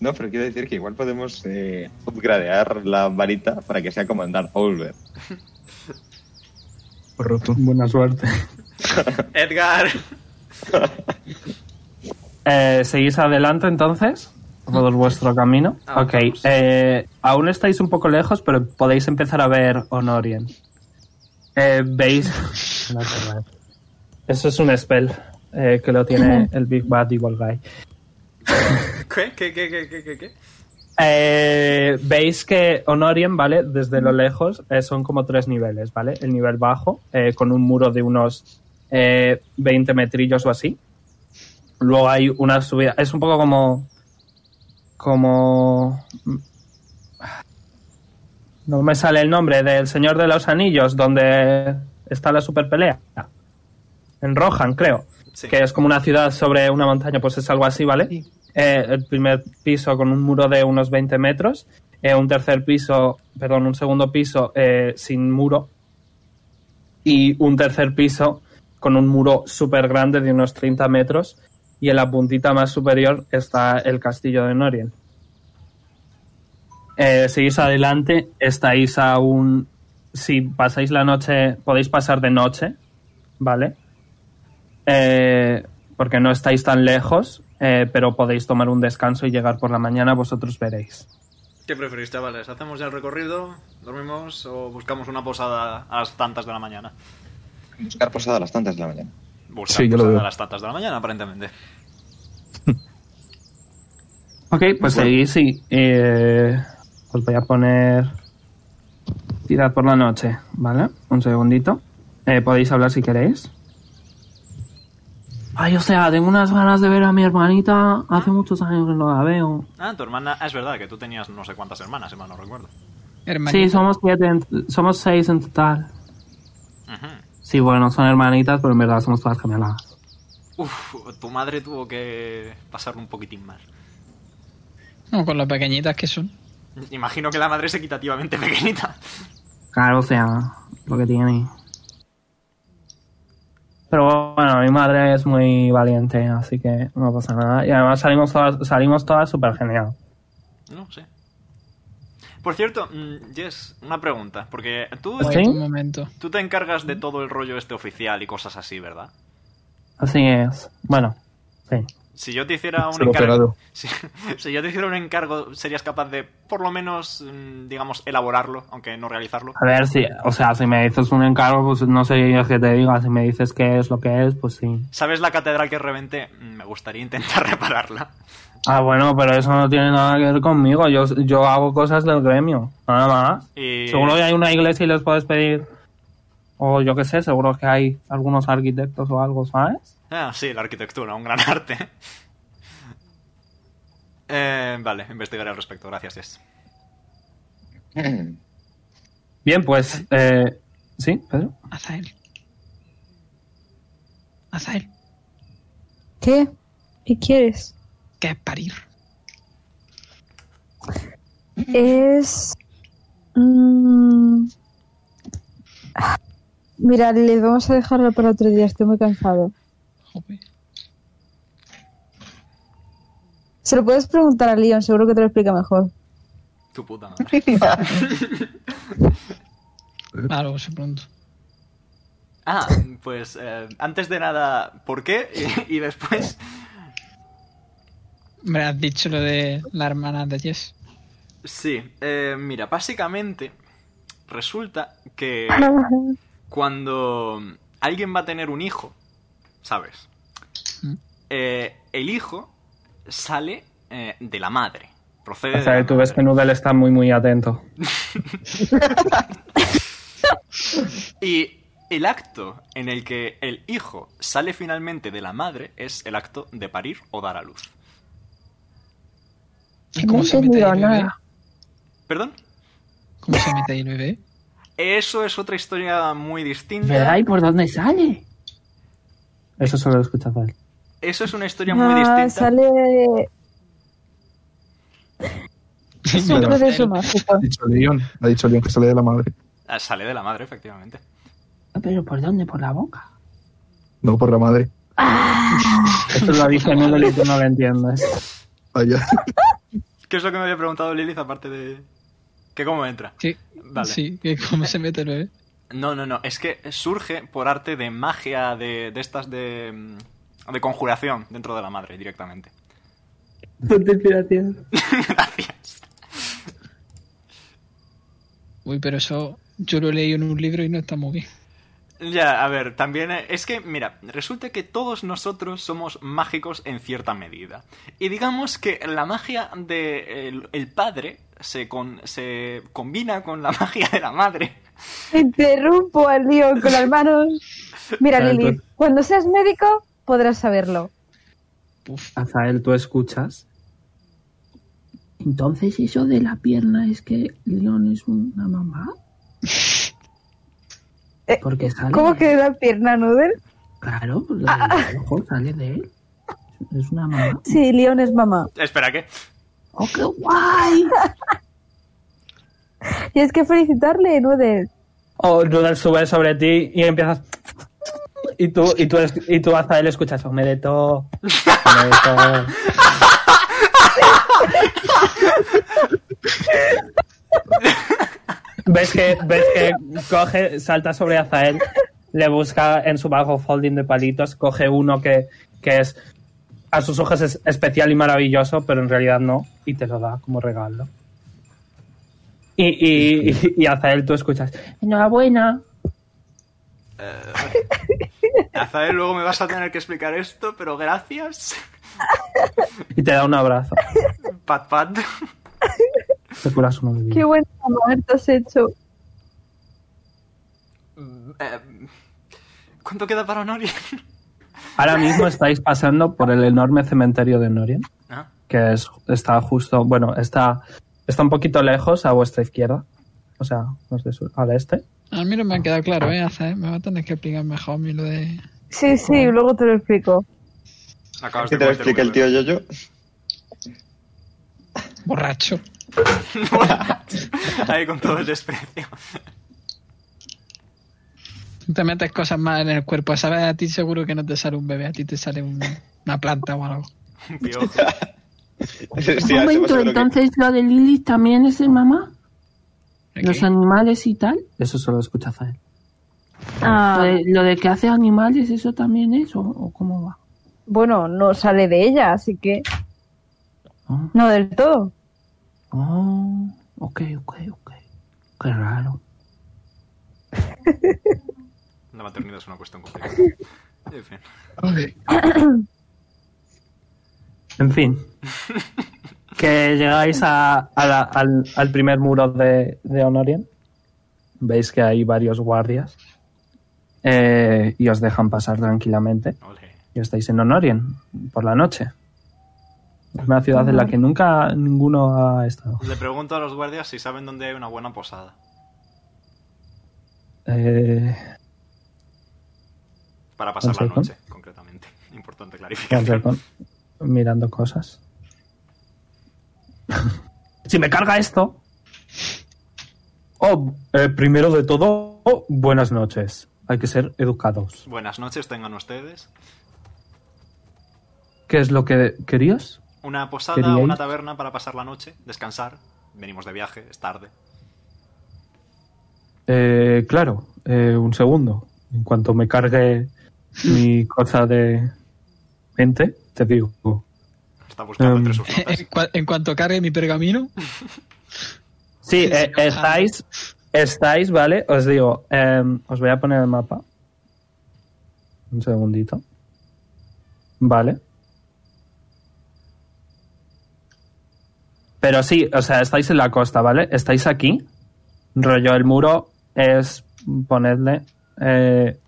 S1: No, pero quiero decir que igual podemos eh, upgradear la varita para que sea comandar Olver.
S4: Corrupto.
S3: Buena suerte.
S2: Edgar,
S3: Eh, ¿Seguís adelante entonces? Todos vuestro camino.
S2: Ah,
S3: ok.
S2: vamos.
S3: eh, aún estáis un poco lejos, pero podéis empezar a ver Honorien. Eh, Veis. No te veo. Eso es un spell eh, que lo tiene el Big Bad Evil Guy.
S2: ¿qué? ¿Qué? ¿Qué? ¿Qué? ¿Qué? ¿Qué? qué?
S3: Eh, Veis que Honorien, ¿vale? Desde lo lejos eh, son como tres niveles, ¿vale? El nivel bajo, eh, con un muro de unos eh, 20 metrillos o así. Luego hay una subida. Es un poco como. Como. No me sale el nombre del Señor de los Anillos, donde está la super pelea. En Rohan, creo
S2: Sí.
S3: que es como una ciudad sobre una montaña, pues es algo así, ¿vale? Eh, el primer piso con un muro de unos 20 metros, eh, un tercer piso, perdón, un segundo piso eh, sin muro y un tercer piso con un muro súper grande de unos 30 metros y en la puntita más superior está el castillo de Norien. Eh, seguís adelante, estáis a un... Si pasáis la noche, podéis pasar de noche, ¿vale? Eh, porque no estáis tan lejos, eh, pero podéis tomar un descanso y llegar por la mañana, vosotros veréis.
S2: ¿Qué preferís, chavales? ¿Hacemos ya el recorrido? ¿Dormimos o buscamos una posada a las tantas de la mañana?
S1: Buscar posada a las tantas de la mañana.
S2: Buscar
S4: Sí, yo lo
S2: posada
S4: veo.
S2: a las tantas de la mañana, aparentemente.
S3: Ok, pues seguí, sí. Eh, os voy a poner. Tirad por la noche, ¿vale? Un segundito. Eh, Podéis hablar si queréis. Ay, o sea, tengo unas ganas de ver a mi hermanita. Hace muchos años que no la veo.
S2: Ah, tu hermana... Ah, es verdad que tú tenías no sé cuántas hermanas, si mal no recuerdo.
S5: Hermanito.
S3: Sí, somos siete, en- somos seis en total.
S2: Ujú.
S3: Sí, bueno, son hermanitas, pero en verdad somos todas gemelas.
S2: Uf, tu madre tuvo que pasarlo un poquitín más.
S5: No, con lo pequeñitas que son.
S2: Imagino que la madre es equitativamente pequeñita.
S3: Claro, o sea, lo que tiene. Pero bueno, mi madre es muy valiente, así que no pasa nada. Y además salimos todas, salimos todas súper genial.
S2: No sé. Por cierto, mm, Jess, una pregunta. Porque tú,
S3: ¿Sí?
S5: Oye, un momento.
S2: tú te encargas de todo el rollo este oficial y cosas así, ¿verdad?
S3: Así es. Bueno, sí.
S2: Si yo te hiciera un
S4: Se lo he
S2: encargo...
S4: pegado.
S2: Si, si yo te hiciera un encargo, ¿serías capaz de, por lo menos, mm, digamos, elaborarlo, aunque no realizarlo?
S3: A ver si, o sea, si me dices un encargo, pues no sé yo qué te diga. Si me dices qué es lo que es, pues sí.
S2: ¿Sabes la catedral que reventé? Mm, Me gustaría intentar repararla.
S3: Ah, bueno, pero eso no tiene nada que ver conmigo. Yo, yo hago cosas del gremio, nada más.
S2: Y...
S3: Seguro que hay una iglesia y les puedes pedir. O yo qué sé, seguro que hay algunos arquitectos o algo, ¿sabes?
S2: Ah, sí, la arquitectura, un gran arte. Eh, vale, investigaré al respecto, gracias, Jess.
S3: Bien, pues. Eh, ¿Sí, Pedro?
S5: Azael. Azael,
S6: ¿Qué? ¿Qué quieres?
S5: ¿qué es parir?
S6: Es. mm, ah, Mira, les vamos a dejarlo para otro día, estoy muy cansado.
S5: Jope.
S6: Se lo puedes preguntar a Leon, seguro que te lo explica mejor.
S2: Tu puta madre.
S5: Claro, se pronto.
S2: Ah, pues eh, antes de nada, ¿por qué? Y, y después,
S5: Me has dicho lo de la hermana de Jess.
S2: sí, eh, mira, básicamente resulta que cuando alguien va a tener un hijo, ¿sabes?
S5: Mm.
S2: Eh, el hijo sale eh, de la madre. Procede
S3: O
S2: de la
S3: sea, tú ves que
S2: madre.
S3: Noodle está muy, muy atento.
S2: Y el acto en el que el hijo sale finalmente de la madre es el acto de parir o dar a luz.
S5: ¿Y
S6: No
S5: cómo
S6: he
S5: se mete
S6: entendido
S5: ahí el bebé?
S6: nada.
S2: ¿Perdón?
S5: ¿Cómo se mete ahí el bebé?
S2: Eso es otra historia muy distinta.
S7: por dónde sale?
S3: Eso solo lo escuchas él.
S2: Eso es una historia muy
S6: Ah,
S2: distinta.
S6: Sale. Es un
S4: Pero-
S6: proceso mágico.
S4: Ha dicho León, ha dicho León que sale de la madre.
S2: Ah, sale de la madre, efectivamente.
S7: ¿Pero por dónde? ¿Por la boca?
S4: No por la madre.
S3: Eso lo dice Noodle y tú no lo entiendes.
S4: Vaya.
S2: ¿Qué es lo que me había preguntado Lilith aparte de... ¿Que cómo entra?
S5: ¿Qué?
S2: Vale.
S5: Sí, ¿qué- ¿cómo se mete el bebé?
S2: No, no, no. Es que surge por arte de magia de, de estas de... mm, De conjuración dentro de la madre directamente. Gracias.
S5: Uy, pero eso yo lo leí en un libro y no está muy bien.
S2: Ya, a ver, también eh, es que, mira, resulta que todos nosotros somos mágicos en cierta medida. Y digamos que la magia del de el- el padre se, con- se combina con la magia de la madre.
S6: Interrumpo al Leon con las manos. Mira,
S3: Claro,
S6: Lili,
S3: entonces-
S6: cuando seas médico podrás saberlo.
S5: Puf.
S3: Azael, tú escuchas.
S7: Entonces eso de la pierna es que León es una mamá.
S6: Eh,
S7: Porque sale.
S6: ¿Cómo
S7: de-
S6: que da pierna, Noodle?
S7: Claro, la del ojo sale de él. Es una mamá.
S6: Sí, Leon es mamá.
S2: Espera, ¿qué?
S7: ¡Oh, qué guay!
S6: Tienes que felicitarle, Noodle.
S3: O Noodle sube sobre ti y empiezas. Y tú, y tú, es- y tú Azael, escuchas. Omedeto. Omedeto. ¿Ves que, ves que coge, salta sobre Azael, le busca en su bajo folding de palitos, coge uno que, que es a sus ojos es especial y maravilloso, pero en realidad no, y te lo da como regalo. Y, y, y, y Azael tú escuchas, enhorabuena.
S2: Eh, Azael, luego me vas a tener que explicar esto, pero gracias.
S3: Y te da un abrazo.
S2: Pat, pat.
S3: Te curas uno de vida.
S6: Qué buena muerte has hecho.
S2: Eh, ¿Cuánto queda para Norien?
S3: Ahora mismo estáis pasando por el enorme cementerio de Norien,
S2: Ah.
S3: que es, está justo, bueno, está, está un poquito lejos a vuestra izquierda, o sea, norte sur, al este.
S5: A mí no me ha quedado claro, ¿eh? Hace- me va a tener que explicar mejor a mí lo de...
S6: Sí, sí, luego te lo explico.
S2: Acabas
S1: ¿Qué
S2: de
S1: te lo explica el tío Yoyo?
S5: Borracho.
S2: Waterloo. Ahí con todo el desprecio.
S5: Tú Te metes cosas más en el cuerpo, ¿sabes? A ti seguro que no te sale un bebé, a ti te sale un- una planta o algo.
S2: Un piojo.
S1: Sí,
S7: Un
S1: hace más
S7: momento,
S1: seguro que-
S7: entonces lo de Lily también es el mamá. Los
S5: Aquí.
S7: animales y tal.
S3: Eso solo escucha Zael.
S7: Lo
S6: Ah,
S7: de, lo de que hace animales, ¿eso también es? ¿O, o cómo va?
S6: bueno, no sale de ella, así que
S7: Ah,
S6: no del todo.
S7: ah,
S3: Oh,
S7: ok, ok, ok. Qué raro.
S2: La maternidad es una cuestión complicada. En fin.
S3: En fin. que llegáis a- a la- al, al primer muro de, de Honorien. Veis que hay varios guardias. eh, y os dejan pasar tranquilamente.
S2: Ole.
S3: Y estáis en Honorien por la noche. Una ciudad en la que nunca ninguno ha estado.
S2: Le pregunto a los guardias si saben dónde hay una buena posada.
S3: Eh,
S2: Para pasar la
S3: Consejo.
S2: noche, concretamente. Importante
S3: Con
S2: clarificación.
S3: Recon, mirando cosas. si me carga esto. Oh, eh, primero de todo, oh, buenas noches. Hay que ser educados.
S2: Buenas noches tengan ustedes.
S3: ¿Qué es lo que querías?
S2: Una posada,
S3: ¿Queríais?
S2: una taberna para pasar la noche, descansar. Venimos de viaje, es tarde.
S3: Eh, claro, eh, un segundo. En cuanto me cargue mi cosa de mente, te digo.
S2: Está buscando
S3: Em,
S1: Um,
S2: entre sus notas.
S5: En, cua- en cuanto cargue mi pergamino,
S3: Sí,
S5: Sí,
S3: eh,
S5: señor.
S3: estáis, estáis, ¿vale? Os digo, em, os voy a poner el mapa. Un segundito. Vale. Pero sí, o sea, estáis en la costa, ¿vale? Estáis aquí. Rollo, el muro es ponerle eh,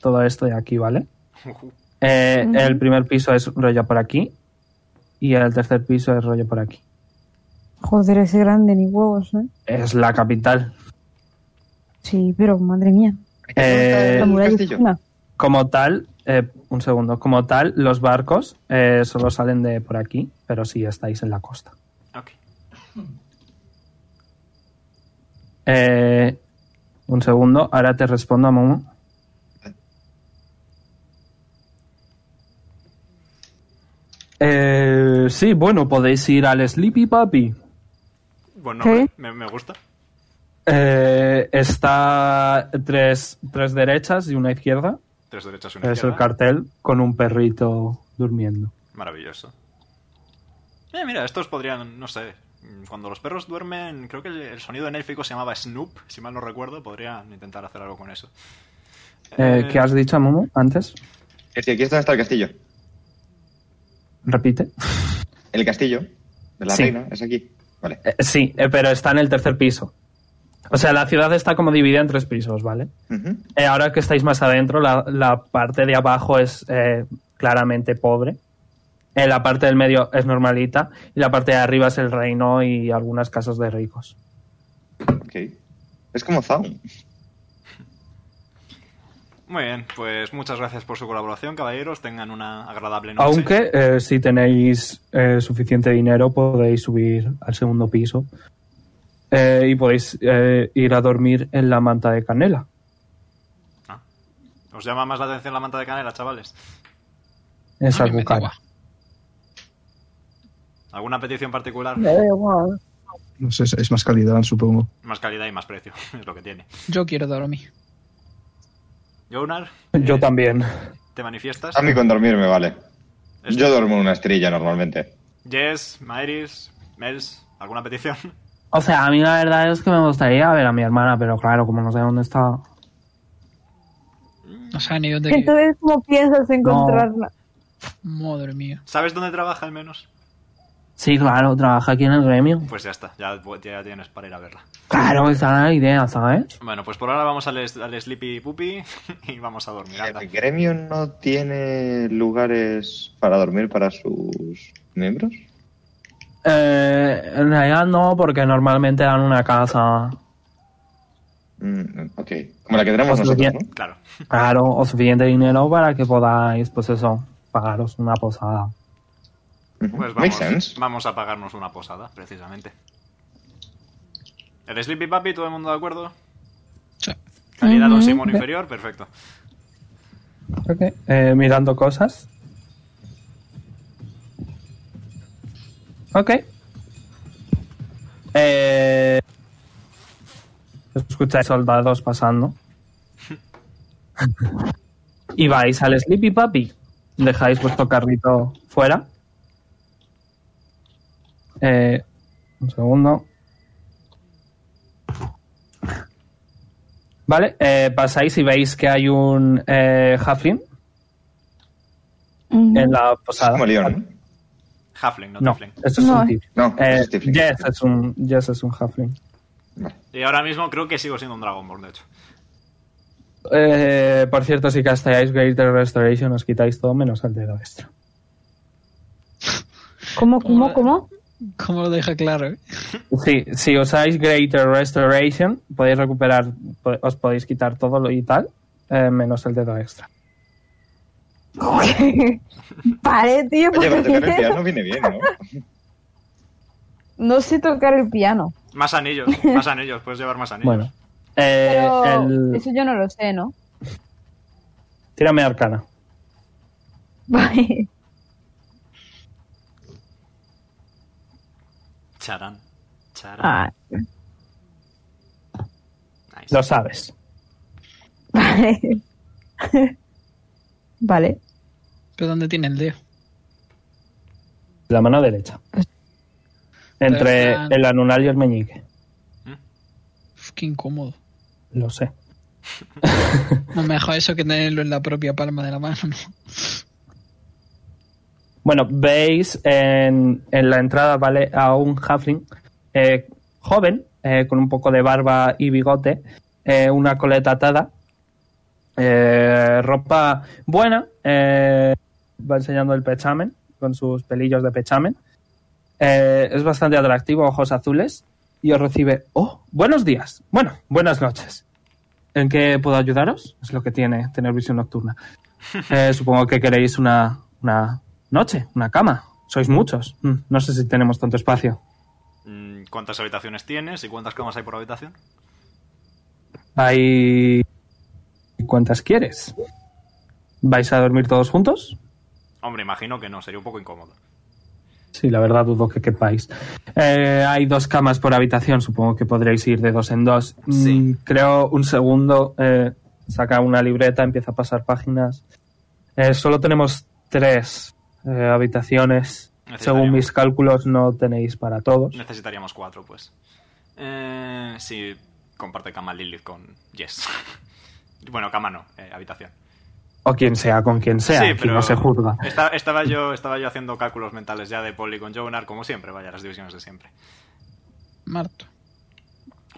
S3: todo esto de aquí, ¿vale?
S2: Ujú.
S3: Eh,
S6: Ujú.
S3: El primer piso es rollo por aquí. Y el tercer piso es rollo por aquí.
S6: Joder, ese grande ni huevos, ¿eh?
S3: Es la capital.
S6: Sí, pero madre mía.
S3: Eh,
S6: La muralla
S1: castillo.
S6: es una.
S3: Como tal, eh, un segundo, como tal, los barcos eh, solo salen de por aquí, pero sí estáis en la costa.
S2: Ok.
S3: Eh, un segundo, ahora te respondo a Momo. Eh, sí, bueno, podéis ir al Sleepy Puppy.
S2: Buen
S6: ¿Qué?
S2: nombre, me, me gusta.
S3: Eh, está tres, tres derechas y una izquierda.
S2: Tres derechas y una
S3: Es el
S2: izquierda.
S3: cartel con un perrito durmiendo.
S2: Maravilloso. Eh, mira, estos podrían, no sé, cuando los perros duermen, creo que el, el sonido en élfico se llamaba Snoop, si mal no recuerdo, podrían intentar hacer algo con eso.
S3: Eh, ¿Qué has dicho, Momo, antes?
S1: Que sí, aquí es donde está el castillo.
S3: Repite.
S1: El castillo de la
S3: Sí.
S1: reina es aquí. Vale.
S3: Eh, Sí, eh, pero está en el tercer piso. O sea, la ciudad está como dividida en tres pisos, ¿vale?
S1: Ujú.
S3: Eh, ahora que estáis más adentro, la, la parte de abajo es eh, claramente pobre. Eh, la parte del medio es normalita. Y la parte de arriba es el reino y algunas casas de ricos.
S1: Ok. Es como Zaun.
S2: Muy bien, pues muchas gracias por su colaboración, caballeros. Tengan una agradable noche.
S3: Aunque eh, si tenéis eh, suficiente dinero podéis subir al segundo piso eh, y podéis eh, ir a dormir en la manta de canela.
S2: Os llama más la atención la manta de canela, chavales.
S3: Es
S5: Ah,
S3: algo
S5: me
S3: caro.
S5: toca.
S2: ¿Alguna petición particular?
S6: Me da igual.
S4: No sé, es más calidad, supongo.
S2: Más calidad y más precio, es lo que tiene.
S5: yo quiero dormir.
S2: Jonar,
S3: Yo también.
S2: ¿te manifiestas?
S1: A mí con dormir me vale.
S2: Esto-
S1: Yo duermo en una estrella normalmente.
S2: Jess, Maeris, Mels, ¿alguna petición?
S3: O sea, a mí la verdad es que me gustaría ver a mi hermana, pero claro, como no sé dónde está.
S5: No sé ni dónde vive.
S6: Entonces, ¿cómo piensas encontrarla?
S5: Madre mía.
S2: ¿Sabes dónde trabaja al menos?
S3: Sí, claro, trabaja aquí en el gremio.
S2: Pues ya está, ya, ya tienes para ir a verla.
S3: Claro, esa es la idea, ¿sabes?
S2: Bueno, pues por ahora vamos al, es- al Sleepy Puppy y vamos a dormir. anda.
S1: ¿El gremio no tiene lugares para dormir para sus miembros?
S3: Eh, en realidad no, porque normalmente dan una casa.
S1: Mm, ok, como la que tenemos
S3: Pues lo
S1: nosotros,
S3: bien.
S1: ¿no?
S2: Claro.
S3: Claro, o suficiente dinero para que podáis, pues eso, pagaros una posada.
S1: Ujú. Makes
S2: Pues vamos,
S1: sense.
S2: vamos a pagarnos una posada, precisamente. ¿El Sleepy Puppy, todo el mundo de acuerdo?
S5: Sí.
S2: Calidad
S6: Ujú.
S2: Don Simón inferior, perfecto.
S3: Ok. Eh, mirando cosas. Ok. Eh, escucháis soldados pasando. y vais al Sleepy Puppy. Dejáis vuestro carrito fuera. Eh, un segundo. Vale, eh, pasáis y veis que hay un eh, halfling
S6: Ujú.
S3: en la posada.
S1: Como Leon, ¿no?
S2: Halfling, no,
S3: No,
S2: Tiefling.
S3: esto es
S6: No.
S3: un tip.
S1: No,
S3: Eh,
S1: es Tiefling.
S3: Jess es un, Jess es un halfling.
S1: Vale.
S2: Y ahora mismo creo que sigo siendo un Dragonborn, de hecho.
S3: Eh, por cierto, si casteáis Greater Restoration, os quitáis todo menos el dedo extra.
S6: ¿Cómo, cómo, cómo?
S5: ¿Cómo lo deja claro? eh?
S3: Sí, si usáis Greater Restoration, podéis recuperar, po- os podéis quitar todo lo y tal, eh, menos el dedo extra.
S6: vale, tío.
S1: Oye, pero tocar el
S6: porque-
S1: piano viene bien, ¿no?
S6: No sé tocar el piano.
S2: Más anillos, más anillos, puedes llevar más anillos.
S3: Bueno, eh,
S6: Pero
S3: el-
S6: eso yo no lo sé, ¿no?
S3: tírame arcana.
S6: Vale.
S2: Charán. Charán.
S6: Ah,
S2: Nice.
S3: Lo sabes.
S6: vale. vale.
S5: ¿Pero dónde tiene el dedo?
S3: La mano derecha. Entre
S5: Arcana.
S3: el anular y el meñique.
S5: Uf, qué incómodo.
S3: Lo sé.
S5: No mejor eso que tenerlo en la propia palma de la mano. ¿no?
S3: Bueno, veis en, en la entrada, ¿vale? A un halfling eh, joven, eh, con un poco de barba y bigote, eh, una coleta atada, eh, ropa buena, eh, va enseñando el pechamen, con sus pelillos de pechamen. Eh, es bastante atractivo, ojos azules, y os recibe, oh, buenos días, bueno, buenas noches. ¿En qué puedo ayudaros? Es lo que tiene tener visión nocturna. Eh, supongo que queréis una, una noche, una cama. Sois muchos. Mm, No sé si tenemos tanto espacio.
S2: Mm, ¿Cuántas habitaciones tienes y cuántas camas hay por habitación?
S3: Hay... ¿Cuántas quieres? ¿Vais a dormir todos juntos?
S2: Hombre, imagino que no, sería un poco incómodo.
S3: Sí, la verdad dudo que quepáis. Eh, hay dos camas por habitación, supongo que podréis ir de dos en dos. Mm,
S2: Sí.
S3: creo un segundo, eh, saca una libreta, empieza a pasar páginas. Eh, solo tenemos tres eh, habitaciones. Según
S2: Necesitaríamos.
S3: mis cálculos, no tenéis para todos.
S2: Necesitaríamos cuatro, pues. Eh, sí, comparte cama Lilith con Jess. bueno, cama no, eh, habitación.
S3: O quien sea, con quien sea, aquí no se juzga.
S2: esta- estaba, yo, estaba yo haciendo cálculos mentales ya de Polly con Jonar, como siempre, vaya, las divisiones de siempre.
S5: Marto.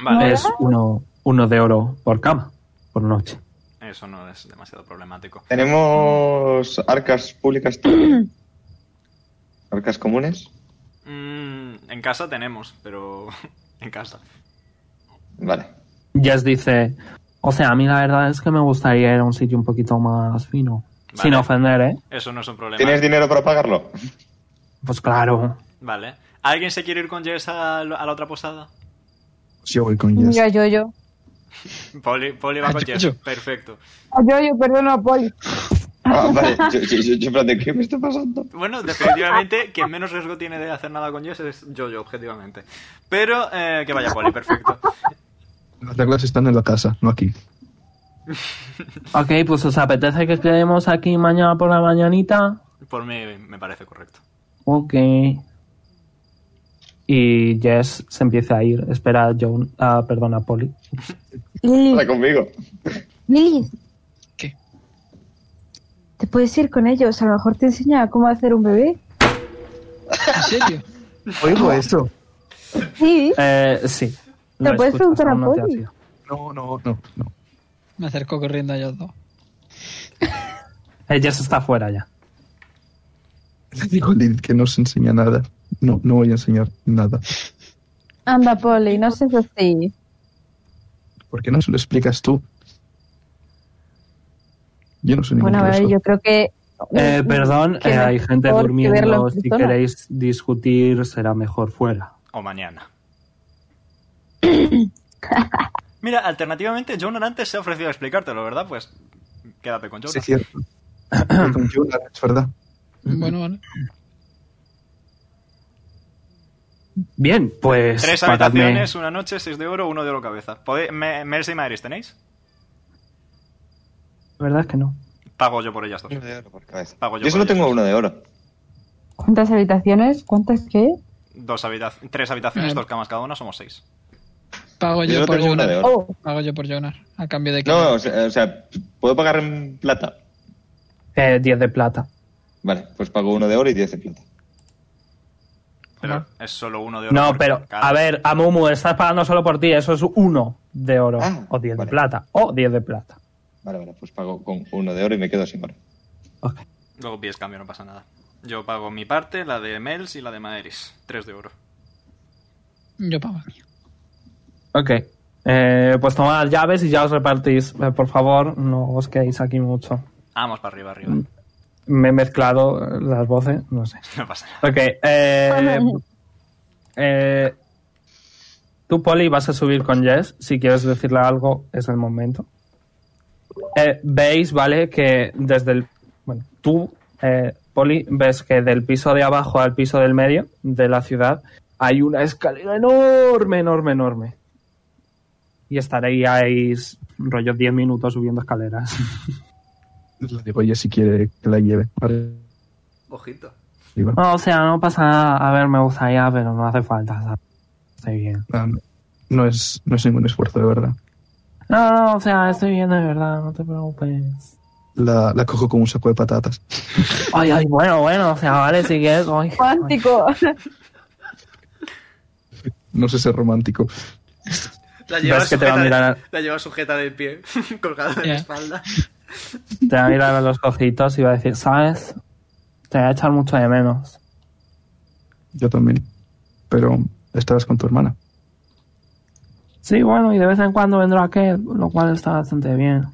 S2: Vale,
S3: Es uno, uno de oro por cama, por noche.
S2: eso no es demasiado problemático.
S1: Tenemos arcas públicas, arcas comunes.
S2: Mm, en casa tenemos, pero en casa.
S1: Vale.
S3: Jess dice, o sea, a mí la verdad es que me gustaría ir a un sitio un poquito más fino.
S2: Vale.
S3: Sin ofender, ¿eh?
S2: Eso no es un problema.
S1: ¿Tienes dinero para pagarlo?
S3: Pues claro.
S2: Vale. ¿Alguien se quiere ir con Jess a, la a la otra posada?
S4: Yo voy con Jess.
S6: Yo, yo, yo.
S2: Polly, Polly va
S5: Ah,
S2: con
S5: yo-
S2: Jess.
S5: yo.
S2: Perfecto.
S6: Ah, Yo, yo, perdona, a Poli.
S1: Ah, vale. Yo, yo, yo- yo en plan de, ¿qué me está pasando?
S2: Bueno, definitivamente, quien menos riesgo tiene de hacer nada con Jess es Jojo, objetivamente. Pero eh, que vaya Polly, perfecto.
S4: Las reglas están en la casa, no aquí.
S3: Ok, pues os apetece que quedemos aquí mañana por la mañanita.
S2: Por mí me parece correcto.
S3: Ok. y Jess se empieza a ir. Espera a John, ah, perdón, a Polly.
S6: Lily,
S1: Está conmigo.
S6: Lily,
S5: ¿Qué?
S6: te puedes ir con ellos. A lo mejor te enseña cómo hacer un bebé.
S5: ¿En serio?
S4: Oigo eso.
S6: Sí.
S3: Eh, sí.
S6: ¿Te
S3: lo
S6: puedes
S3: escuchas,
S6: preguntar a
S3: aún no te
S6: Polly?
S3: has ido.
S4: No, no, no, no.
S5: Me acerco corriendo a ellos dos.
S3: Eh, Jess está fuera ya.
S4: Le digo a Lilith que no se enseña nada. No, no voy a enseñar nada.
S6: Anda, Polly, no seas así.
S4: ¿Por qué no se lo explicas tú? Yo no soy ningún
S6: Bueno, a ver,
S4: profesor.
S6: yo creo que.
S3: Eh, perdón,
S6: que
S3: eh,
S6: no es
S3: hay gente
S6: mejor que verlo
S3: durmiendo.
S6: en
S3: Si
S6: persona.
S3: queréis discutir, será mejor fuera.
S2: O mañana. Mira, alternativamente, John antes se ha ofrecido a explicártelo, ¿verdad? Pues quédate con John.
S4: Sí, es cierto. Con Yuna, es verdad.
S5: Bueno, vale.
S3: Bien, pues.
S2: Tres
S3: pagadme-
S2: habitaciones, una noche, seis de oro, uno de oro cabeza. ¿Podéis- me- Mercy y Maris, ¿tenéis?
S3: La verdad es que no.
S2: Pago yo por ellas dos.
S1: Uno de oro por cabeza.
S2: Pago yo
S1: Yo solo
S2: por ello.
S1: tengo uno de oro.
S6: ¿Cuántas habitaciones? ¿Cuántas qué?
S2: dos habita- tres habitaciones, dos camas cada una, somos seis.
S5: Pago
S1: Yo
S5: yo,
S1: solo
S5: por
S1: tengo uno de
S5: Jonar.
S1: oro.
S6: Oh,
S5: Pago yo por Jonar. A cambio de que.
S1: No, o sea, o sea, ¿puedo pagar en plata?
S3: Eh, 10 de plata.
S1: Vale, pues pago uno de oro y diez de plata.
S2: Pero
S5: Ajá.
S2: es solo uno de oro.
S3: No,
S2: por
S3: pero.
S2: cada-
S3: A ver, Amumu, estás pagando solo por ti. Eso es uno de oro.
S1: Ah,
S3: o 10
S1: vale.
S3: de plata. O 10 de plata.
S1: Vale, vale, pues pago con uno de oro y me quedo sin oro.
S3: Ok.
S2: Luego pides cambio, no pasa nada. Yo pago mi parte, la de Mels y la de Maeris. Tres de oro.
S5: Yo pago. la mía.
S3: Ok. Eh, pues tomad las llaves y ya os repartís. Eh, por favor, no os quedéis aquí mucho.
S2: Vamos para arriba, arriba.
S3: Mm. Me he mezclado eh, las voces, no sé.
S2: No pasa nada.
S3: Ok. Eh, eh, tú, Polly, vas a subir con Jess. Si quieres decirle algo, es el momento. Eh, Veis, ¿vale? Que desde el... Bueno, tú, eh, Polly, ves que del piso de abajo al piso del medio de la ciudad hay una escalera enorme, enorme, enorme. Y estaréis rollo 10 minutos subiendo escaleras.
S4: Le digo a ella si quiere que la lleve. Vale.
S2: Ojito.
S4: Digo,
S3: No, o sea, no pasa nada. A ver, me gustaría, pero no hace falta. ¿sabes? Estoy bien.
S4: "Ah, no, no es, no es ningún esfuerzo, de verdad.
S3: No, no, o sea, estoy bien de verdad, no te preocupes.
S4: La, la cojo como un saco de patatas.
S3: Ay, ay, bueno, bueno, o sea, vale, si quieres, ay, ay.
S6: cuántico.
S4: No sé ser romántico.
S2: La
S3: lleva Ves que te va a sujeta mirar. de-
S2: la lleva sujeta del pie, colgada
S5: de la Ya.
S2: espalda.
S3: Te va a mirar a los cojitos y va a decir, ¿sabes? Te voy a echar mucho de menos.
S4: Yo también. Pero estabas con tu hermana.
S3: Sí, bueno, y de vez en cuando vendrá aquel, lo cual está bastante bien.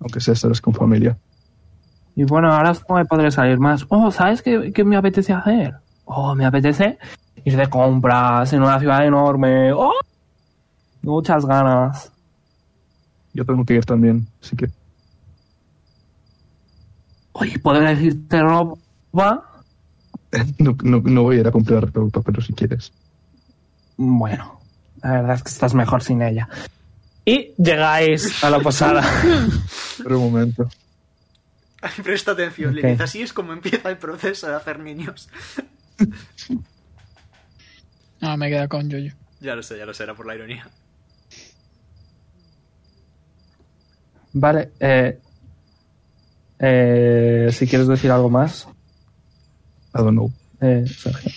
S4: Aunque sea estarás con familia.
S3: Y bueno, ahora es como que podré salir más. Oh, ¿sabes qué, qué me apetece hacer? Oh, me apetece ir de compras en una ciudad enorme. Oh, muchas ganas.
S4: Yo tengo que ir también. Así que
S3: Oye, ¿podré decirte ropa?
S4: no, no, no voy a ir a comprar ropa, pero si quieres.
S3: Bueno, la verdad es que estás mejor sin ella. Y llegáis a la posada.
S4: Pero un momento.
S2: Presta atención,
S3: Ok. Lilith,
S2: Así es como empieza el proceso de hacer niños.
S5: No, me quedo con Yoyo.
S2: Ya lo sé, ya lo sé, era por la ironía.
S3: vale, eh, eh, si quieres decir algo más,
S4: I don't know.
S3: eh, Sergio.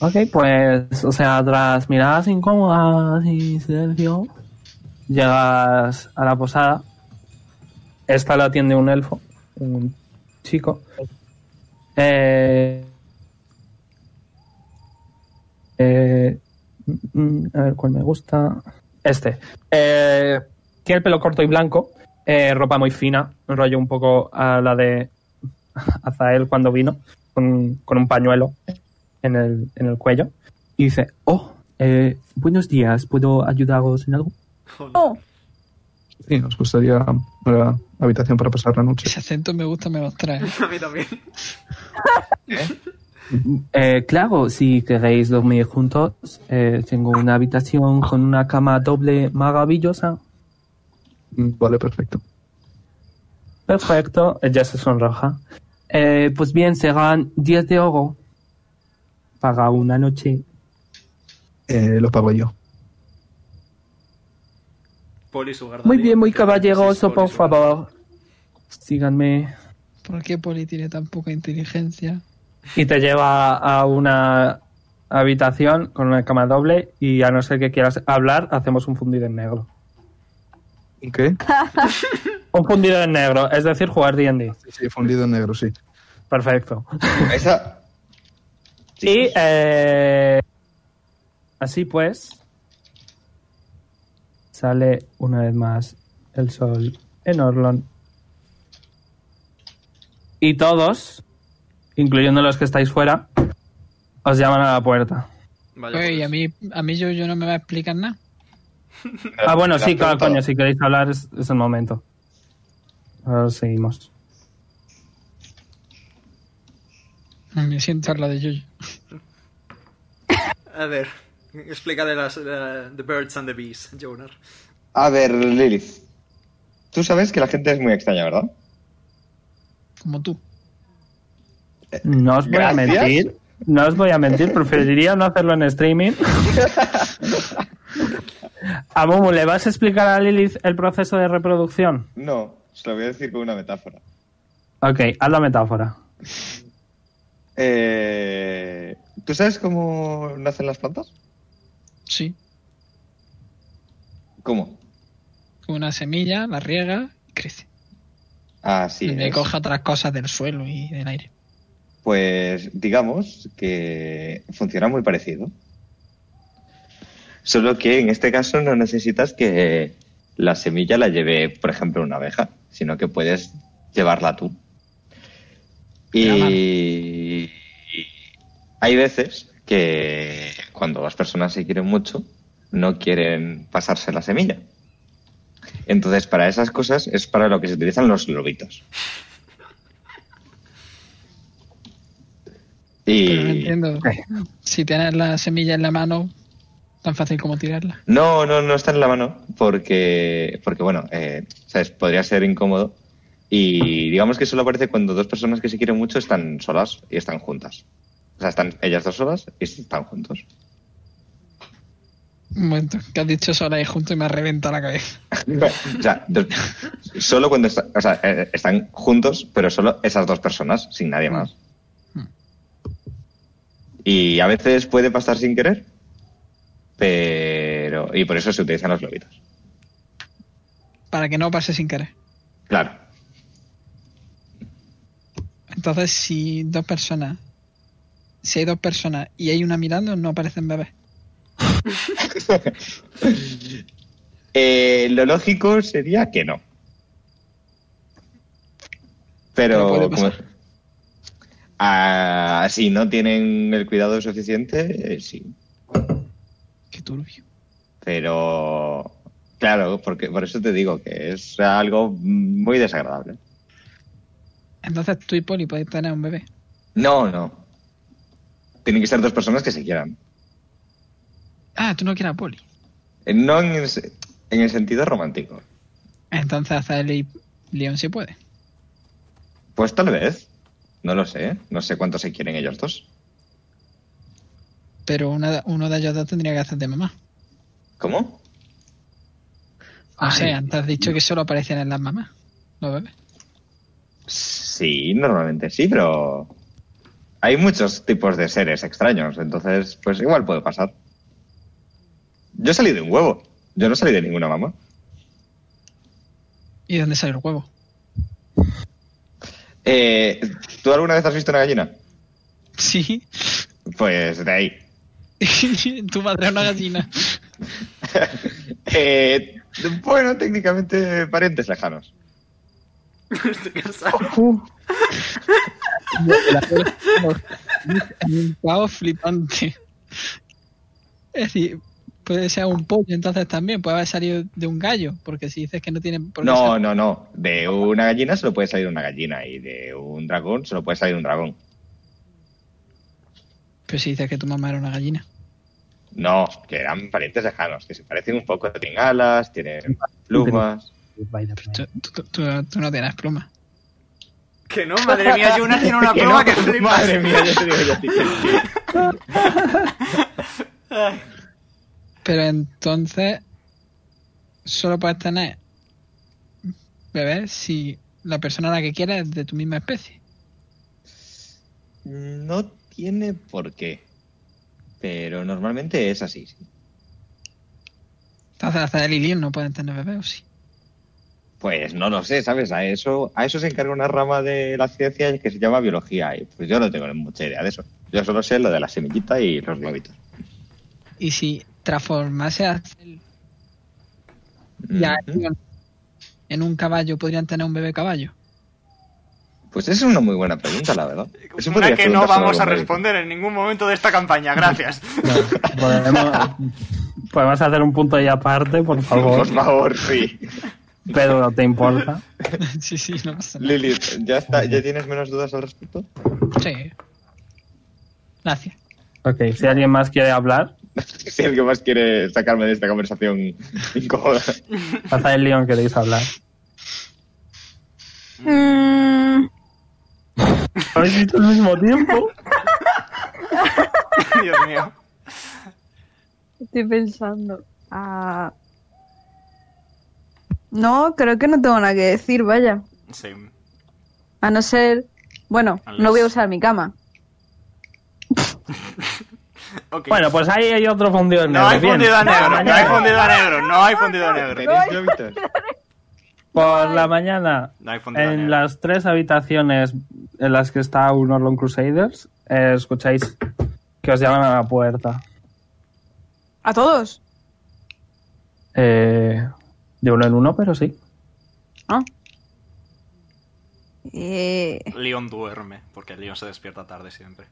S3: Ok, pues, o sea, tras miradas incómodas y silencio, llegas a la posada. Esta la atiende un elfo, un chico. Eh, eh, mm, mm, a ver cuál me gusta. Este. Eh, tiene el pelo corto y blanco, eh, ropa muy fina, un rollo un poco a la de Azael cuando vino, con, con un pañuelo en el, en el cuello. Y dice, oh, eh, buenos días, ¿puedo ayudaros en algo?
S6: Oh,
S4: Sí, nos gustaría una habitación para pasar la noche.
S5: Ese acento me gusta, me los trae.
S2: A mí también.
S3: Eh, claro, si queréis dormir juntos, eh, tengo una habitación con una cama doble maravillosa.
S4: Mm, Vale, perfecto.
S3: Perfecto, ella se sonroja. Eh, pues bien, serán 10 de oro. paga una noche.
S4: Eh, los pago yo.
S2: Polis Sugar
S3: Muy
S2: Daddy,
S3: bien, muy
S2: que dices,
S3: caballeroso, por
S2: Polis Sugar
S3: favor. Síganme.
S5: ¿Por qué Poli tiene tan poca inteligencia?
S3: Y te lleva a una habitación con una cama doble y a no ser que quieras hablar, hacemos un fundido en negro.
S4: ¿Qué?
S3: Un fundido en negro, es decir, jugar D&D.
S4: Sí, sí, fundido en negro, sí.
S3: Perfecto.
S1: Esa.
S3: Y eh, así pues, sale una vez más el sol en Orlon. Y todos, incluyendo los que estáis fuera, os llaman a la puerta.
S2: Vaya, pues.
S5: Oye, y a
S2: Polis.
S5: mí, a mí yo, yo no me va a explicar nada.
S1: pues,
S3: Ah, bueno, sí,
S1: Las
S3: claro,
S1: preguntas.
S3: coño, si queréis hablar es, es el momento. Ahora seguimos.
S5: Me siento la de Yuyu.
S2: A ver, explícale las eh, The Birds and the Bees, Jonar.
S1: A ver, Lilith. Tú sabes que la gente es muy extraña, ¿verdad?
S5: Como tú.
S3: No os voy a
S1: Gracias.
S3: mentir, no os voy a mentir, preferiría no hacerlo en streaming. A Mumu, ¿le vas a explicar a Lilith el proceso de reproducción?
S1: No, se lo voy a decir con una metáfora.
S3: Ok, haz la metáfora.
S1: Eh, ¿Tú sabes cómo nacen las plantas?
S5: Sí.
S1: ¿Cómo?
S5: Con una semilla, la riega y crece.
S1: Así
S5: y le
S1: Ah, es.
S5: coja otras cosas del suelo y del aire.
S1: Pues digamos que funciona muy parecido. Solo que en este caso no necesitas que la semilla la lleve, por ejemplo, una abeja, sino que puedes llevarla tú. Y hay veces que cuando las personas se quieren mucho, no quieren pasarse la semilla. Entonces, para esas cosas es para lo que se utilizan los lobitos. Y...
S5: Pero no entiendo. Si tienes la semilla en la mano, tan fácil como tirarla.
S1: No, no, no está en la mano porque, porque bueno, eh, ¿sabes? Podría ser incómodo. Y digamos que solo aparece cuando dos personas que se quieren mucho están solas y están juntas. O sea, están ellas dos solas y están juntos.
S5: Un momento, que has dicho sola y junto y me ha reventado la cabeza.
S1: o sea, dos- solo cuando está- o sea, eh, están juntos, pero solo esas dos personas, sin
S5: Mm.
S1: nadie más. Y a veces puede pasar sin querer, pero... Y por eso se utilizan los globitos.
S5: Para que no pase sin querer.
S1: Claro.
S5: Entonces, si dos personas. Si hay dos personas y hay una mirando, no aparecen bebés.
S1: Eh, lo lógico sería que no. Pero
S5: Pero puede
S1: como-
S5: pasar.
S1: Ah, si no tienen el cuidado suficiente, eh, sí.
S5: Qué turbio.
S1: Pero claro, porque por eso te digo que es algo muy desagradable.
S5: Entonces tú y Poli podéis tener un bebé.
S1: No, no. Tienen que ser dos personas que se quieran.
S5: Ah, tú no quieres a Poli.
S1: Eh, No en el, se- en el sentido romántico.
S5: Entonces hacerle y León sí puede.
S1: Pues tal vez. No lo sé. No sé cuánto se quieren ellos dos.
S5: Pero una- uno de ellos dos tendría que hacer de mamá.
S1: ¿Cómo?
S5: O sea, antes has dicho que solo aparecen en las mamás. Los bebés.
S1: Sí, normalmente sí, pero hay muchos tipos de seres extraños, entonces pues igual puede pasar. Yo salí de un huevo, yo no salí de ninguna mamá.
S5: ¿Y de dónde sale el huevo?
S1: Eh, ¿Tú alguna vez has visto una gallina?
S5: Sí.
S1: Pues de ahí.
S5: tu madre es una gallina.
S1: Eh, bueno, técnicamente parientes lejanos.
S2: Estoy cansado.
S5: un caos flipante. Es decir, puede ser un pollo, entonces también puede haber salido de un gallo, porque si dices que no tiene. por qué
S1: No,
S5: ser-
S1: no, no. De una gallina solo puede salir una gallina y de un dragón solo puede salir un dragón.
S5: Pero si dices que tu mamá era una gallina.
S1: No, que eran parientes lejanos, que se parecen un poco, tienen alas, tienen plumas.
S5: Pues tú, tú- tú- tú no tienes pluma.
S2: Que no, madre mía, Jonar tiene una pluma que flipas.
S1: Madre mía, yo te digo yo a ti que sí.
S5: Pero entonces solo puedes tener bebés si la persona a la que quieres es de tu misma especie.
S1: No tiene por qué. Pero normalmente es así. sí.
S5: Entonces hasta el y Lil no pueden tener bebés, ¿o sí?
S1: Pues no lo sé, ¿sabes? A eso, a eso se encarga una rama de la ciencia que se llama biología. Y pues yo no tengo mucha idea de eso. Yo solo sé lo de la semillita y los globitos.
S5: Y si transformase a Cell y a Arion en un caballo, ¿podrían tener un bebé caballo?
S1: Pues es una muy buena pregunta, la verdad. Eso
S2: Una
S1: podría
S2: que no
S1: preguntárselo
S2: vamos a
S1: algún médico.
S2: responder en ningún momento de esta campaña, gracias.
S3: Podemos, podemos hacer un punto ahí aparte, por favor.
S1: Por favor, sí.
S3: Pedro, ¿no te importa?
S5: sí, sí, no pasa nada.
S1: Lili, ¿ya, está, ¿ya tienes menos dudas al respecto?
S5: Sí. Gracias.
S3: Ok, si alguien más quiere hablar,
S1: si alguien más quiere sacarme de esta conversación incómoda.
S3: hasta el león queréis hablar.
S6: Mm,
S3: ¿Habéis visto al mismo tiempo?
S2: Dios mío.
S6: estoy pensando. Ah. No, creo que no tengo nada que decir, vaya.
S2: Sí.
S6: A no ser. Bueno, no voy a usar mi cama.
S2: Ok.
S3: Bueno, pues ahí hay otro fundido en
S2: no hay
S3: negro, bien.
S2: fundido a negro, no hay
S3: Mañana-
S2: fundido a negro, no hay fundido a negro.
S1: ¿Tenéis globitos?
S3: Por la mañana,
S2: No hay fundido a
S3: en
S2: negro.
S3: las tres habitaciones en las que está un Orlon Crusaders, eh, escucháis que os llaman a la puerta.
S6: ¿A todos?
S3: Eh, de uno en uno, pero sí.
S6: Ah. Eh,
S2: Leon duerme, porque Leon se despierta tarde siempre.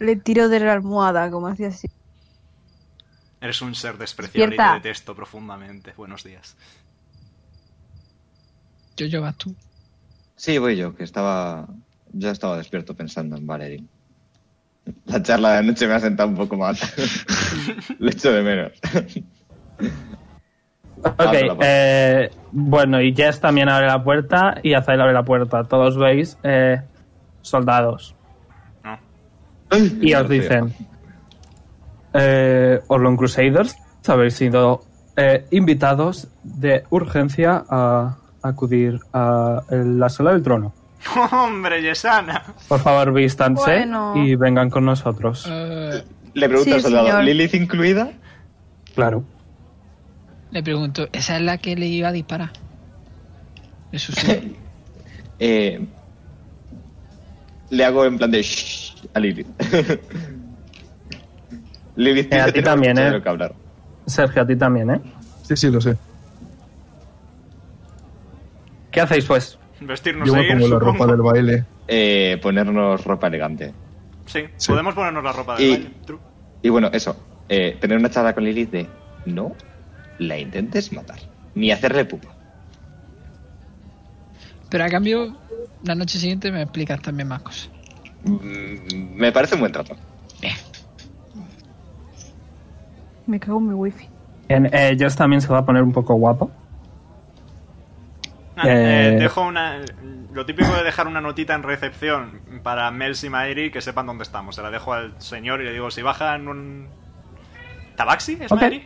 S6: le tiro de la almohada, como hacía así.
S2: Eres un ser despreciable
S6: Despierta.
S2: y te detesto profundamente. Buenos días.
S5: Yo, yo, vas tú.
S1: Sí, voy yo, que estaba. Yo estaba despierto pensando en Valerie. La charla de anoche me ha sentado un poco mal. Le echo de menos.
S3: Ok,
S1: Abre la puerta.
S3: eh, bueno, y Jess también abre la puerta y Azael abre la puerta. Todos veis eh, soldados.
S2: No.
S3: Y os dicen, eh, Orlon Crusaders, habéis sido eh, invitados de urgencia a acudir a la sala del trono.
S2: ¡Hombre, Yesana!
S3: Por favor, vístanse
S6: Bueno.
S3: y vengan con nosotros.
S5: Eh,
S1: Le pregunto
S6: Sí,
S1: al soldado,
S6: señor.
S1: ¿Lilith incluida?
S3: Claro.
S5: le pregunto, ¿esa es la que le iba a disparar? Eso sí.
S1: Eh, le hago en plan de shh a Lilith. Lilith
S3: Eh, a
S1: dice, "Tenemos
S3: ti también,
S1: mucho de
S3: eh".
S1: lo que hablar.
S3: Sergio, a ti también, ¿eh?
S4: Sí, sí, lo sé.
S3: ¿Qué hacéis, pues?
S2: Vestirnos
S4: Yo
S2: de
S4: me
S2: ir,
S4: pongo la
S2: supongo.
S4: ropa del baile.
S1: Eh, ponernos ropa elegante.
S2: Sí,
S4: Sí.
S2: podemos ponernos la ropa de
S1: Y-
S2: baile. True.
S1: Y bueno, eso. eh, tener una charla con Lilith de no la intentes matar. Ni hacerle pupa.
S5: Pero a cambio, la noche siguiente me explicas también más cosas.
S1: Mm, me parece un buen trato.
S6: Me cago en mi wifi.
S3: Bien, eh, Jess también se va a poner un poco guapo.
S2: Ah, eh,
S3: Eh,
S2: dejo una. Lo típico de dejar una notita en recepción para Mels y Mairi que sepan dónde estamos. Se la dejo al señor y le digo: si bajan un. ¿Tabaxi? ¿Es
S3: Ok.
S2: Mairi?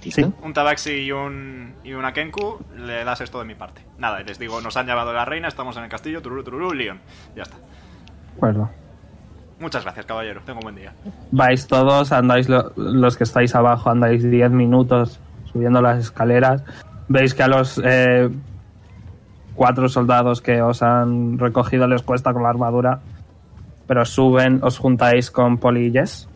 S3: Sí.
S2: Un tabaxi y un, y una kenku, le das esto de mi parte. Nada, y les digo, nos han llamado la reina, estamos en el castillo, tururu, tururu, Leon. Ya está.
S3: De acuerdo.
S2: Muchas gracias, caballero. Tengo un buen día.
S3: Vais todos, andáis lo- los que estáis abajo, andáis 10 minutos subiendo las escaleras. Veis que a los eh, cuatro soldados que os han recogido les cuesta con la armadura, pero suben, os juntáis con Poli y Jess.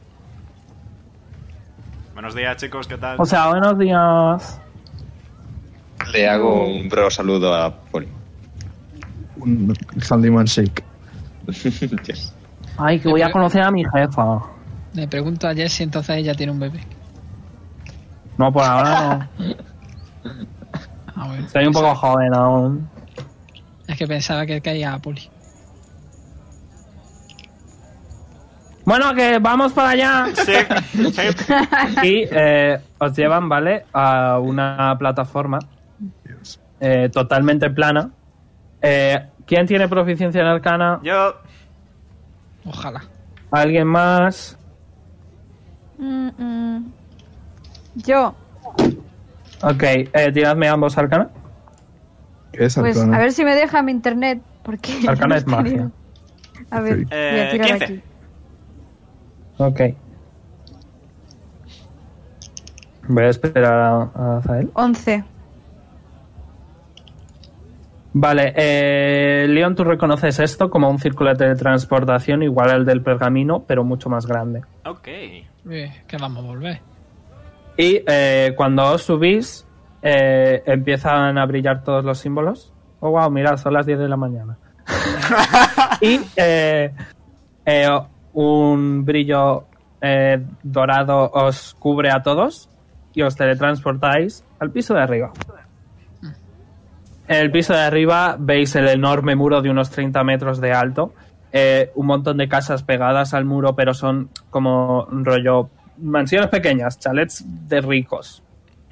S2: Buenos días, chicos, ¿qué tal?
S3: O sea, buenos días.
S1: Le hago un breve saludo a Poli.
S4: Un handyman shake.
S1: Yes.
S3: Ay, que voy a conocer a mi jefa.
S5: Le pregunto a Jess si entonces ella tiene un bebé.
S3: No, por ahora no.
S5: Ah, bueno.
S3: Soy un poco joven aún.
S5: Es que pensaba que caía a Poli.
S3: Bueno, que vamos para allá.
S2: Sí, sí.
S3: Y eh, os llevan, ¿vale? A una plataforma
S4: Dios.
S3: eh, totalmente plana. Eh, ¿Quién tiene proficiencia en arcana?
S2: Yo,
S5: Ojalá.
S3: ¿Alguien más?
S6: Mm, mm. Yo,
S3: Ok, eh, tiradme ambos arcana.
S4: ¿Qué es
S6: pues
S4: arcana?
S6: a ver si me deja mi internet. Porque
S3: Arcana es
S6: no he
S3: magia.
S6: tenido. A ver,
S4: Ok.
S6: voy a
S2: Eh,
S6: tirar
S2: 15.
S6: aquí.
S3: Ok. Voy a esperar a, a Zael.
S6: 11.
S3: Vale, eh, Leon, tú reconoces esto como un círculo de transportación igual al del pergamino, pero mucho más grande.
S2: Ok.
S5: Eh, que vamos a volver.
S3: Y eh, cuando os subís, eh, empiezan a brillar todos los símbolos. Oh, wow, mirad, son las 10 de la mañana. y eh, eh, un brillo eh, dorado os cubre a todos y os teletransportáis al piso de arriba. En el piso de arriba veis el enorme muro de unos 30 metros de alto. eh, un montón de casas pegadas al muro, pero son como un rollo mansiones pequeñas, chalets de ricos.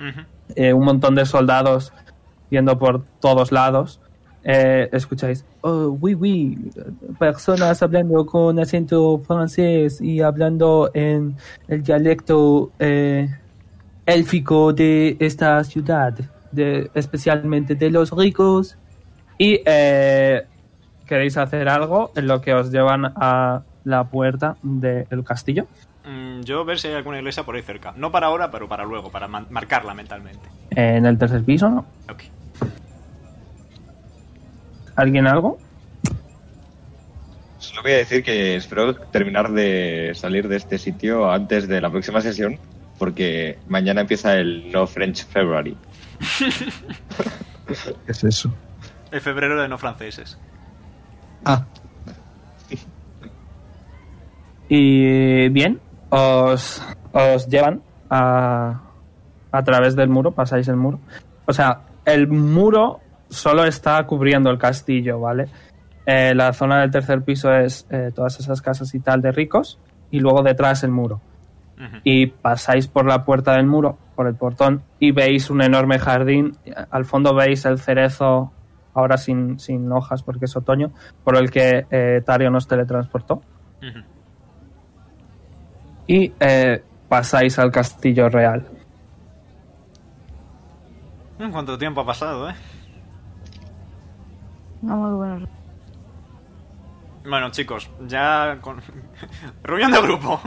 S2: Ujú.
S3: Eh, un montón de soldados yendo por todos lados. Eh, escucháis, oh, oui, oui, personas hablando con acento francés y hablando en el dialecto eh, élfico de esta ciudad, de- especialmente de los ricos. Y eh, queréis hacer algo en lo que os llevan a la puerta del castillo.
S2: Mm, yo ver si hay alguna iglesia por ahí cerca. No para ahora, pero para luego, para man- marcarla mentalmente.
S3: En el tercer piso, ¿no?
S2: Ok.
S3: ¿Alguien algo?
S1: Solo voy a decir que espero terminar de salir de este sitio antes de la próxima sesión, porque mañana empieza el No French February.
S4: ¿Qué es eso?
S2: El febrero de no franceses.
S4: Ah,
S3: Y eh, bien, os, os llevan a, a través del muro, pasáis el muro. O sea, el muro solo está cubriendo el castillo, ¿vale? Eh, la zona del tercer piso es eh, todas esas casas y tal de ricos, y luego detrás el muro.
S2: Ujú.
S3: y pasáis por la puerta del muro, por el portón, y veis un enorme jardín. Al fondo veis el cerezo, ahora sin, sin hojas porque es otoño, por el que eh, Tario nos teletransportó.
S2: Ujú.
S3: Y eh, pasáis al castillo real.
S2: Mm, ¿Cuánto tiempo ha pasado, eh?
S6: No, muy bueno.
S2: Bueno, chicos, ya con... Reunión de grupo.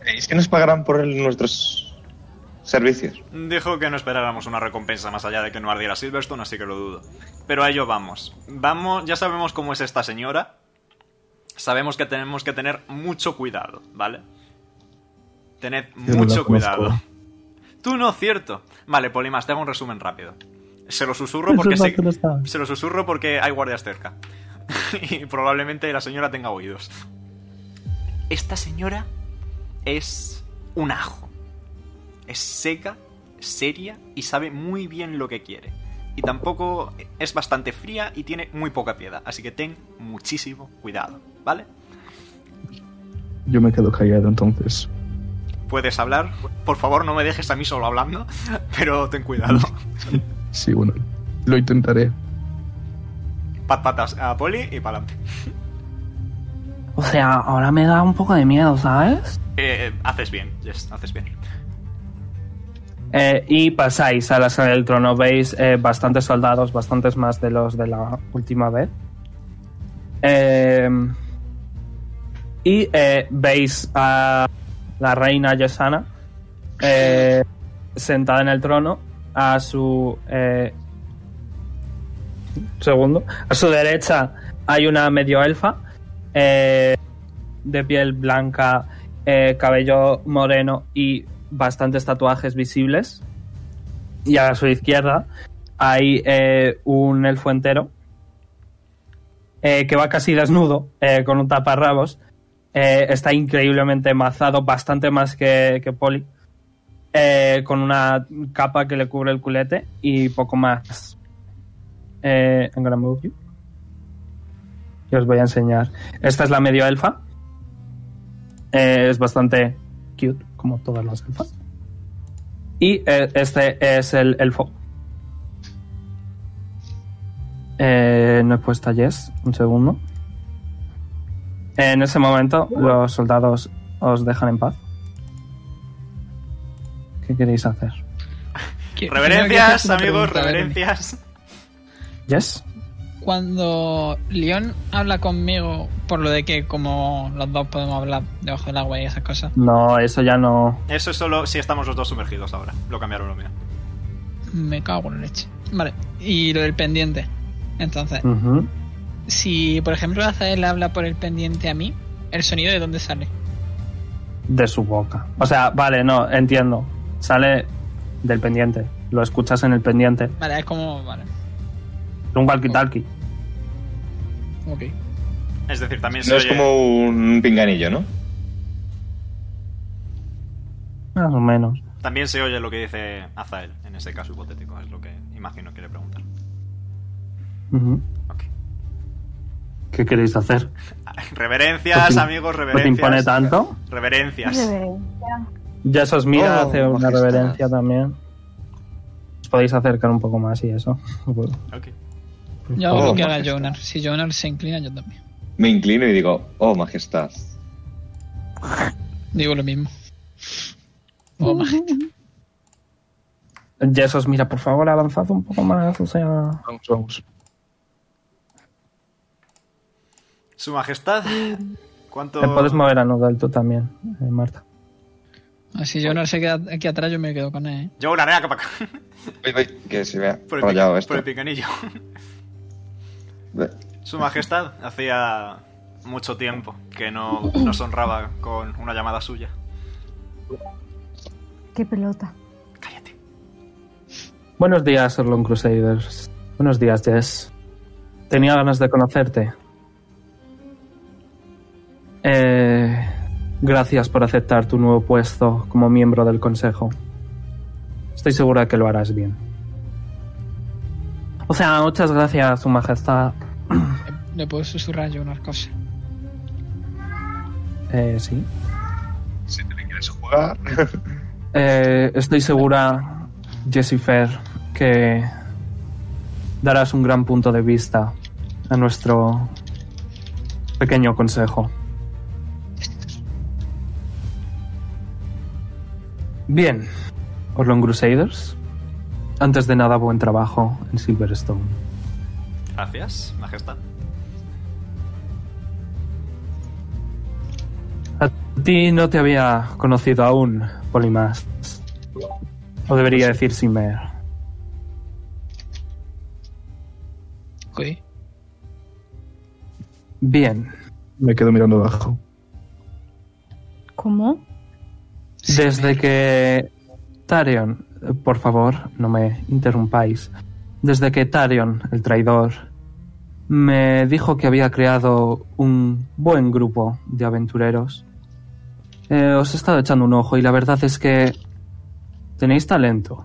S1: ¿Creéis que nos pagarán por el- nuestros servicios?
S2: Dijo que no esperáramos una recompensa más allá de que no ardiera Silverstone, así que lo dudo. Pero a ello vamos. Vamos, ya sabemos cómo es esta señora. Sabemos que tenemos que tener mucho cuidado, ¿vale? Tened
S4: Yo no la
S2: mucho
S4: conozco.
S2: cuidado. Tú no, cierto. Vale, Polimas, te hago un resumen rápido. Se lo susurro porque
S3: Eso
S2: sé-
S3: no te lo sabes.
S2: se lo susurro porque hay guardias cerca. y probablemente la señora tenga oídos. Esta señora es un ajo. Es seca, seria y sabe muy bien lo que quiere. Y tampoco es bastante fría y tiene muy poca piedad. Así que ten muchísimo cuidado, ¿vale?
S4: yo me quedo callado entonces.
S2: Puedes hablar. Por favor, no me dejes a mí solo hablando. Pero ten cuidado.
S4: Sí, bueno, lo intentaré.
S2: Pat patas a Poli y pa'lante.
S7: O sea, ahora me da un poco de miedo, ¿sabes?
S2: Eh, haces bien, Jess, haces bien.
S3: Eh, y pasáis a la sala del trono. Veis eh, bastantes soldados, bastantes más de los de la última vez. Eh, y eh, veis a la reina Yesana eh, sentada en el trono a su eh, segundo a su derecha hay una medio elfa eh, de piel blanca, eh, cabello moreno y bastantes tatuajes visibles. Y a su izquierda hay eh, un elfo entero eh, que va casi desnudo, eh, con un taparrabos. Eh, está increíblemente mazado, bastante más que, que Poli. eh, con una capa que le cubre el culete y poco más. Eh, I'm gonna move you. Y os voy a enseñar. Esta es la medio elfa. Eh, es bastante cute, como todas las elfas. Y eh, este es el elfo. Eh, no he puesto a Jess, un segundo. En ese momento, los soldados os dejan en paz. ¿Qué queréis hacer?
S5: Quiero-
S2: Reverencias,
S5: quiero hacer una
S2: amigos,
S5: pregunta, Bernie.
S2: reverencias.
S3: ¿Yes?
S5: Cuando León habla conmigo, por lo de que como los dos podemos hablar debajo del agua y esas cosas.
S3: No, eso ya no.
S2: Eso es solo si estamos los dos sumergidos ahora. Lo cambiaron lo mío.
S5: Me cago en leche. Vale. Y lo del pendiente. Entonces,
S3: Ujú.
S5: si por ejemplo Azael habla por el pendiente a mí, ¿el sonido de dónde sale?
S3: De su boca. O sea, vale, no, entiendo. Sale del pendiente. Lo escuchas en el pendiente.
S5: Vale, es como. Vale.
S3: Un walkie-talkie.
S5: Ok.
S2: Es decir, también se
S1: No es
S2: oye-
S1: como un pinganillo, ¿no?
S3: Más o menos.
S2: También se oye lo que dice Azael, en ese caso hipotético, es lo que imagino quiere preguntar.
S3: Ujú.
S2: Ok.
S3: ¿Qué queréis hacer?
S2: Reverencias,
S3: ¿No te-
S2: amigos,
S3: Pues ¿No te
S2: reverencias.
S3: impone tanto?
S2: Reverencias.
S3: Ya os mira,
S9: Oh,
S3: hace una
S9: majestad.
S3: reverencia también. Os podéis acercar un poco más y eso.
S2: Ok.
S5: Yo hago
S1: Oh,
S5: lo que haga
S1: majestad.
S5: Jonar. Si Jonar se inclina, yo también.
S1: Me inclino y digo, oh, majestad.
S5: Digo lo mismo. Oh, majestad.
S3: Ya os mira, por favor, avanzad un poco más. O sea,
S4: Vamos, vamos.
S2: Su majestad, ¿cuánto...?
S3: te puedes mover a nudo alto también, eh, Marta.
S5: Ah, Si Jonar se queda aquí atrás, yo me quedo con él. ¿eh?
S2: Yo una nena, que para acá.
S1: Voy, voy, que se vea
S2: Por el,
S1: rayado
S2: pica-
S1: esto.
S2: por el picanillo.
S1: Ve.
S2: Su majestad, hacía mucho tiempo que no nos honraba con una llamada suya.
S6: Qué pelota.
S2: Cállate.
S3: Buenos días, Erlon Crusaders. Buenos días, Jess. Tenía ganas de conocerte. Eh, gracias por aceptar tu nuevo puesto como miembro del Consejo. Estoy segura que lo harás bien. O sea, muchas gracias, Su Majestad.
S5: Le- Le puedo susurrar a Jonar cosas.
S3: Eh, sí.
S4: Si te quieres jugar.
S3: Eh, estoy segura, Jessifer, que darás un gran punto de vista a nuestro pequeño consejo. Bien, Orlon Crusaders. Antes de nada, buen trabajo en Silverstone.
S2: Gracias, majestad.
S3: A ti no te había conocido aún, Polimas. O debería decir Simmer.
S5: Ok.
S3: Bien,
S4: Me quedo mirando abajo.
S6: ¿Cómo?
S3: Desde que Tarion, eh, por favor, no me interrumpáis. Desde que Tarion, el traidor, me dijo que había creado un buen grupo de aventureros, eh, os he estado echando un ojo y la verdad es que tenéis talento,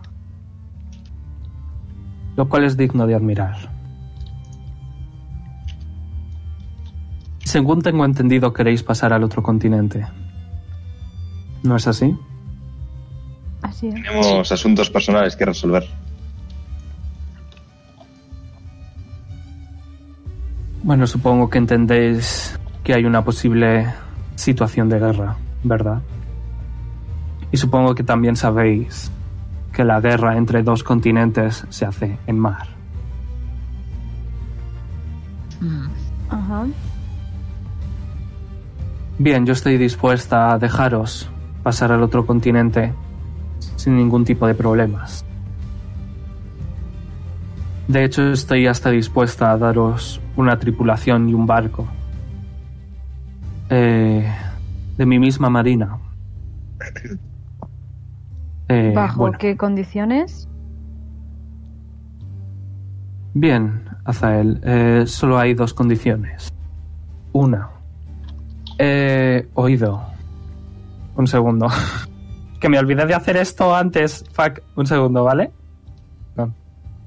S3: lo cual es digno de admirar. Según tengo entendido, queréis pasar al otro continente. ¿No es así?
S6: Así es.
S1: Tenemos asuntos personales que resolver.
S3: Bueno, supongo que entendéis que hay una posible situación de guerra, ¿verdad? Y supongo que también sabéis que la guerra entre dos continentes se hace en mar.
S5: Mm.
S6: Ajá.
S3: Bien, yo estoy dispuesta a dejaros pasar al otro continente sin ningún tipo de problemas. De hecho, estoy hasta dispuesta a daros una tripulación y un barco. Eh, de mi misma marina. Eh,
S6: ¿Bajo
S3: bueno.
S6: qué condiciones?
S3: Bien, Azael, eh, solo hay dos condiciones. Una. Eh, oído. Un segundo. que me olvidé de hacer esto antes. Fuck, un segundo, ¿vale? No.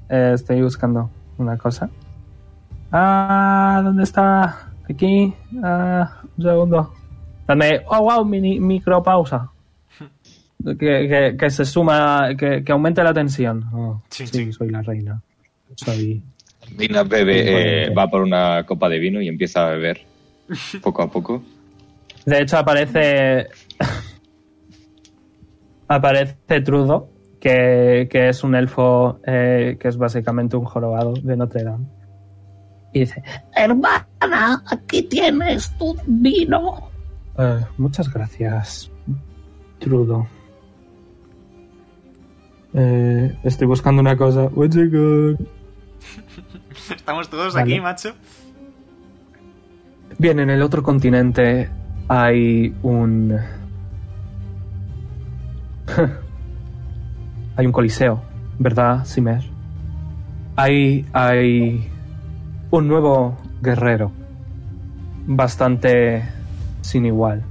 S3: Eh, estoy buscando una cosa. Ah, ¿dónde está? Aquí. Ah, un segundo. Dame. Oh, wow, mini micropausa. Que, que- que se suma, que, que aumente la tensión. Oh,
S2: Chin,
S3: sí,
S2: chin.
S3: soy la reina. Soy Pues, eh.
S1: Dina bebe, eh, va por una copa de vino y empieza a beber. poco a poco.
S3: De hecho, aparece. aparece Trudo, que, que, es un elfo eh, que es básicamente un jorobado de Notre Dame. Y dice:
S9: Hermana, aquí tienes tu vino.
S3: Eh, muchas gracias, Trudo. Eh, estoy buscando una cosa. Oh,
S2: Estamos todos vale. aquí, macho.
S3: Bien, en el otro continente hay un. hay un coliseo, ¿verdad, Simer? Hay. hay. un nuevo guerrero. Bastante. sin igual.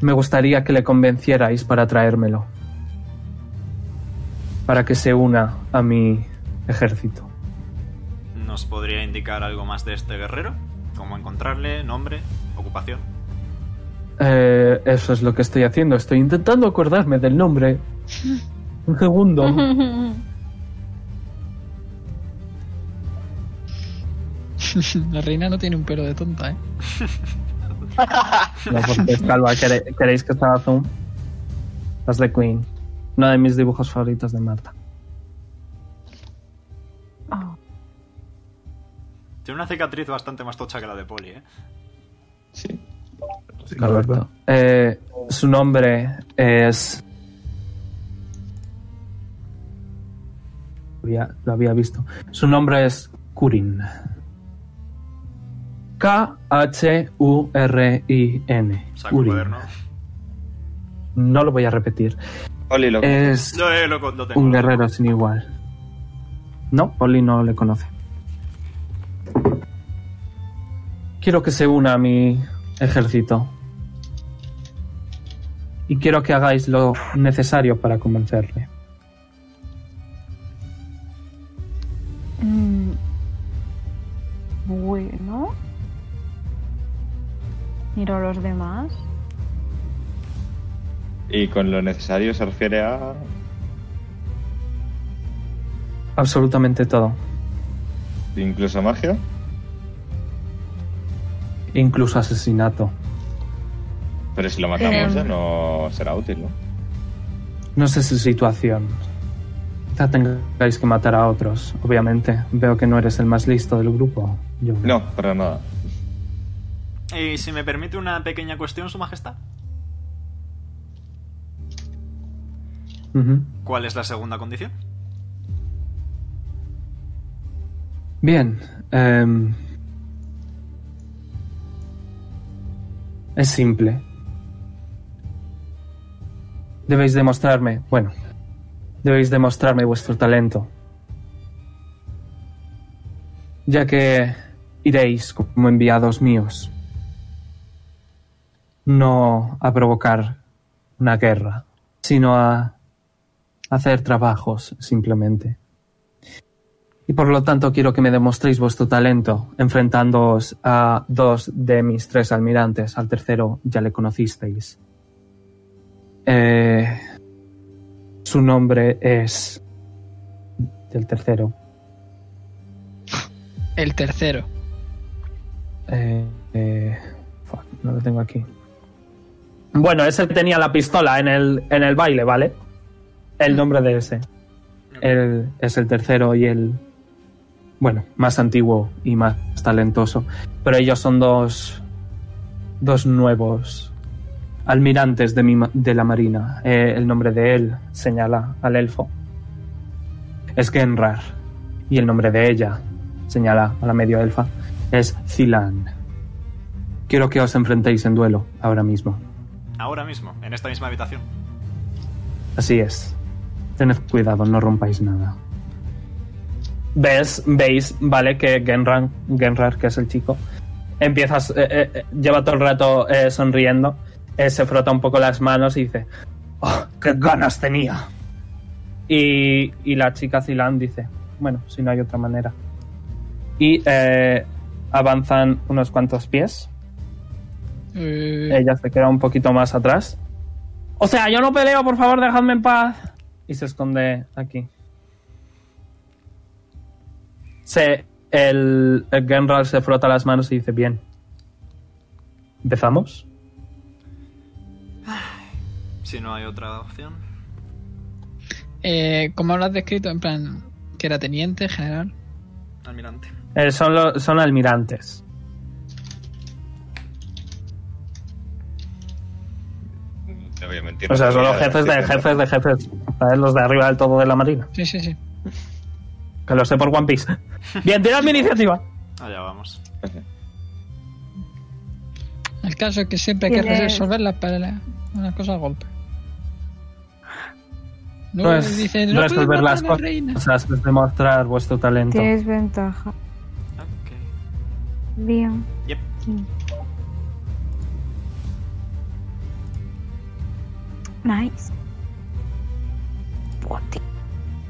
S3: Me gustaría que le convencierais para traérmelo. Para que se una a mi ejército.
S2: ¿Nos podría indicar algo más de este guerrero? ¿Cómo encontrarle? ¿Nombre? ¿Ocupación?
S3: Eh, eso es lo que estoy haciendo. Estoy intentando acordarme del nombre. Un segundo.
S5: La reina no tiene un pelo de tonta, ¿eh?
S3: No, porque es calva. ¿Queréis que estaba Zoom? Las de Queen. Uno de mis dibujos favoritos de Marta.
S2: Oh. Tiene una cicatriz bastante más tocha que la de Poli, ¿eh?
S1: Sí.
S3: sí Correcto. Eh, su nombre es. Había, lo había visto. Su nombre es Kurin. K-H-U-R-I-N.
S2: cuaderno.
S3: No lo voy a repetir.
S1: Oli, lo
S3: es
S2: lo, eh, lo, lo tengo,
S3: un guerrero sin igual. No, Oli no le conoce. Quiero que se una a mi ejército. Y quiero que hagáis lo necesario para convencerle.
S6: Mm. Bueno. Miro a los demás.
S1: Y con lo necesario se refiere a...
S3: Absolutamente todo.
S1: ¿Incluso magia?
S3: Incluso asesinato.
S1: Pero si lo matamos ya no será útil, ¿no?
S3: No sé su situación. Quizá tengáis que matar a otros, obviamente. Veo que no eres el más listo del grupo. Yo...
S1: No, para nada.
S2: ¿Y si me permite una pequeña cuestión, Su Majestad?
S3: Uh -huh.
S2: ¿Cuál es la segunda condición?
S3: Bien. Eh, es simple. Debéis demostrarme, bueno, debéis demostrarme vuestro talento. Ya que iréis como enviados míos. No a provocar una guerra, sino a hacer trabajos simplemente. Y por lo tanto quiero que me demostréis vuestro talento enfrentándoos a dos de mis tres almirantes. Al tercero ya le conocisteis. Eh, su nombre es... El tercero.
S5: El tercero.
S3: Eh, eh, fuck, no lo tengo aquí. Bueno, ese tenía la pistola en el, en el baile, ¿vale? El nombre de ese. Él es el tercero y el, bueno, más antiguo y más talentoso. Pero ellos son dos, dos nuevos almirantes de, mi, de la marina. Eh, el nombre de él señala al elfo. Es Genrar. Y el nombre de ella señala a la medio elfa. Es Zilan. Quiero que os enfrentéis en duelo ahora mismo.
S2: Ahora mismo, en esta misma habitación.
S3: Así es. Tened cuidado, no rompáis nada. ¿Ves? ¿Veis? Vale, que Genran, Genrar, que es el chico, empiezas, eh, eh, lleva todo el rato eh, sonriendo, eh, se frota un poco las manos y dice, oh, ¡qué ganas tenía! Y, y la chica Zilan dice, bueno, si no hay otra manera. Y eh, avanzan unos cuantos pies.
S5: Eh,
S3: Ella se queda un poquito más atrás. O sea, yo no peleo, por favor, dejadme en paz y se esconde aquí. Se, El, el Genral se frota las manos y dice, bien. ¿Empezamos?
S2: Si no hay otra opción.
S5: Eh, ¿Cómo lo has descrito? En plan, que era teniente, general.
S2: Almirante.
S3: Eh, son, lo- son almirantes.
S10: Te voy a mentir.
S3: O sea, son
S10: Voy a
S3: los jefes de
S10: decirte-
S3: jefes de jefes. ¿sabes? Los de arriba del todo de la marina.
S5: Sí, sí, sí.
S3: Que lo sé por One Piece. Bien, tirad mi iniciativa.
S2: Allá vamos.
S5: El caso es que siempre hay que
S6: Tiene-
S5: resolver las peleas. Una cosa al golpe. Luego
S3: Pues,
S5: dice, no puedes
S3: resolver
S5: matar
S3: las
S5: a la reina.
S3: cosas es demostrar vuestro talento.
S6: Tienes ventaja.
S2: Ok.
S6: Bien.
S2: Yep.
S6: Nice. Bote.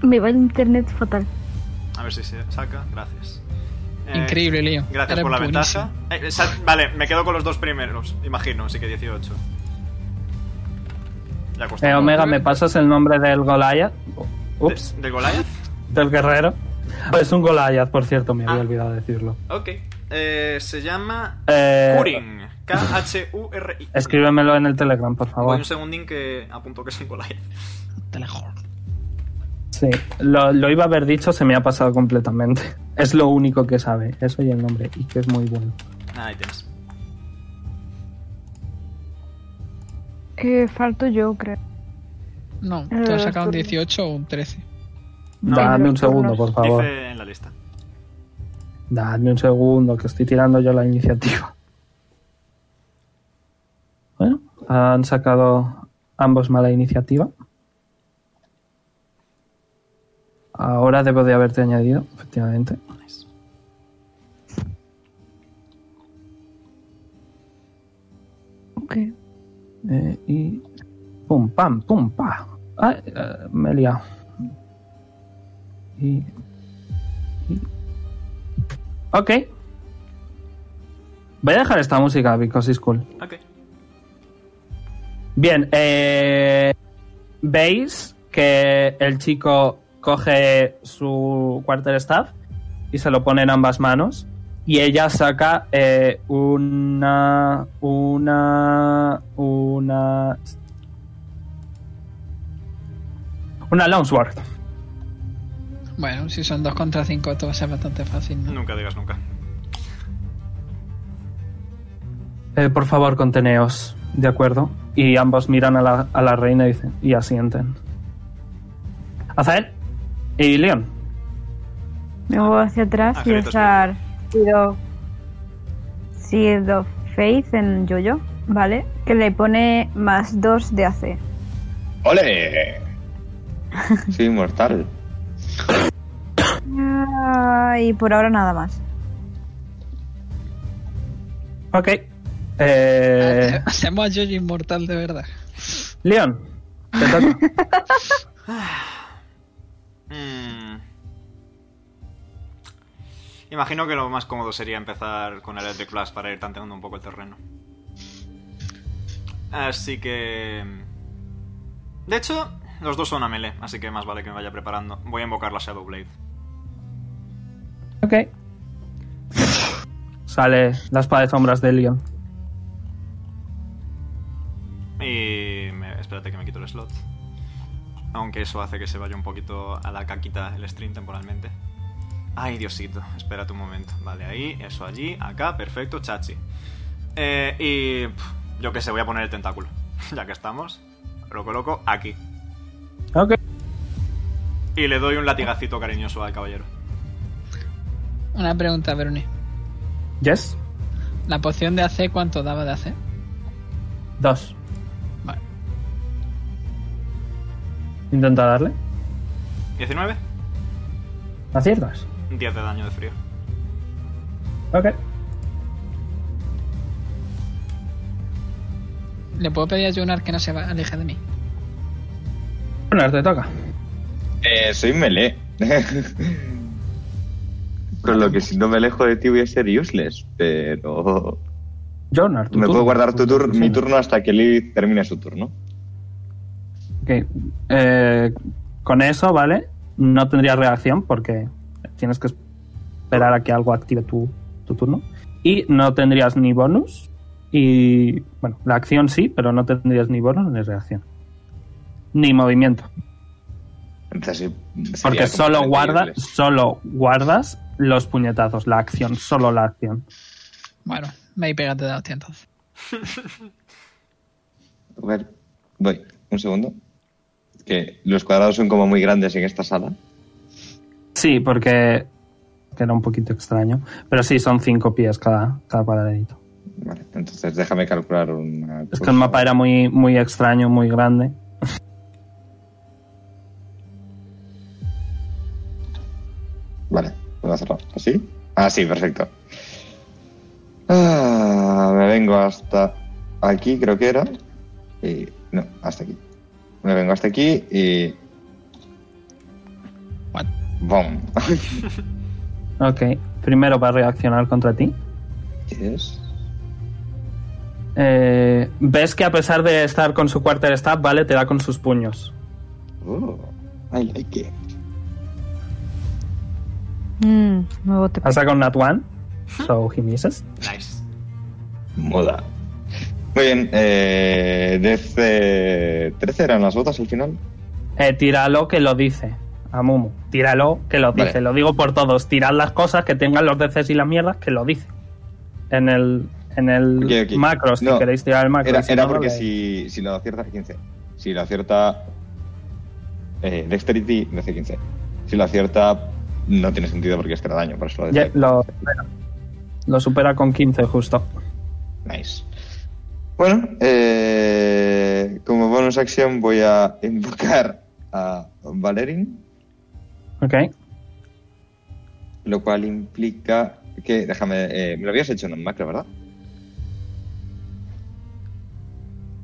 S6: Me va el internet fatal.
S2: A ver si se saca. Gracias. Eh,
S5: Increíble, Leo.
S2: Gracias
S5: Era
S2: por la
S5: buenísimo.
S2: ventaja. Eh, sa- vale, me quedo con los dos primeros, imagino, así que 18. Ya costó.
S3: Eh, Omega, ¿me pasas el nombre del Goliath? Ups,
S2: ¿De, ¿Del Goliath?
S3: del guerrero. Es un Goliath, por cierto, me había
S2: Ah.
S3: olvidado decirlo.
S2: Ok. Eh, se llama
S3: Eh,
S2: Kurin. K-H-U-R-I.
S3: Escríbemelo en el Telegram, por
S2: Voy
S3: favor.
S2: un segundín que apunto que es un Goliath.
S5: Te la juro.
S3: Sí, lo, lo iba a haber dicho, se me ha pasado completamente. Es lo único que sabe, eso y el nombre, y que es muy bueno.
S2: Ahí tienes.
S6: Eh, falto yo, creo.
S5: No,
S6: Eh,
S5: te has sacado un
S6: tú-
S5: 18 o un 13.
S3: Dame un
S6: los turnos.
S3: segundo, por favor.
S2: Dice en la lista.
S3: Dame un segundo, que estoy tirando yo la iniciativa. Bueno, han sacado ambos mala iniciativa. Ahora debo de haberte añadido, efectivamente.
S2: Nice.
S6: Ok.
S3: Eh, y. Pum, pam, pum, pa. Ay, eh, me he liado. Y. y- Ok. Voy a dejar esta música because it's cool.
S2: Ok.
S3: Bien, eh, veis que el chico coge su quarterstaff y se lo pone en ambas manos y ella saca eh, una una una una longsword.
S5: Bueno, si son 2 contra 5, esto va a ser bastante fácil. ¿no?
S2: Nunca digas nunca.
S3: Eh, por favor, conteneos, de acuerdo. Y ambos miran a la, a la reina y, dicen- y asienten. Azael y Leon.
S6: Me voy hacia atrás y
S2: Angelitos
S6: usar Shield of- Shield of Faith en Jojo, ¿vale? Que le pone más 2 de AC.
S10: ¡Ole!
S1: Soy inmortal.
S6: Ah, y por ahora nada más.
S3: Ok. Eh,
S5: Hacemos a Jojo inmortal de verdad.
S3: Leon, te toca.
S2: Mm. Imagino que lo más cómodo sería empezar con el Electric Flash para ir tanteando un poco el terreno. Así que... De hecho, los dos son a melee, así que más vale que me vaya preparando. Voy a invocar la Shadow Blade.
S3: ok. Sale la espada de sombras de Leon.
S2: Y... me- espérate que me quito el slot. Aunque eso hace que se vaya un poquito a la caquita el stream temporalmente. Ay, Diosito, espérate un momento. Vale, ahí, eso allí, acá, perfecto, chachi. Eh, y... pf, yo qué sé, voy a poner el tentáculo. ya que estamos, lo coloco aquí.
S3: Ok.
S2: Y le doy un latigacito cariñoso al caballero.
S5: Una pregunta, Veroni.
S3: Yes.
S5: ¿La poción de AC cuánto daba de AC?
S3: Dos.
S5: Vale.
S3: Intenta darle.
S2: ¿19?
S3: ¿Aciertas?
S2: 10 de daño de frío.
S3: Ok.
S5: ¿Le puedo pedir a Jonar que no se va- aleje de mí?
S3: Bueno, te toca.
S1: Eh, soy melee. Con lo que si no me alejo de ti voy a ser useless, pero...
S3: Jonar, tu
S1: Me puedo
S3: turno.
S1: guardar tu tur- mi turno hasta que Lilith termine su turno.
S3: Ok. Eh, con eso, ¿vale? No tendría reacción porque tienes que esperar a que algo active tu, tu turno. Y no tendrías ni bonus. Y bueno, la acción sí, pero no tendrías ni bonus ni reacción. Ni movimiento.
S1: Entonces,
S3: Porque solo, guarda, solo guardas los puñetazos, la acción, solo la acción.
S5: Bueno, me he pegado de 200.
S1: A ver, voy, un segundo. Que los cuadrados son como muy grandes en esta sala.
S3: Sí, porque era un poquito extraño. Pero sí, son 5 pies cada, cada cuadradito.
S1: Vale, entonces déjame calcular una.
S3: Es que el mapa era muy, muy extraño, muy grande.
S1: Vale, puedo hacerlo. ¿Así? Ah, sí, perfecto. Ah, me vengo hasta aquí, creo que era. Y. No, hasta aquí. Me vengo hasta aquí y.
S5: What?
S1: ¡Bom!
S3: ok, primero va a reaccionar contra ti.
S1: Yes.
S3: Eh, ves que a pesar de estar con su quarter staff, vale, te da con sus puños.
S1: Oh, I like it.
S6: Mm, nuevo te
S3: Ha sacado un nat one, so he misses.
S2: Nice.
S1: Moda. Muy bien, eh, desde 13 eran las botas al final.
S3: Eh, tíralo que lo dice. A Mumu, tíralo que lo
S1: Vale.
S3: dice. Lo digo por todos. Tirad las cosas que tengan los DCs y las mierdas que lo dice. En el, en el
S1: Ok, ok.
S3: macro, si
S1: No,
S3: queréis tirar el macro.
S1: Era,
S3: si
S1: era
S3: no, no
S1: porque si,
S3: leéis.
S1: si lo acierta, 15. Si lo acierta. Eh, Dexterity, DC 15. Si lo acierta, no tiene sentido porque es daño, por eso lo
S3: Ya,
S1: decía.
S3: lo, supera. Lo supera con 15 justo.
S1: Nice. Bueno, eh, como bonus acción voy a invocar a Valerin,
S3: Ok.
S1: lo cual implica que. Déjame. eh, me lo habías hecho en un macro, ¿verdad?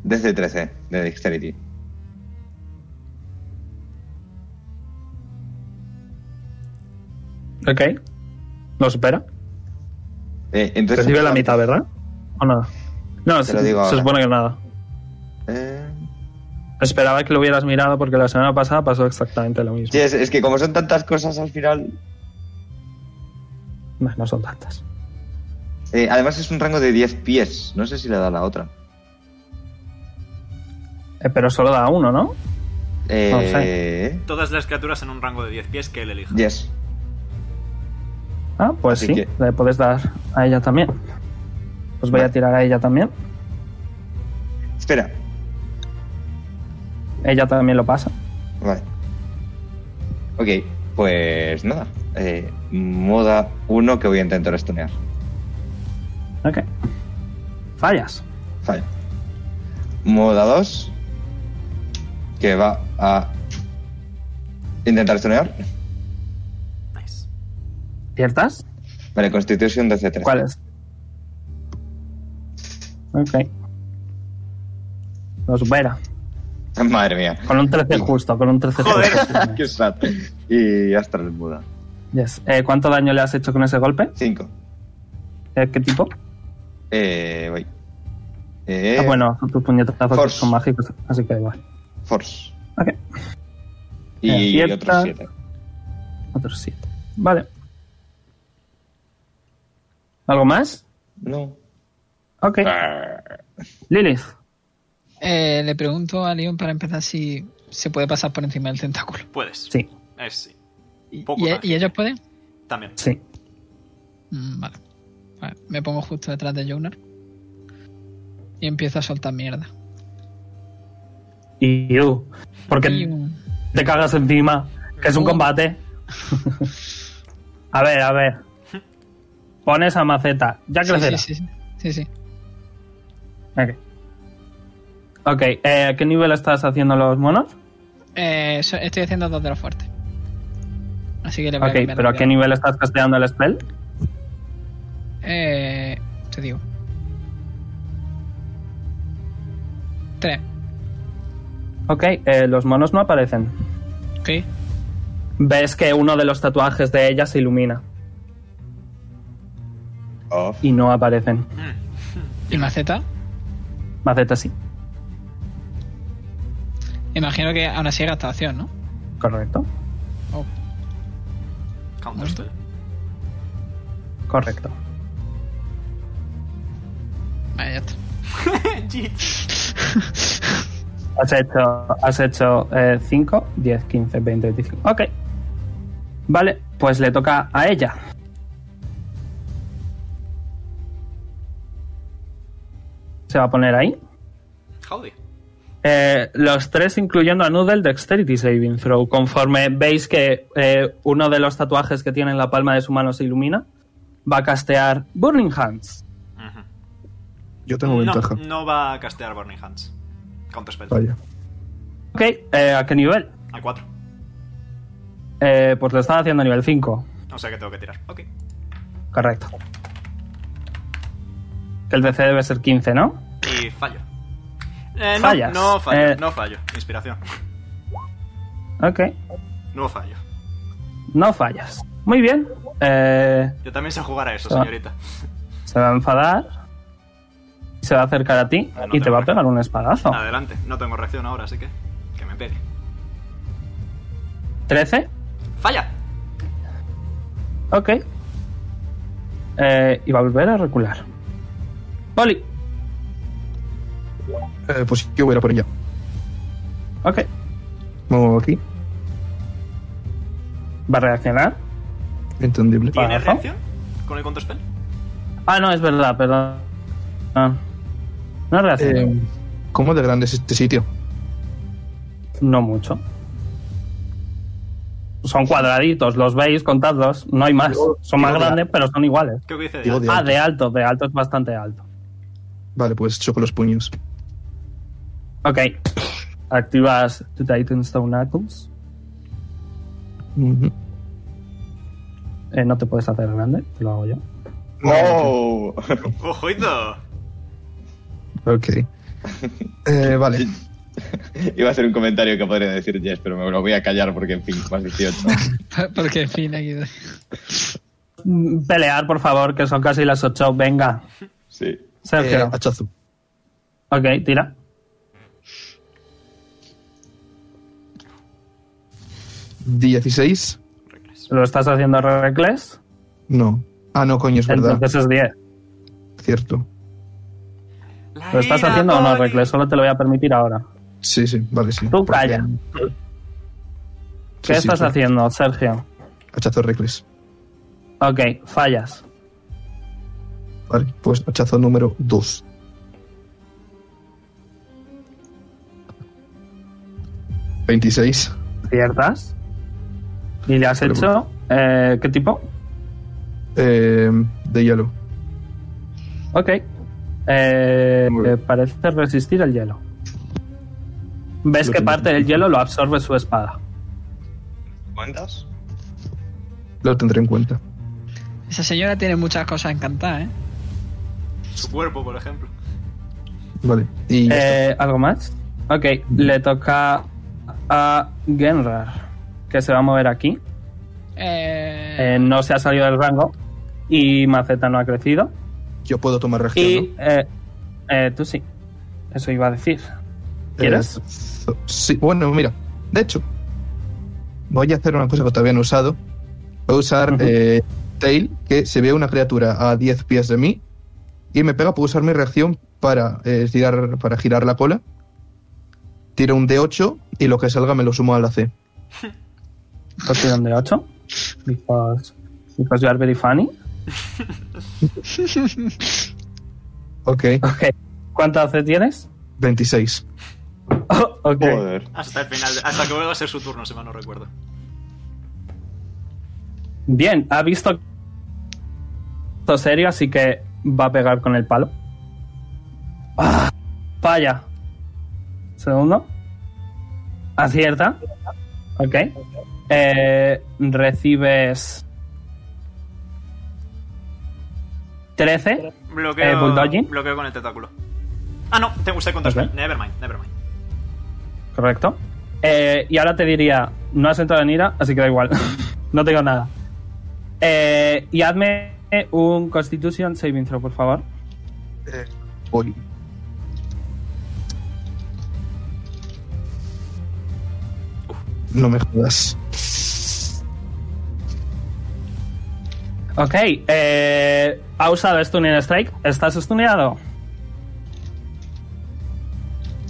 S1: DC 13 eh, de Dexterity.
S3: Ok. Lo supera.
S1: Eh, entonces
S3: Recibe la mitad, ¿verdad? ¿O nada? No,
S1: Te
S3: se,
S1: lo digo
S3: se
S1: ahora.
S3: supone que nada.
S1: Eh,
S3: Esperaba que lo hubieras mirado porque la semana pasada pasó exactamente lo mismo.
S1: sí, es, es que como son tantas cosas al final.
S3: No, no son tantas.
S1: eh, además es un rango de 10 pies. No sé si le da la otra.
S3: Eh, pero solo da uno, ¿no? No
S1: Eh,
S2: Todas las criaturas en un rango de 10 pies que él elija.
S1: yes.
S3: Ah, pues
S1: Así
S3: sí.
S1: que-
S3: Le puedes dar a ella también. Pues voy
S1: Vale.
S3: a tirar a ella también.
S1: Espera.
S3: Ella también lo pasa.
S1: Vale. Ok, pues nada. Eh, moda 1 que voy a intentar estonear.
S3: Ok. Fallas.
S1: Vale. Moda 2 que va a intentar estonear.
S2: Nice.
S3: ¿Ciertas?
S1: Vale, Constitution de C3.
S3: ¿Cuáles? Ok. Lo supera.
S1: Madre mía.
S3: Con un 13 justo, con un 13
S2: Joder.
S3: justo.
S1: Qué sad. Y hasta el Buda.
S3: Yes. Eh, ¿Cuánto daño le has hecho con ese golpe?
S1: 5.
S3: Eh, ¿Qué tipo?
S1: Eh, voy. Eh,
S3: Ah, bueno, tus puñetazos
S1: force.
S3: son mágicos, así que igual.
S1: Force.
S3: Ok,
S1: Y
S3: Acierta.
S1: otros 7.
S3: otros 7. Vale. ¿Algo más?
S1: No. Ah,
S3: Ok.
S5: Ah.
S3: Lilith.
S5: Eh, le pregunto a Leon para empezar si se puede pasar por encima del tentáculo.
S2: Puedes.
S3: Sí,
S2: Es sí.
S5: ¿Y,
S2: Poco
S5: y-
S2: ágil.
S5: y ellos pueden?
S2: También.
S3: sí.
S5: Mm, vale. Vale, Me pongo justo detrás de Jonar. Y empiezo a soltar mierda.
S3: Y you.
S5: Y
S3: Porque
S5: un-
S3: te cagas encima. Que es un
S5: Uh.
S3: combate. a ver, a ver. Pon esa maceta. Ya
S5: Sí,
S3: crecerá.
S5: sí, sí, sí. Sí, sí.
S3: Ok. Ok, eh, ¿a qué nivel estás haciendo los monos?
S5: Eh, so- estoy haciendo dos de los fuertes. Así que le voy
S3: Ok,
S5: a cambiar
S3: pero ¿a
S5: la
S3: qué
S5: vida.
S3: nivel estás casteando el spell?
S5: Eh, te digo. Tres.
S3: Ok, eh, los monos no aparecen.
S5: Ok.
S3: Ves que uno de los tatuajes de ella se ilumina
S1: Off.
S3: y no aparecen.
S2: Mm.
S5: ¿Y maceta?
S3: Maceta sí,
S5: Imagino que aún así era hasta acción, ¿no?
S3: correcto.
S5: Oh,
S2: Counter spell.
S3: Correcto.
S5: Vale, ya está.
S3: Has hecho, has hecho eh, 5, 10, 15, 20, 25. Ok. Vale, pues le toca a ella. Se va a poner ahí.
S2: Howdy.
S3: Eh, los tres, incluyendo a Noodle, Dexterity Saving Throw. Conforme veis que eh, uno de los tatuajes que tiene en la palma de su mano se ilumina, va a castear Burning Hands.
S2: Ujú.
S4: Yo tengo
S2: no,
S4: ventaja.
S2: no va a castear Burning Hands. Con spell.
S4: Vaya.
S3: Ok, eh, ¿a qué nivel?
S2: A 4.
S3: Eh, pues lo están haciendo a nivel 5.
S2: O sea que tengo que tirar. Ok.
S3: Correcto. Que el DC debe ser 15, ¿no?
S2: Y fallo. Eh, no,
S3: Fallas.
S2: No fallo,
S3: Eh.
S2: no fallo. Inspiración.
S3: Ok,
S2: No fallo.
S3: no fallas. Muy bien. Eh,
S2: Yo también sé jugar a eso,
S3: Ah.
S2: señorita.
S3: se va a enfadar. Se va a acercar a ti
S2: Ah, no
S3: y
S2: te
S3: te va a
S2: acuerdas.
S3: pegar un espadazo.
S2: Adelante. No tengo reacción ahora, así que. Que me pegue.
S3: ¿13?
S2: ¡Falla!
S3: Ok. Eh, y va a volver a recular. Poli.
S4: Eh, pues yo voy a ir a por ella.
S3: Ok.
S4: Me muevo aquí.
S3: Va a reaccionar.
S4: Entendible.
S2: ¿Tiene
S3: Ajá.
S2: reacción? ¿Con el contra spell?
S3: Ah, no, es verdad, perdón. Ah. No reacciona.
S4: Eh, ¿Cómo de grande es este sitio?
S3: No mucho. Son cuadraditos, los veis, contadlos. No hay más. Son más
S4: digo de
S3: grandes, pero son iguales.
S2: Creo que dice de
S4: Digo
S2: alto.
S4: de
S3: Ah,
S4: alto.
S3: de alto, de alto es bastante alto.
S4: Vale, pues choco los puños.
S3: Ok. Activas tu Titan Stone Knuckles.
S4: Ujú.
S3: Eh, no te puedes hacer grande, te lo hago yo.
S1: ¡Oh!
S2: ¡Ojoito!
S4: Ok. Eh, vale.
S1: Iba a hacer un comentario que podría decir Jess, pero me lo voy a callar porque, en fin, más 18.
S5: Porque, en fin, aquí.
S3: Mm, Pelear, por favor, que son casi las 8. Venga.
S1: Sí.
S4: Eh,
S3: Sergio.
S4: hachazo.
S3: ok, tira.
S4: ¿16?
S3: Lo estás haciendo reckless.
S4: No. Ah, no, coño, es verdad.
S3: Entonces es 10.
S4: Cierto.
S2: La
S3: ¿Lo estás
S2: ira,
S3: haciendo o no
S2: Poli.
S3: reckless? Solo te lo voy a permitir ahora.
S4: Sí, sí, vale, sí.
S3: Tú
S4: Porque-
S3: calla.
S4: Sí,
S3: ¿Qué
S4: sí,
S3: estás
S4: claro.
S3: haciendo, Sergio?
S4: Hachazo reckless.
S3: Ok, fallas.
S4: Vale, pues hachazo número 2. ¿26?
S3: ¿Ciertas? ¿Y le has
S4: Pero
S3: hecho? eh, ¿Qué tipo?
S4: Eh, de hielo.
S3: Ok. Eh,
S4: Muy
S3: eh,
S4: bien.
S3: parece resistir el hielo. Ves
S4: Lo
S3: que
S4: tengo.
S3: parte del hielo lo absorbe su espada.
S10: ¿Cuántas?
S4: Lo tendré en cuenta.
S5: Esa señora tiene muchas cosas encantadas, ¿eh?
S2: Su cuerpo, por ejemplo.
S4: Vale. Y ya está.
S3: Eh, ¿Algo más? Ok, le toca a Genrar, que se va a mover aquí.
S5: Eh,
S3: Eh, no se ha salido del rango y Maceta no ha crecido.
S4: yo puedo tomar reacción. ¿no?
S3: Y eh, eh, tú sí, eso iba a decir. ¿Quieres?
S4: Eh, zo- sí, bueno, mira. De hecho, voy a hacer una cosa que todavía no he usado. Voy a usar
S3: Ujú.
S4: eh, Tail, que se ve una criatura a 10 pies de mí y me pega. Puedo usar mi reacción para, eh, girar, para girar la cola. Tiro un D8 y lo que salga me lo sumo a la C.
S3: Pues tiran de 8. Because, because you are very funny.
S4: Ok,
S3: Ok. ¿Cuánta C tienes? Oh,
S4: 26.
S3: ok.
S1: Joder.
S2: Hasta el final. de- hasta que vuelva a ser su turno, si mal no recuerdo.
S3: Bien, ha visto esto serio, así que va a pegar con el palo. Ah, falla. Segundo. Acierta. Ok. Eh, recibes 13.
S2: Bloqueo,
S3: Eh, bulldogging.
S2: bloqueo con el tentáculo. Ah, no, tengo usted contra
S3: Ok.
S2: spell. Nevermind, nevermind.
S3: Correcto. Eh, y ahora te diría, no has entrado en ira, así que da igual. no te digo nada. Eh, y hazme un Constitution Saving Throw, por favor.
S4: Voy. No me jodas.
S3: Ok, eh, ha usado Stunning Strike. ¿Estás stuneado?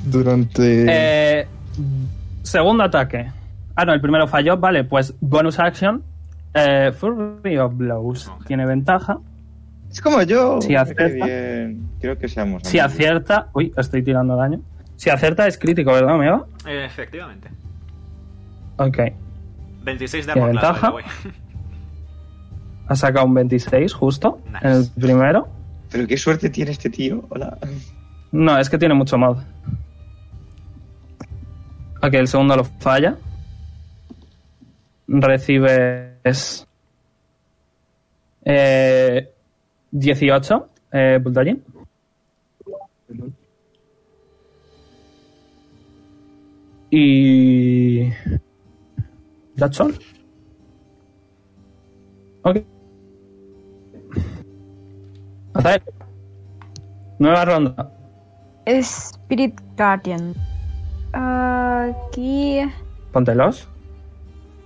S4: Durante.
S3: Eh, segundo ataque. Ah, no, el primero falló. Vale, pues bonus action. Eh, Fury of Blows. Tiene ventaja.
S1: Es como yo.
S3: Si acierta.
S1: Bien. Creo que seamos.
S3: Si
S1: amigos.
S3: acierta. Uy, estoy tirando daño. Si acierta es crítico, ¿verdad, amigo?
S2: Efectivamente.
S3: Ok.
S2: 26 de
S3: ¿Tiene
S2: armor class,
S3: ventaja?
S2: by the way.
S3: Ha sacado un 26, justo.
S2: Nice.
S3: en El primero.
S1: Pero qué suerte tiene este tío. Hola.
S3: No, es que tiene mucho mod. Ok, el segundo lo falla. Recibes. Eh, 18, eh, Bulldogging. Y. That's all. Ok. Hasta Nueva ronda.
S6: Spirit Guardian. Aquí.
S3: Póntelos.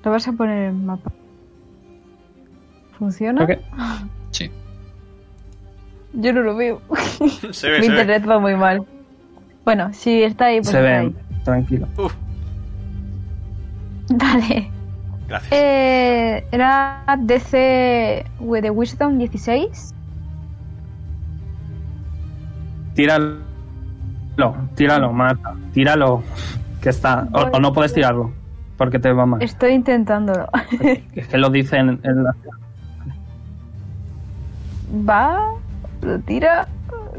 S6: Lo vas a poner en el mapa. ¿Funciona?
S3: Ok.
S5: Sí.
S6: Yo no lo veo.
S2: Se ve, se ve.
S6: Mi internet va muy mal. Bueno, si está ahí, pues
S3: Se
S6: está
S3: ven.
S6: ahí.
S3: Tranquilo.
S2: Uf,
S6: Dale.
S2: gracias.
S6: Eh, era DC with the Wisdom 16.
S3: Tíralo. Tíralo, mata. Tíralo. Que está. O, o no puedes tirarlo. Porque te va mal.
S6: Estoy intentándolo.
S3: Es que lo dicen en la.
S6: va, lo tira,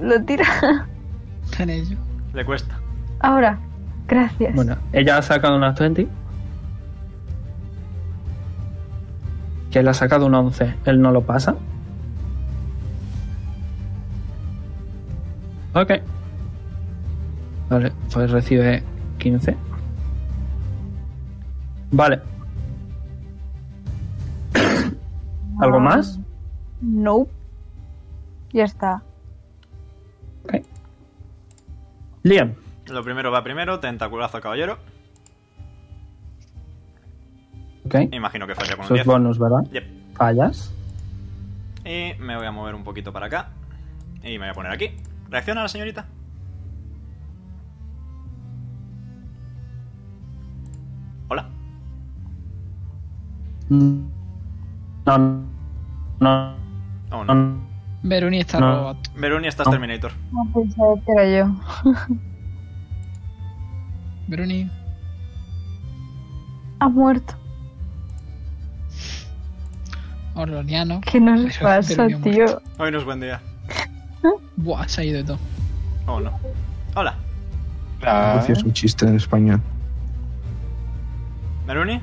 S6: lo tira.
S5: Está en ello.
S2: Le cuesta.
S6: Ahora, gracias.
S3: Bueno, ella ha sacado una 20. Que él ha sacado un 11. Él no lo pasa. Ok. Vale, pues recibe 15. Vale. ¿Algo más?
S6: Ah, Nope. Ya está.
S3: Liam.
S2: Lo primero va primero, tentaculazo caballero.
S3: Ok.
S2: Imagino que falla con un
S3: Sus
S2: 10.
S3: bonus, ¿verdad?
S2: Yep.
S3: Fallas.
S2: Y me voy a mover un poquito para acá. Y me voy a poner aquí. ¿Reacciona la señorita? Hola.
S3: No. No. No.
S2: Oh, no.
S3: no.
S5: Veruni está
S3: No.
S5: robot.
S2: Veruni, estás
S3: No.
S2: Terminator.
S6: No pensaba que era yo.
S5: Veruni.
S6: Ha muerto.
S5: Orloniano.
S6: Que no es
S5: Pero-
S6: pasa,
S5: pero mi
S6: tío.
S2: Hoy no es buen día.
S5: Buah, se ha ido de todo.
S2: Oh, no. Hola.
S1: Hola.
S4: Lucio es un chiste en español.
S2: ¿Veruni?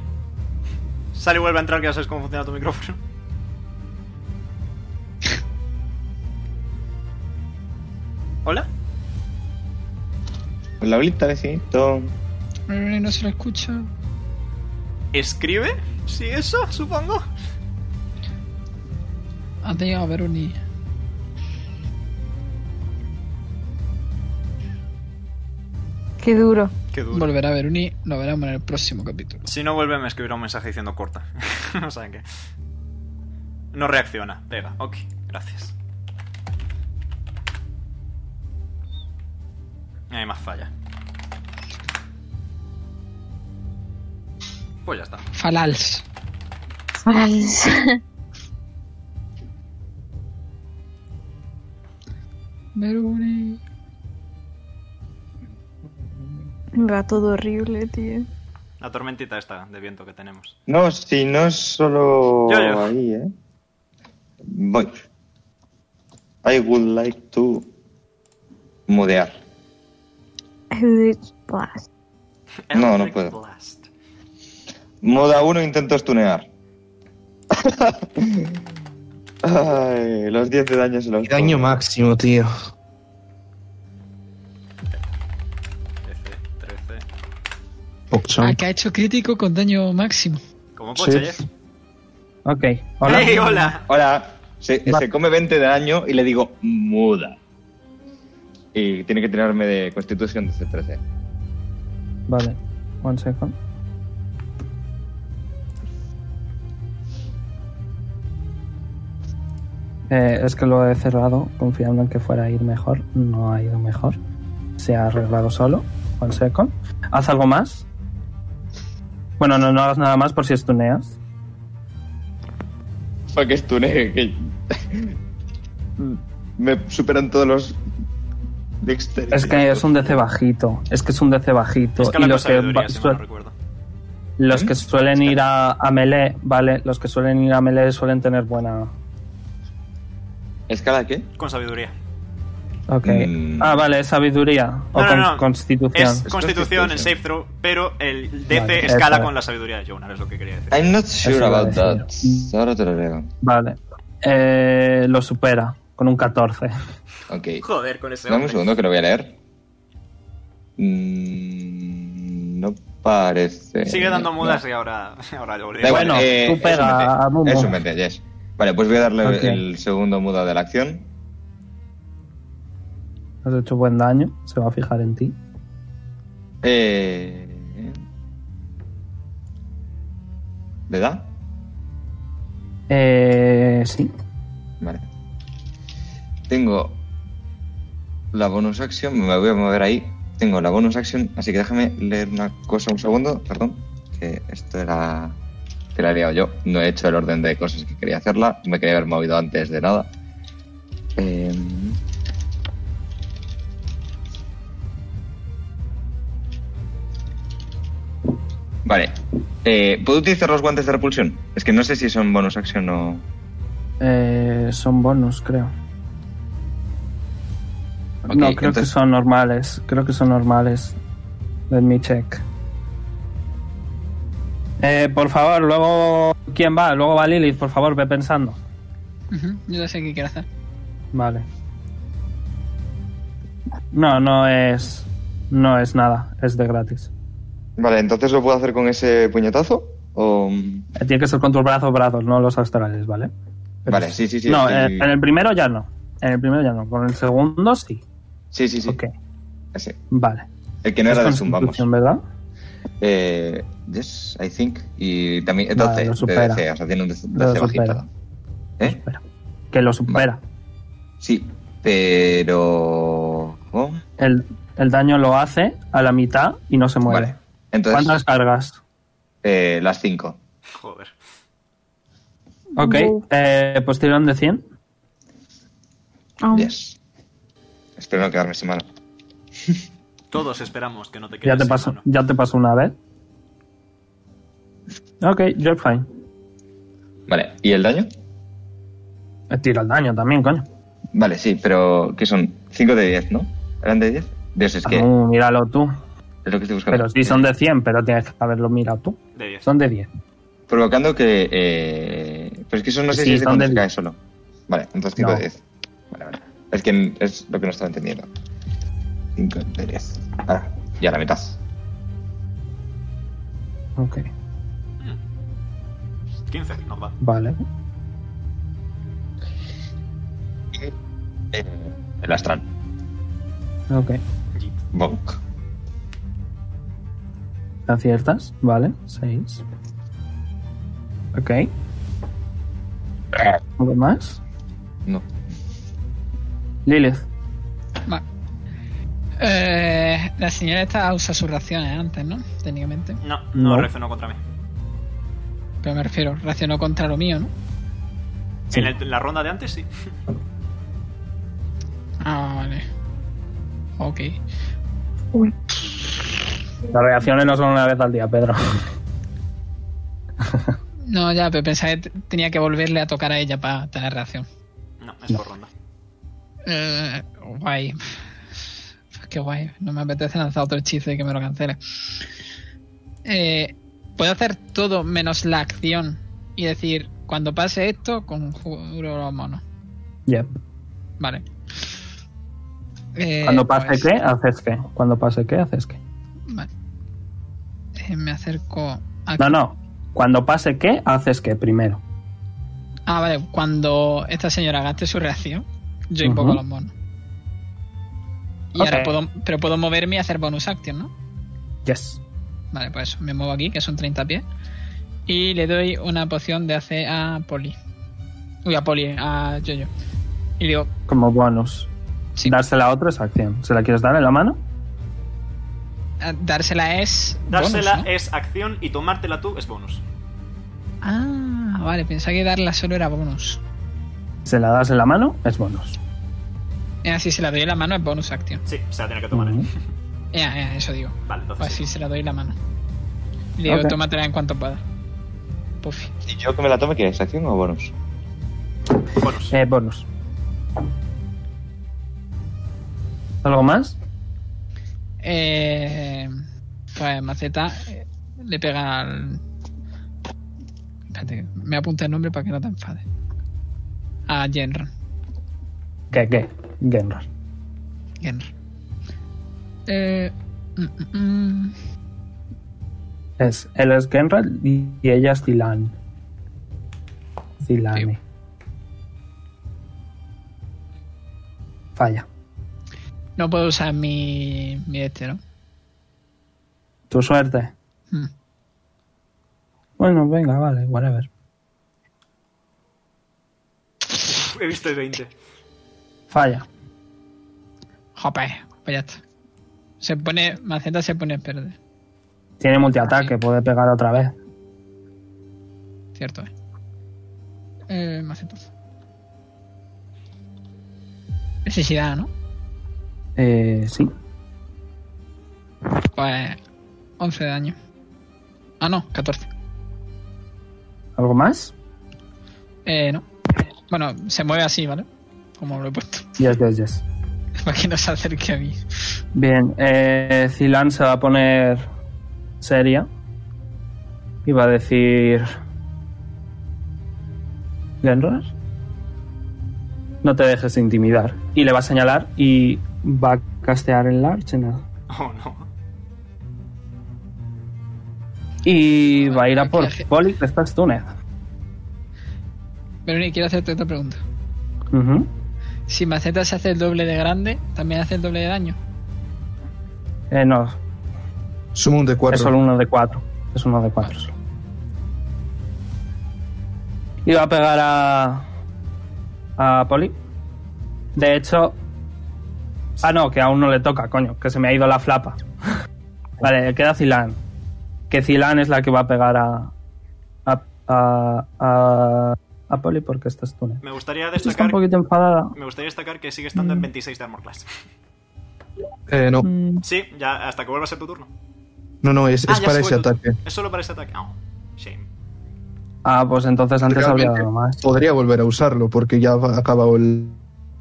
S2: Sale y vuelve a entrar, que ya sabes cómo funciona tu micrófono. ¿Hola?
S1: La bolita, besito.
S5: Veruni no se lo escucha.
S2: ¿Escribe? ¿Sí eso, supongo?
S5: Ha llegado Veruni.
S6: Qué duro.
S2: Qué duro.
S5: Volverá Veruni. Lo veremos en el próximo capítulo.
S2: Si no vuelve, me escribirá un mensaje diciendo corta. o sea que. No reacciona. Pega. Ok, gracias. No hay más falla. Pues ya está.
S5: Falals. Veruni.
S6: Un gato horrible, tío.
S2: La tormentita esta de viento que tenemos.
S1: No, si no es solo
S2: Yo, yo.
S1: ahí, ¿eh? Voy. I would like to mudear.
S6: Eldritch Blast.
S1: No, no
S2: Electric
S1: puedo.
S2: Blast.
S1: Moda 1, intento stunear. Ay, los 10 de daño se los
S4: Y daño
S1: pongo.
S4: máximo, tío.
S2: 13, 13.
S5: Ah,
S4: Pochón.
S5: que ha hecho crítico con daño máximo.
S2: Como poche,
S4: Sí.
S2: Jeff.
S3: Ok.
S2: Hola.
S3: Hola.
S2: hola!
S1: Ahora se,
S4: Va-
S1: se come 20 de daño y le digo muda. Y tiene que tirarme de constitución de 13.
S3: Vale. One second. Eh, es que lo he cerrado confiando en que fuera a ir mejor. No ha ido mejor. Se ha arreglado solo. Con second. Haz algo más. Bueno, no, no hagas nada más por si estuneas.
S1: ¿Para qué estunee? Que... Me superan todos los
S3: es que es un DC bajito. Es que es un DC bajito.
S2: Es que
S3: y los que,
S2: va, si
S3: suel, los que suelen ir a, a, melee, ¿vale? Los que suelen ir a melee suelen tener buena.
S1: ¿Escala qué?
S2: Con sabiduría.
S3: Ok. Mm. Ah, vale, sabiduría. O
S2: no,
S3: con,
S2: no, no.
S3: constitución.
S2: Es, es constitución, en safe throw, pero el DC vale, escala con la sabiduría de Jonar, es lo que quería decir.
S1: I'm not sure Eso about that. Ahora te lo leo.
S3: Vale. Eh, lo supera con un 14.
S1: Ok.
S2: Joder, con ese.
S1: Dame un segundo que lo voy a leer. Mm, no parece.
S2: Sigue dando mudas no. y ahora, ahora lo leo.
S1: Da
S3: bueno,
S1: eh,
S3: tú pega a Momo.
S1: Es un mete, yes. Vale, pues voy a darle
S3: Ok.
S1: el segundo muda de la acción.
S3: Has hecho buen daño, se va a fijar en ti.
S1: Eh... ¿Le da?
S3: Eh, sí.
S1: Vale. Tengo la bonus action, me voy a mover ahí. Tengo la bonus action, así que déjame leer una cosa un segundo, perdón, que esto era que la he liado yo. No he hecho el orden de cosas que quería hacerla, me quería haber movido antes de nada. Eh, Vale, eh, ¿puedo utilizar los guantes de repulsión? Es que no sé si son bonus action o...
S3: Eh, son bonus, creo.
S1: Ok,
S3: no, creo que
S1: entonces-
S3: son normales. Creo que son normales. Let me check. Eh, por favor, luego. ¿Quién va? Luego va Lilith, por favor, ve pensando.
S5: Ujú, Yo ya sé qué quiero hacer.
S3: Vale. No, no es. No es nada, es de gratis.
S1: Vale, entonces lo puedo hacer con ese puñetazo o... mm,
S3: Eh, Tiene que ser con tus brazos, brazos, no los australes, ¿vale?
S1: Vale, sí, sí, sí.
S3: no, eh,
S1: estoy-
S3: en el primero ya no. En el primero ya no. Con el segundo sí.
S1: Sí, sí, sí.
S3: Ok,
S1: Ese.
S3: vale.
S1: El que no
S3: Es
S1: era de Zoom, vamos.
S3: constitución, ¿verdad?
S1: Eh, yes, I think. Y también. eh,
S3: Vale,
S1: 12.
S3: lo
S1: de
S3: supera.
S1: DC, o sea, tiene un DC,
S3: Lo
S1: bajito.
S3: supera.
S1: ¿Eh?
S3: Que lo supera.
S1: Sí, oh, pero. ¿cómo?
S3: El, el daño lo hace a la mitad y no se muere.
S1: Vale. Entonces,
S3: ¿Cuántas cargas?
S1: eh, las 5.
S2: Joder.
S3: Ok, eh, pues tiran de 100.
S6: Ah,
S1: Yes. Espero no quedarme sin mano.
S2: Todos esperamos que no te quedes
S3: Ya te,
S2: sin
S3: pasó,
S2: mano.
S3: ya te pasó una vez. Ok, you're fine.
S1: Vale, ¿y el daño?
S3: Eh, Tira el daño también, coño.
S1: Vale, sí, pero. ¿Qué son? 5 de 10, ¿no? ¿Eran de 10? Dios, es que.
S3: Uh, míralo tú.
S1: Es lo que estoy buscando.
S3: Pero sí, son de 100, pero tienes que haberlo mirado tú.
S2: De 10.
S3: Son de 10.
S1: Provocando que. Eh... Pero es que eso no sé
S3: Sí,
S1: si es de
S3: son
S1: cuando
S3: de
S1: se cae solo. Vale, entonces 5
S3: No.
S1: de 10. Vale, vale. Es que es lo que no estaba entendiendo. 5 de 10. Ah, y a la mitad.
S3: Ok,
S2: 15, nos va.
S3: vale.
S1: Eh, el astral.
S3: Ok,
S1: Bonk.
S3: aciertas, vale. 6. Ok. ¿Algo más?
S1: No.
S3: Lilith.
S5: Va. Eh, la señora esta usa sus raciones antes, ¿no? Técnicamente.
S2: No, no,
S3: No.
S2: reaccionó contra mí.
S5: Pero me refiero, reaccionó contra lo mío, ¿no?
S3: Sí.
S2: En, el- en la ronda de antes sí.
S5: Ah, vale. Ok.
S3: Las reacciones no son una vez al día, Pedro.
S5: No, ya, pero pensaba que t- tenía que volverle a tocar a ella para tener reacción.
S2: No, es por ronda.
S5: Eh, guay. Qué guay. No me apetece lanzar otro hechizo y que me lo cancele. Eh, puedo hacer todo menos la acción y decir, cuando pase esto, conjuro los monos.
S3: Yep.
S5: Vale. Eh,
S3: Cuando pase
S5: pues,
S3: qué, haces qué. Cuando pase qué, haces qué.
S5: Vale. Eh, me acerco a...
S3: No, no. Cuando pase qué, haces qué primero.
S5: Ah, vale. Cuando esta señora gaste su reacción, yo invoco
S3: Ujú.
S5: los monos. Y
S3: Ok.
S5: ahora puedo, pero puedo moverme y hacer bonus action, ¿no?
S3: Yes.
S5: Vale, pues me muevo aquí, que son 30 pies. Y le doy una poción de AC a Poli. Uy, a Poli, a Jojo. Y digo,
S3: Como bonus. Dársela a otro es acción. ¿Se la quieres dar en la mano?
S5: a- dársela es. bonus,
S2: Dársela
S5: ¿no?
S2: es acción y tomártela tú es bonus.
S5: Ah, vale, pensaba que darla solo era bonus.
S3: Se la das en la mano, es bonus.
S5: Eh, si se la doy en la mano es bonus acción.
S2: Sí, se la tiene que
S3: tomar.
S5: Eh, eh, eso digo.
S2: Vale, entonces.
S5: Pues sí, se la doy en la mano. Y digo,
S1: Ok.
S5: tómatela en cuanto pueda. Puffy.
S1: ¿Y yo que me la tome qué es? ¿Acción o bonus?
S3: Eh, bonus. ¿Algo más?
S5: Eh, pues Maceta eh, le pega al. Espérate, me apunta el nombre para que no te enfades. A Genron.
S3: ¿Qué, qué? Genrar.
S5: Genron. Eh, mm, mm, mm.
S3: Es, él es Genrar y y ella es Dilan. Dilani. Falla.
S5: no puedo usar mi, mi este, ¿no?
S3: Tu suerte.
S5: Mm.
S3: Bueno, venga, vale, whatever.
S2: Pff, He visto el 20.
S3: Falla.
S5: Jope, pues ya está. Se pone, Maceta se pone verde,
S3: Tiene multiataque, puede pegar otra vez.
S5: cierto, eh. Eh, Maceta. Necesidad, ¿no?
S3: Eh, sí.
S5: Pues 11 de daño. Ah, no, 14.
S3: ¿Algo más?
S5: Eh, no. Bueno, se mueve así, ¿vale? Como lo he puesto.
S3: Yes, yes, yes.
S5: Para que no se acerque a mí.
S3: Bien, eh, Zilan se va a poner seria y va a decir... ¿Genrar? No te dejes intimidar. Y le va a señalar y va a castear en Large. ¿no?
S2: Oh, no.
S3: Y va a ir a por Poli, que está stunned.
S5: Veroni, quiero hacerte otra pregunta.
S3: Ujú.
S5: Si Maceta se hace el doble de grande, ¿también hace el doble de daño?
S3: Eh, no,
S4: Sumo un de 4.
S3: Es solo uno de cuatro. Es uno de cuatro. solo. Y va a pegar a. a Poli. De hecho. Ah, no, que aún no le toca, coño. Que se me ha ido la flapa. Vale, queda Zilan. Que Zilan es la que va a pegar a. a. a. a, a Poli porque está túnel.
S2: Me gustaría
S3: Está un
S2: destacar.
S3: poquito enfadada.
S2: Me gustaría destacar que sigue estando en 26 de armor class.
S4: Eh, no.
S5: Mm.
S2: Sí, ya hasta que vuelva a ser tu turno.
S4: No, no, es,
S2: Ah,
S4: es
S2: ya
S4: para
S2: se
S4: ese
S2: fue tu
S4: ataque.
S2: turno. Es solo para ese ataque. Ah, shame.
S3: Ah, pues entonces antes
S4: Realmente
S3: habría dado más.
S4: Podría volver a usarlo porque ya ha acabado el.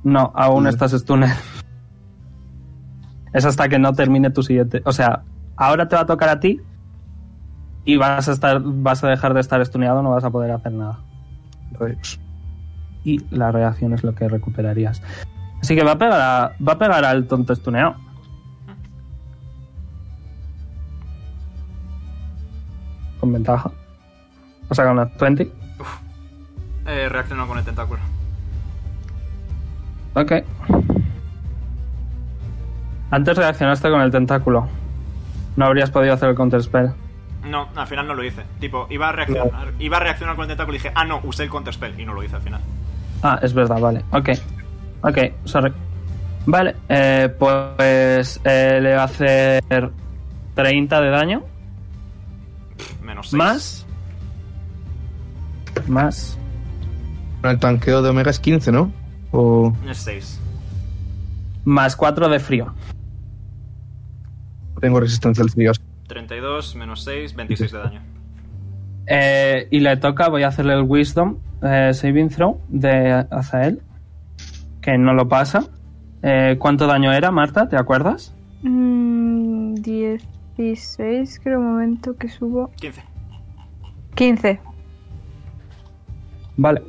S3: No, aún
S4: Mm.
S3: estás stunned. Es hasta que no termine tu siguiente. O sea, ahora te va a tocar a ti y vas a estar, vas a dejar de estar stuneado, no vas a poder hacer nada.
S4: Rayos.
S3: Y la reacción es lo que recuperarías. Así que va a pegar, a- va a pegar al tonto stuneado. Con ventaja. O sea, con una 20.
S2: Eh, reaccionó con el tentáculo.
S3: Ok. Antes reaccionaste con el tentáculo. No habrías podido hacer el counterspell.
S2: No, al final no lo hice. Tipo, iba a reaccionar, iba a reaccionar con el tentáculo y dije, ah, no, usé el counterspell. Y no lo hice al final.
S3: Ah, es verdad, vale. Ok. Ok, sorry. Vale, eh, pues eh, le va a hacer 30 de daño.
S2: Menos 6.
S3: Más. Más.
S4: El tanqueo de Omega es 15, ¿no? O.
S2: Es 6.
S3: Más 4 de frío.
S4: Tengo resistencia al frío.
S2: 32 menos 6, 26 de daño.
S3: Eh, y le toca, voy a hacerle el Wisdom eh, Saving Throw de Azael. Que no lo pasa. Eh, ¿Cuánto daño era, Marta? ¿Te acuerdas?
S6: Mm, 16, creo, un momento que subo.
S2: 15.
S6: 15.
S3: Vale.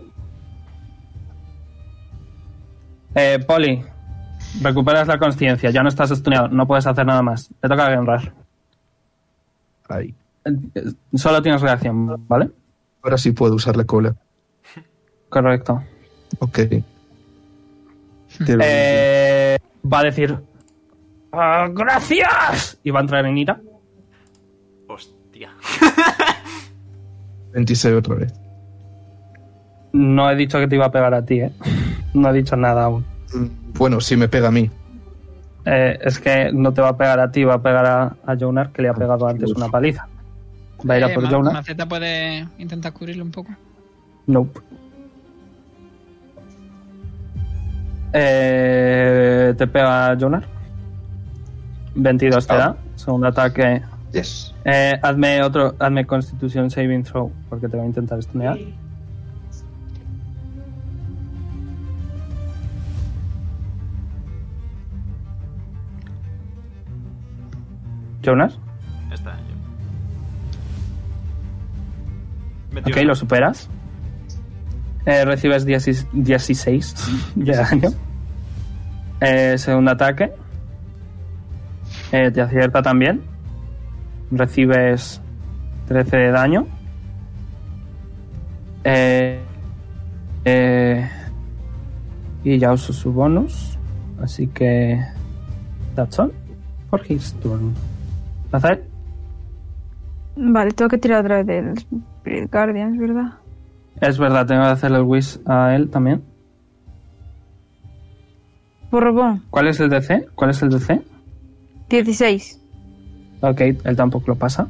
S3: Eh, Poli, recuperas la conciencia, ya no estás estuneado, no puedes hacer nada más. Te toca Genrar.
S4: Ahí.
S3: Eh, eh, Solo tienes reacción, ¿vale?
S4: Ahora sí puedo usar la cola.
S3: Correcto.
S4: Ok. Te lo-
S3: Eh, va a decir... "Ah, ¡Gracias! Y va a entrar en ira.
S2: Hostia.
S4: 26 otra vez.
S3: No he dicho que te iba a pegar a ti, ¿eh? No he dicho nada aún.
S4: Bueno, si me pega a mí.
S3: Eh, es que no te va a pegar a ti, va a pegar a, a Jonar, que le ha pegado antes una paliza. Va a ir a
S5: Eh,
S3: por
S5: Ma-
S3: Jonar.
S5: Maceta puede intentar cubrirlo un poco.
S3: Nope. Eh, te pega Jonar. 22 te da. Segundo ataque.
S1: Yes.
S3: Eh, hazme otro. Hazme Constitution Saving Throw. Porque te va a intentar stunear. Jonas,
S2: Está.
S3: ok, lo superas. Eh, recibes 10 16 de daño. Eh, segundo ataque. Eh, te acierta también. Recibes 13 de daño. Eh, eh, y ya uso su bonus. Así que. That's all. For his turn. Nazael,
S6: Vale, tengo que tirar otra vez del Spirit Guardians, ¿verdad?
S3: Es verdad, tengo que hacerle el wish a él también.
S6: Borbón,
S3: ¿Cuál es el DC? ¿Cuál es el DC?
S6: 16.
S3: Ok, él tampoco lo pasa.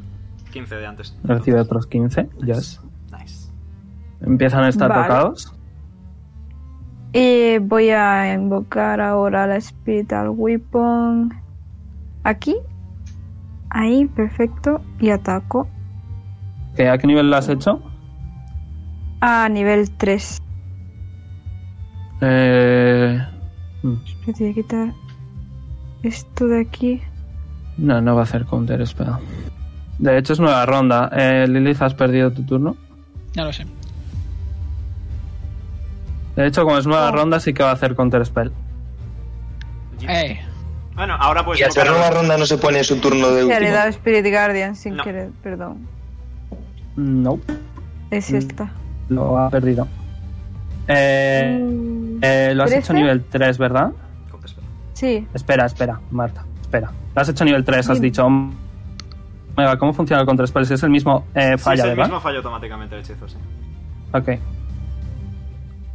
S2: 15 de antes.
S3: Recibe otros 15. Yes.
S2: Nice.
S3: Empiezan a estar
S6: Vale.
S3: tocados.
S6: Y voy a invocar ahora la Spiritual Weapon. Aquí. Ahí, perfecto. Y ataco
S3: ¿Qué- ¿A qué nivel lo has hecho?
S6: a nivel 3.
S3: Eh,
S6: Espera, te voy a quitar esto de aquí.
S3: no, no va a hacer counter, espera. De hecho, es nueva ronda. Eh, Lilith, has perdido tu turno.
S5: Ya lo sé.
S3: De hecho, como es nueva ronda, sí que va a hacer counter spell.
S5: Eh,
S2: Bueno, ahora pues.
S10: Y al cerrar la ronda no se pone su turno de
S6: Ya le he
S10: último.
S6: dado Spirit Guardian sin
S2: No.
S6: querer, perdón.
S3: No,
S6: Es
S3: Mm.
S6: esta.
S3: lo ha perdido. Eh, eh, lo has hecho
S6: ¿Trece?
S3: nivel 3, ¿verdad?
S6: Sí,
S3: Espera, espera, Marta, espera. Lo has hecho nivel 3, has
S6: Dime.
S3: dicho. Omega, ¿cómo funciona el counter spell? Si es el mismo eh,
S2: Sí,
S3: falla,
S2: es el
S3: ¿verdad?
S2: mismo fallo automáticamente eh. el hechizo, sí.
S3: Ok.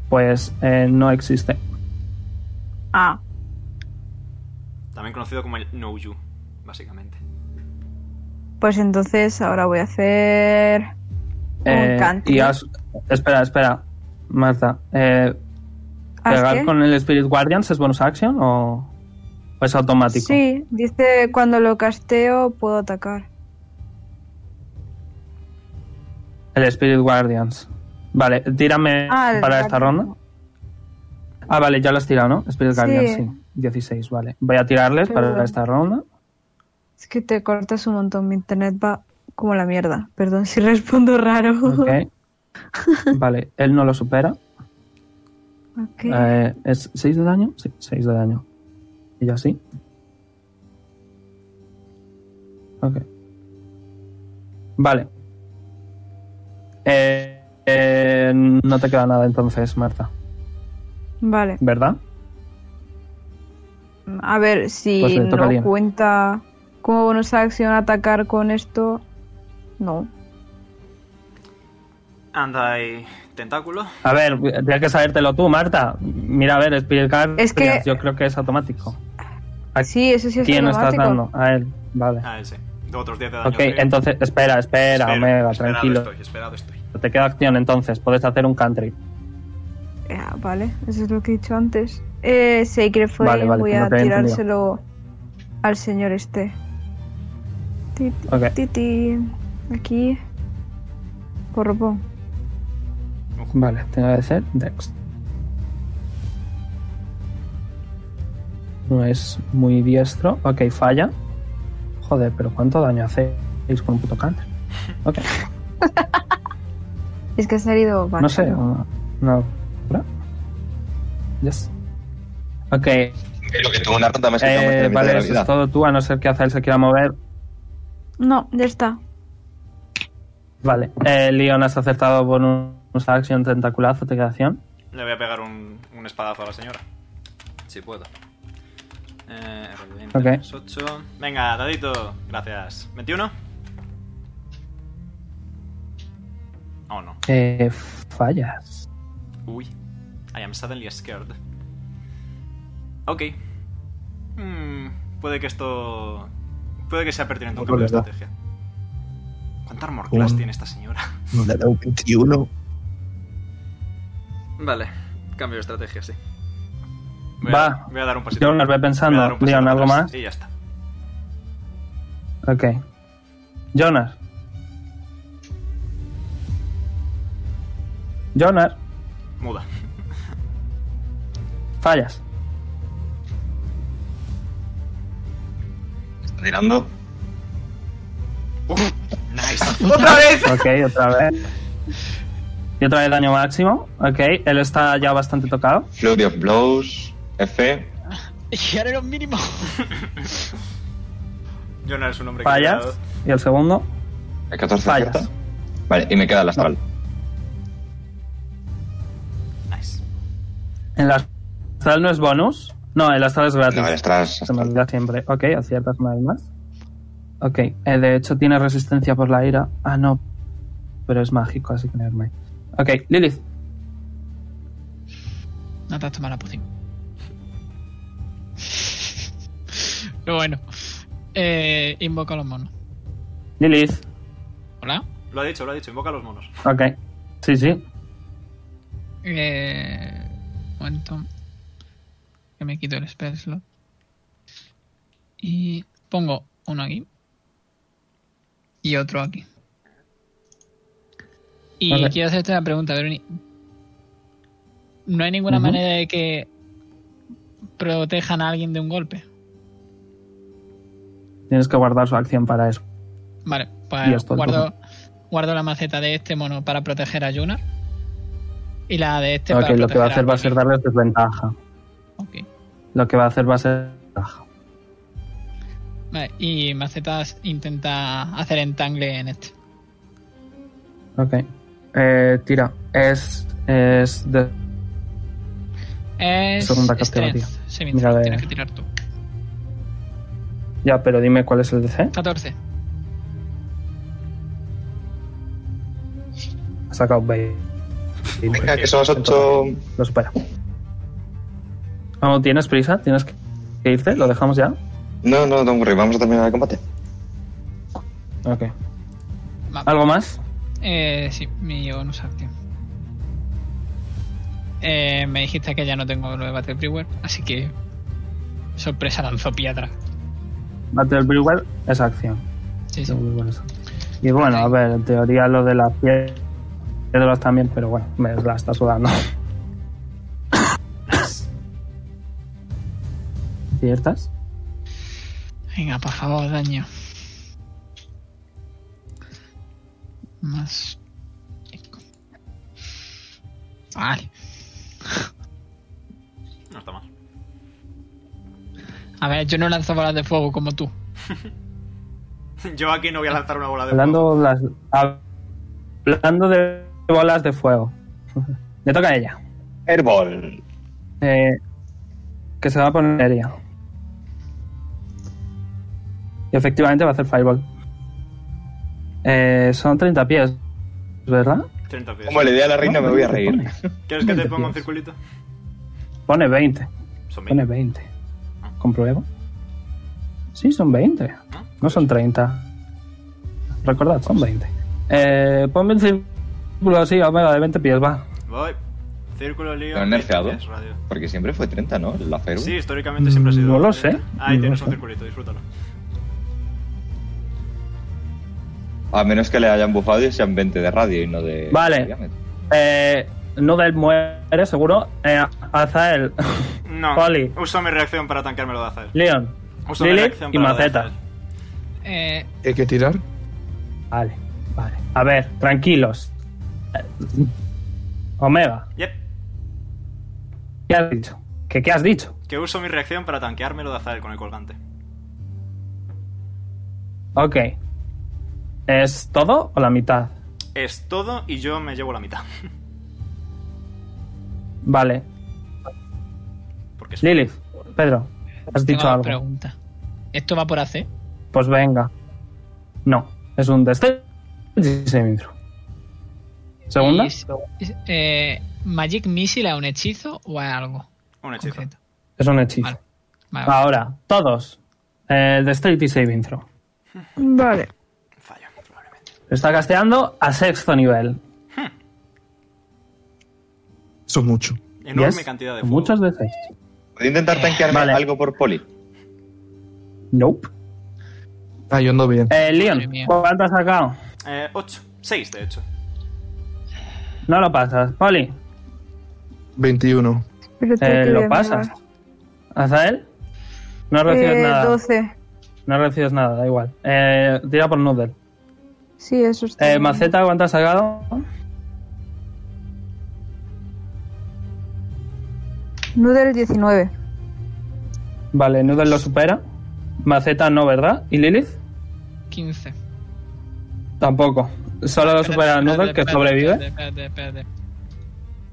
S3: Pues eh, no existe.
S6: Ah.
S2: También conocido como el No You, básicamente.
S6: pues entonces ahora voy a hacer un
S3: Eh,
S6: canto.
S3: y has- Espera, espera. Marta, eh,
S6: ¿Haz
S3: ¿pegar
S6: qué?
S3: con el Spirit Guardians es bonus action o, o es automático?
S6: Sí, dice cuando lo casteo puedo atacar.
S3: El Spirit Guardians. Vale, tírame
S6: Ah, el
S3: para esta
S6: Guardian.
S3: ronda. Ah, vale, ya lo has tirado, ¿no? Spirit
S6: Sí.
S3: Guardians, sí. 16, vale. Voy a tirarles
S6: Qué
S3: para
S6: bueno.
S3: esta ronda.
S6: Es que te cortas un montón, mi internet va como la mierda. Perdón si respondo raro.
S3: Ok. vale, él no lo supera.
S6: Ok.
S3: Eh, ¿Es 6 de daño? Sí, 6 de daño. Y yo así. Ok. Vale. Eh, eh, no te queda nada entonces, Marta.
S6: Vale,
S3: ¿Verdad?
S6: a ver si
S3: Pues le toca a
S6: no
S3: Liam.
S6: cuenta como bonus acción atacar con esto. No.
S2: Anda y. Tentáculo.
S3: A ver, tienes que sabértelo tú, Marta. Mira, a ver, Spirit Guardians,
S6: Es que-
S3: yo creo que es automático.
S6: Sí, eso sí es
S3: ¿Quién estás dando?
S6: automático.
S3: A él, vale.
S2: Ah, ese. De otros 10 de daño.
S3: Ok, entonces, espera, espera,
S2: Espero,
S3: Omega,
S2: esperado
S3: tranquilo.
S2: Estoy, esperado estoy.
S3: Te queda acción entonces, puedes hacer un country.
S6: Ah, vale, eso es lo que he dicho antes. Eh, Sacred Flame,
S3: Vale, vale, pues
S6: voy
S3: no
S6: a
S3: te había entendido.
S6: tirárselo al señor este. Ti, ti,
S3: Ok.
S6: ti, ti. Aquí. Corpo.
S3: Vale, tengo que ser Dex. No es muy diestro. Ok, falla. Joder, pero ¿cuánto daño hacéis con un puto country? Ok,
S6: Es que ha salido.
S3: no sé. Una, una... Yes. Ok,
S10: Lo que tuvo una ronda más que
S3: eh,
S10: estamos en la mitad de
S3: vale,
S10: la
S3: eso es
S10: vida.
S3: todo tú, a no ser que Azael se quiera mover.
S6: No, ya está.
S3: Vale, eh, Leon, has acertado bonus action, tentaculazo, te queda acción.
S2: Le voy a pegar un, un espadazo a la señora. Si puedo. Eh, R20
S3: Ok.
S2: más 8. Venga, dadito. Gracias. ¿21? Oh, no. Oh,
S3: Eh, fallas.
S2: Uy, I am suddenly scared. Ok. Hmm, puede que esto. Puede que sea pertinente un
S4: Otro
S2: cambio de
S4: les da.
S2: estrategia. ¿Cuánta armor class
S4: Un-
S2: tiene esta señora?
S4: Le da un 21.
S2: Vale, cambio de estrategia, sí. Voy
S3: Va.
S2: A, voy a dar un pasito.
S3: Leonard, ve pensando.
S2: Voy a dar un pasito
S3: Leon, ¿algo
S2: atrás
S3: más?
S2: Y ya está.
S3: Ok. Jonas. Jonas,
S2: Muda.
S3: fallas.
S10: ¿Está tirando?
S2: Nice.
S10: ¡Otra vez!
S3: Ok, otra vez. Y otra vez daño máximo. Ok, él está ya bastante tocado.
S1: Flurry of Blows, F.
S5: Y ahora los mínimos.
S2: Jonar es un hombre que.
S3: Fallas. Y el segundo.
S1: El 14
S3: Fallas.
S1: acierta. Vale, y me queda la sal.
S2: Nice.
S3: El astral no es bonus. No, el astral es gratis.
S1: No, el astral es
S3: Se me olvida siempre. Ok, aciertas una vez más. Ok, eh, de hecho tiene resistencia por la ira. Ah, no. Pero es mágico, así que no Ok, Lilith.
S5: No te has tomado la poción. Pero bueno. Eh, invoco a los monos.
S3: Lilith.
S5: ¿Hola?
S2: Lo ha dicho, lo ha dicho. Invoca a los monos.
S3: Ok. Sí, sí.
S5: Eh, un momento. Que me quito el spell slot. Y pongo uno aquí. Y otro aquí. Y
S9: Ok.
S5: quiero hacerte una pregunta, Veroni. ¿No hay ninguna
S9: Ujú.
S5: manera de que protejan a alguien de un golpe?
S3: Tienes que guardar su acción para eso.
S5: Vale,
S3: Y
S5: pues
S3: esto,
S5: guardo, guardo la maceta de este mono para proteger a Yuna. Y la de este
S3: ok,
S5: para
S3: lo que va a
S5: proteger
S3: hacer va a ser darles desventaja.
S5: Ok.
S3: Lo que va a hacer va a ser desventaja.
S5: Vale, y Macetas intenta hacer entangle en este.
S3: Ok. Eh, tira. Es. Es. De...
S5: Es
S3: Segunda
S5: strength,
S3: categoría.
S5: saving
S3: Mira, eh.
S5: throw,
S3: de-
S5: tienes que tirar tú.
S3: Ya, pero dime cuál es el DC.
S5: 14.
S3: Ha sacado 20.
S10: Venga, que son las 8.
S3: Lo supera. No, ¿Tienes prisa? ¿Tienes que irte? ¿Lo dejamos ya?
S1: No, no, no worry, vamos a terminar el combate.
S3: Ok.
S5: Va.
S3: ¿Algo más?
S5: Eh, sí, mi bonus action. Eh, me dijiste que ya no tengo lo de Battle Brewer, así que. Sorpresa, lanzó piedra.
S3: Battle Brewer es acción.
S5: Sí, sí.
S3: Battle Brewer es acción. Y bueno, a ver, en teoría lo de las pie- piedras también, pero bueno, me la está sudando. ¿Ciertas?
S5: Venga, por favor, daño. Más. Vale.
S2: No está mal.
S5: A ver, yo no lanzo balas de fuego como tú.
S2: Yo aquí no voy a lanzar una bola de
S3: Hablando, las, hab- hablando de bolas de fuego. Le toca a ella.
S1: Airball.
S3: Eh, que se va a poner seria. Y efectivamente va a hacer fireball. Eh, son 30 pies, ¿verdad?
S2: 30 pies.
S1: Como le dé a la reina, me voy a reír.
S2: ¿Quieres que te
S3: 20
S2: ponga un
S3: pies.
S2: circulito?
S3: Pone 20.
S2: Son
S3: Pone 20.
S2: Ah.
S3: ¿Compruebo? Sí, son 20. No
S2: pues
S3: son 30. Recordad, son 20. Eh, ponme un círculo así, omega, de 20 pies, va.
S2: Voy. Círculo lío.
S1: ¿Lo han nerfeado?
S2: pies, radio.
S1: Porque siempre fue 30, ¿no? La Firewall.
S2: Sí, históricamente siempre ha sido.
S3: No lo sé.
S2: Ahí
S3: No lo
S2: tienes un
S3: sé.
S2: circulito, disfrútalo.
S1: A menos que le hayan bufado y sean 20 de radio y no de.
S3: Vale.
S1: diámetro.
S3: Eh, Nudel muere, seguro. Eh, Azael,
S2: No.
S3: Oli.
S2: Uso mi reacción para tanqueármelo de hacer.
S3: Leon,
S2: Uso mi
S3: Lilith
S2: reacción
S3: y
S2: para
S3: Maceta.
S2: dejar.
S5: Eh,
S4: Hay que tirar.
S3: Vale, vale. A ver, tranquilos. Eh, Omega,
S2: Yep.
S3: ¿qué has dicho? ¿Qué, qué has dicho?
S2: Que uso mi reacción para tanqueármelo de hacer con el colgante.
S3: Ok. ¿Es todo o la mitad?
S2: Es todo y yo me llevo la mitad.
S3: Vale. Lilith, Pedro, has
S5: tengo
S3: dicho
S5: una
S3: algo.
S5: pregunta. ¿Esto va por AC?
S3: Pues venga. No, es un destello. Segunda.
S5: Y- eh, Magic Missile a un hechizo o a algo?
S2: Un hechizo. Concreto?
S3: Es un hechizo. Vale. Vale, vale. Ahora, todos. Eh, Dexterity Saving Throw.
S6: Vale.
S2: Fallo, probablemente.
S3: Está casteando a sexto nivel.
S4: Hmm. Eso es mucho.
S2: Enorme yes. cantidad de fuego.
S3: Muchos de seis.
S1: ¿Puedo intentar tanquearme vale. algo por poli?
S3: Nope.
S4: Ah, yo ando bien.
S3: Eh, Leon, ¿cuánto has sacado?
S2: Eh, ocho. Seis, de hecho.
S3: No lo pasas. Poli.
S4: 21.
S3: Eh, lo pasas. ¿Azael? No recibes
S11: Eh,
S3: nada.
S11: 12.
S3: No recibes nada, da igual. Eh, tira por Noodle.
S11: Sí, eso está.
S3: Eh,
S6: Mm.
S11: bien.
S3: Maceta, ¿cuánto has sacado?
S11: Noodle 19.
S3: Vale, Noodle lo supera. Maceta no, ¿verdad? ¿Y Lilith?
S5: 15.
S3: Tampoco. Solo lo supera
S5: Espérate,
S3: Noodle, que
S5: espérate,
S3: sobrevive.
S5: espérate, espérate, espérate.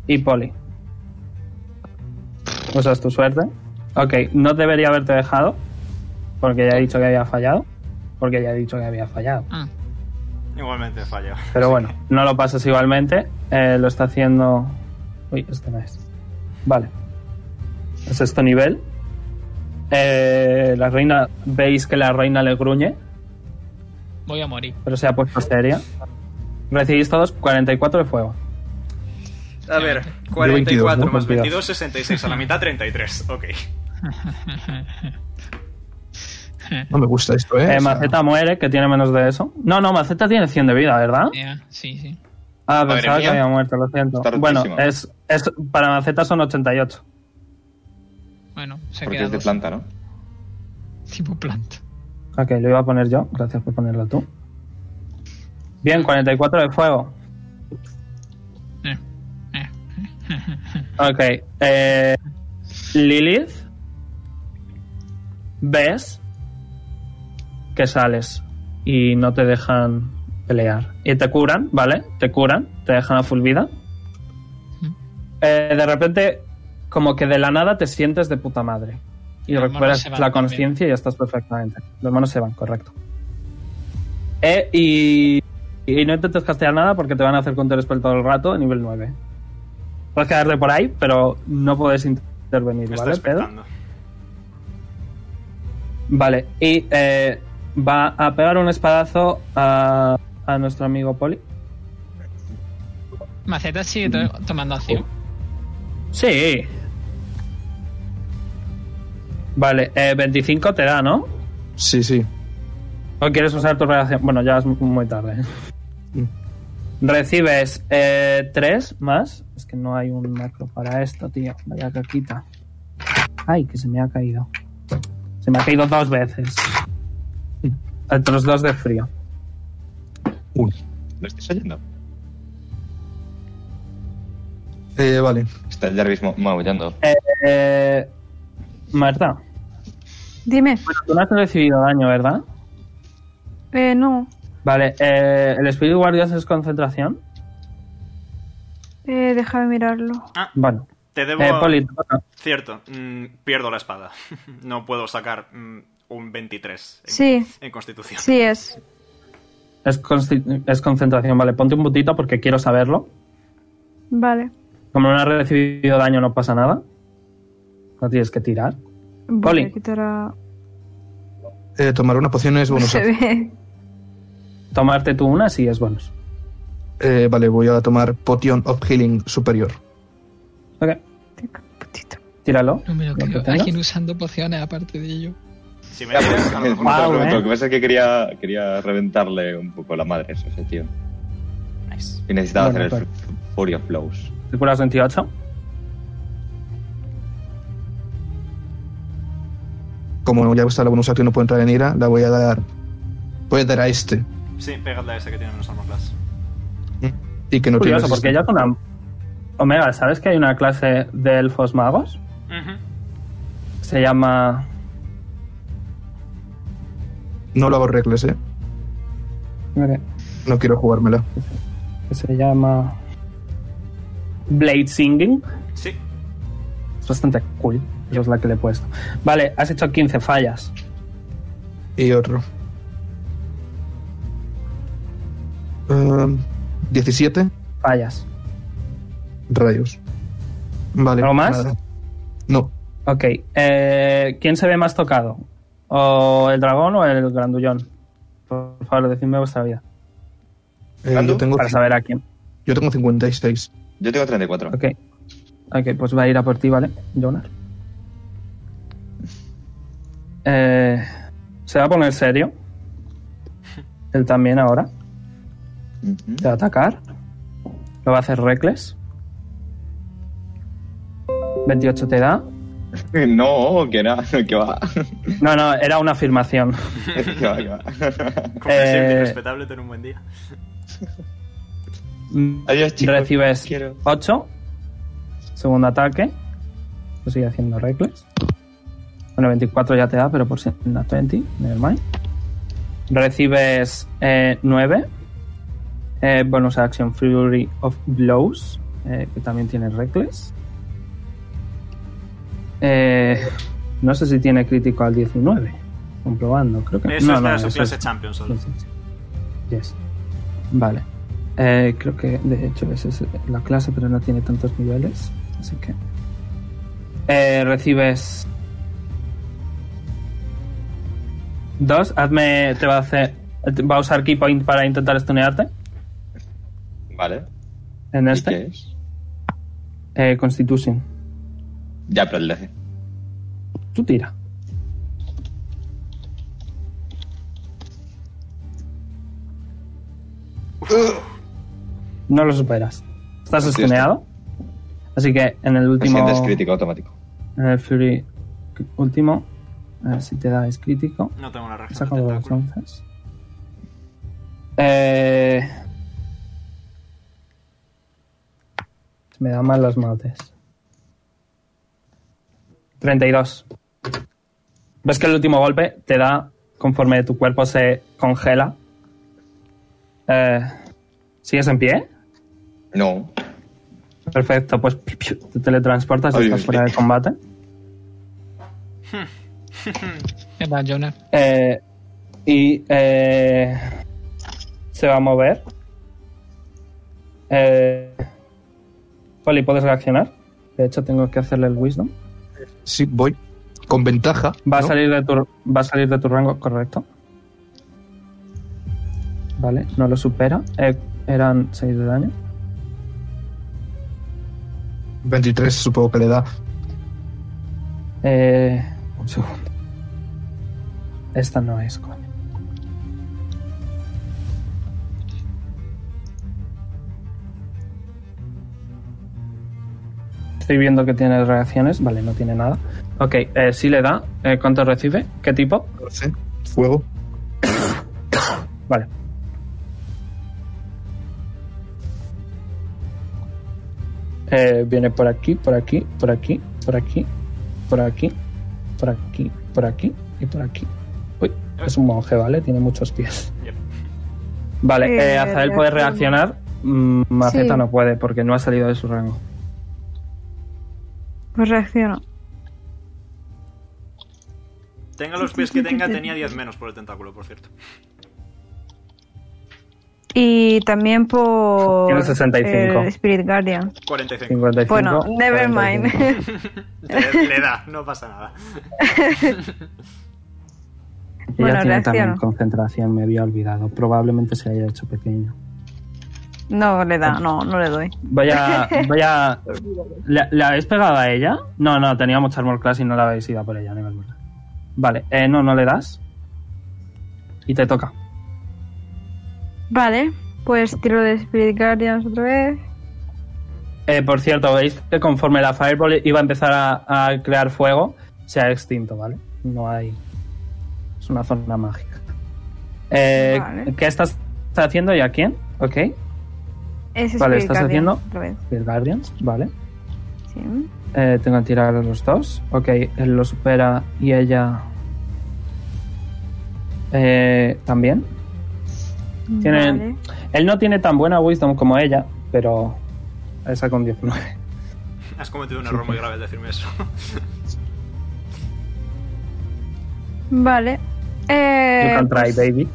S3: Y Poli. Usas tu suerte. Ok, no debería haberte dejado. Porque ya he dicho que había fallado. Porque ya he dicho que había fallado.
S5: Ah,
S2: Igualmente fallo.
S3: Pero bueno, no lo pasas igualmente. Eh, lo está haciendo. Uy, este no es. Vale. El sexto nivel. Eh, la reina. Veis que la reina le gruñe,
S5: voy a morir.
S3: pero se ha puesto seria. Recibís todos 44 de fuego.
S2: A ver,
S4: 44
S2: 44
S4: ¿no?
S2: más
S4: Confía.
S2: 22, 66. A la mitad, 33. Ok.
S4: No me gusta esto, ¿eh?
S3: Eh,
S4: O sea,
S3: Maceta muere, que tiene menos de eso. No, no, Maceta tiene 100 de vida, ¿verdad?
S5: Ya, Eh, sí, sí.
S3: Ah,
S1: Madre
S3: pensaba que
S1: mía.
S3: había muerto, lo siento.
S1: Está
S3: Bueno,
S1: rotísimo.
S3: es, es, para Maceta son 88.
S5: Bueno, se
S1: Porque es
S5: queda
S1: de planta, ¿no?
S5: tipo planta.
S3: Ok, lo iba a poner yo. Gracias por ponerlo tú. Bien, 44 de fuego.
S5: Eh, eh.
S3: Ok. Eh, Lilith. Ves que sales y no te dejan pelear. Y te curan, ¿vale? Te curan, te dejan a full vida. Eh, de repente, como que de la nada te sientes de puta madre. Y
S5: Los monos
S3: recuperas
S5: se van
S3: la
S5: también.
S3: conciencia y ya estás perfectamente. Los manos se van, correcto. Eh, y, y no intentes castear nada porque te van a hacer counter spell todo el rato de nivel 9. Puedes quedarte por ahí, pero no puedes intervenir,
S2: Me está
S3: ¿vale, Pedro?
S2: expectando.
S3: Vale, y eh, va a pegar un espadazo a, a nuestro amigo Poli.
S5: Maceta sigue to-
S3: Mm.
S5: tomando acción.
S3: Oh. Sí. Vale, eh, 25 te da, ¿no?
S4: Sí, sí.
S3: ¿O quieres usar tu reacción? Bueno, ya es mu- muy tarde. ¿eh?
S4: Mm.
S3: Recibes 3 más. Es que no hay un macro para esto, tío. Vaya caquita. Ay, que se me ha caído. Se me ha caído dos veces. Otros dos de frío.
S4: Uno.
S1: ¿Lo estás oyendo?
S4: Eh, vale.
S1: Está el Jarvis mo- maullando.
S3: Eh, Marta,
S11: Dime.
S3: tú no has recibido daño, ¿verdad?
S11: Eh, no.
S3: Vale, eh, ¿el Espíritu Guardias es concentración?
S11: Eh, déjame mirarlo.
S3: Bueno.
S2: Te debo.
S3: Eh, Poli, te toca.
S2: Cierto, mm, pierdo la espada. no puedo sacar mm, un 23 en,
S11: Sí.
S2: en constitución.
S11: Sí es.
S3: Es, consti- es concentración, vale. Ponte un putito porque quiero saberlo.
S11: Vale.
S3: Como no has recibido daño, no pasa nada. No tienes que tirar.
S11: Voy
S3: Poli.
S11: a quitar a-
S4: Eh, tomar una poción es bonus.
S11: se ve.
S3: Tomarte tú una sí es bonus.
S4: Eh, vale, voy a tomar Potion of Healing Superior.
S3: Ok,
S11: Tengo un putito.
S3: tíralo.
S5: No me lo
S3: Lo que
S5: creo.
S3: tengas.
S5: Alguien usando pociones aparte de ello.
S2: Si me
S1: Ya, pues,
S2: dices,
S1: no
S2: a
S1: te
S2: lo
S1: lo
S2: mejor.
S3: Guau,
S1: pregunto.
S3: eh.
S1: Lo que pasa es que quería, quería reventarle un poco la madre a ese tío.
S2: Nice.
S1: Y necesitaba
S3: Bueno,
S1: hacer el f- Fury of Blows.
S3: Te curas 28.
S4: Como ya está la bonus acción no puedo entrar en ira, la voy a dar. Voy a dar a este.
S2: Sí, pegadle a ese que tiene menos armor class.
S4: Y que no
S3: Curioso,
S4: tiene
S3: porque ella es una... Omega, ¿sabes que hay una clase de elfos magos?
S2: Ujú.
S3: Se llama...
S4: No lo hago reglas, eh.
S3: ok,
S4: No quiero jugármela.
S3: que se llama... Blade Singing.
S2: Sí,
S3: Es bastante cool. Yo es la que le he puesto. Vale, has hecho 15 fallas.
S4: Y otro. Em, 17.
S3: Fallas.
S4: Rayos. Vale.
S3: ¿Algo más?
S4: nada. No.
S3: Ok. eh, ¿Quién se ve más tocado? ¿O el dragón o el grandullón? Por favor, decidme vuestra vida.
S4: Eh, yo, tengo,
S3: Para saber a quién.
S4: yo tengo 56.
S1: Yo tengo 34.
S3: Ok. Ok, pues va a ir a por ti, ¿vale, Jonas? Eh, se va a poner serio. Él también ahora. Te va a atacar. Lo va a hacer Reckless. 28 te da.
S1: No, que nada, que va.
S3: No, no, era una afirmación.
S1: Que va, que va.
S2: Como
S3: Eh,
S2: siempre, respetable, ten un buen día.
S1: Adiós, chicos.
S3: Mm, Recibes
S1: Quiero.
S3: 8. Segundo ataque. Lo sigue haciendo Reckless. Bueno, 24 ya te da, pero por si no 20, nevermind. Recibes 9. bonus action Fury of Blows, eh, que también tiene Reckless. Eh, no sé si tiene crítico al 19. Comprobando, creo que
S2: Eso
S3: no,
S2: es
S3: no,
S2: de su
S3: eso
S2: clase
S3: es-
S2: champion solo.
S3: Sí, sí, sí. Yes. Vale. Eh, creo que de hecho esa es la clase, pero no tiene tantos niveles. Así que. Eh, recibes. Dos. Hazme. Te va a hacer. Va a usar Keypoint para intentar stunearte.
S1: Vale.
S3: En
S1: ¿Y
S3: este.
S1: qué es?
S3: Eh, Constitution.
S1: Ya, pero el DC.
S3: Tú tira. No lo superas. Estás
S1: Hostia,
S3: stuneado. Así que en el
S1: Me
S3: último.
S1: sientes crítico automático.
S3: En el Fury último. A ver si te da es crítico.
S2: No tengo una reacción.
S3: Saca dos lanzas. Eh. Se me dan mal las mates. 32. Ves que el último golpe te da conforme tu cuerpo se congela. Eh, ¿Sigues en pie?
S1: No.
S3: Perfecto, pues piu, piu, te teletransportas y
S1: Ay,
S3: estás
S1: Dios
S3: fuera de
S1: mío.
S3: combate.
S5: ¿Qué va, Jonas?
S3: Eh, y eh, se va a mover. Eh, Poli, ¿puedes reaccionar? De hecho, tengo que hacerle el wisdom.
S4: Sí, voy. Con ventaja.
S3: Va,
S4: ¿no?
S3: a, salir de tu, va a salir de tu rango, correcto. Vale, no lo supera. Eh, eran 6 de daño.
S4: 23 supongo que le da.
S3: Eh, un segundo. Esta no es, coño. Estoy viendo que tiene reacciones. Vale, no tiene nada. Ok, eh, sí le da. Eh, ¿Cuánto recibe? ¿Qué tipo?
S4: 14. Fuego.
S3: Vale. Eh, viene por aquí, por aquí, por aquí, por aquí, por aquí, por aquí, por aquí y por aquí. Uy, es un monje, ¿vale? Tiene muchos pies.
S2: Yep.
S3: Vale,
S6: Eh,
S3: eh, Azael puede
S6: reacción.
S3: reaccionar. mm, Maceta
S6: Sí.
S3: no puede porque no ha salido de su rango.
S6: Pues reacciono.
S2: Tenga los pies que tenga, tenía 10 menos por el tentáculo, por cierto.
S6: Y también por.
S3: Tiene 65.
S6: el Spirit Guardian.
S2: 45.
S3: 55.
S6: Bueno, never
S3: 45.
S6: mind.
S2: Le, le da, no pasa nada.
S3: Ella
S6: Bueno,
S3: tiene también
S6: reacciono.
S3: concentración, me había olvidado. Probablemente se haya hecho pequeño.
S6: no le da, no, no le doy.
S3: Vaya, vaya. ¿La, la habéis pegado a ella? No, no, teníamos Armor Class y no la habéis ido a por ella, no me acuerdo. Vale, eh, no, no le das. Y te toca.
S6: Vale, pues tiro de Spirit Guardians otra vez.
S3: Eh, por cierto, veis que conforme la Fireball iba a empezar a, a crear fuego, se ha extinto, ¿vale? No hay. Es una zona mágica. Eh,
S6: Vale.
S3: ¿Qué estás haciendo y a quién? Ok.
S6: Es
S3: Vale,
S6: Spirit
S3: ¿estás
S6: Guardian
S3: haciendo?
S6: otra vez,
S3: Spirit Guardians, vale.
S6: sí.
S3: Eh, tengo que tirar a los dos. Ok, él lo supera y ella. Eh, también. Tienen-
S6: Vale.
S3: Él no tiene tan buena wisdom como ella, pero. Esa con 19.
S2: Has cometido un error muy grave al decirme eso.
S6: Vale. Eh,
S3: you can try,
S6: pues,
S3: baby.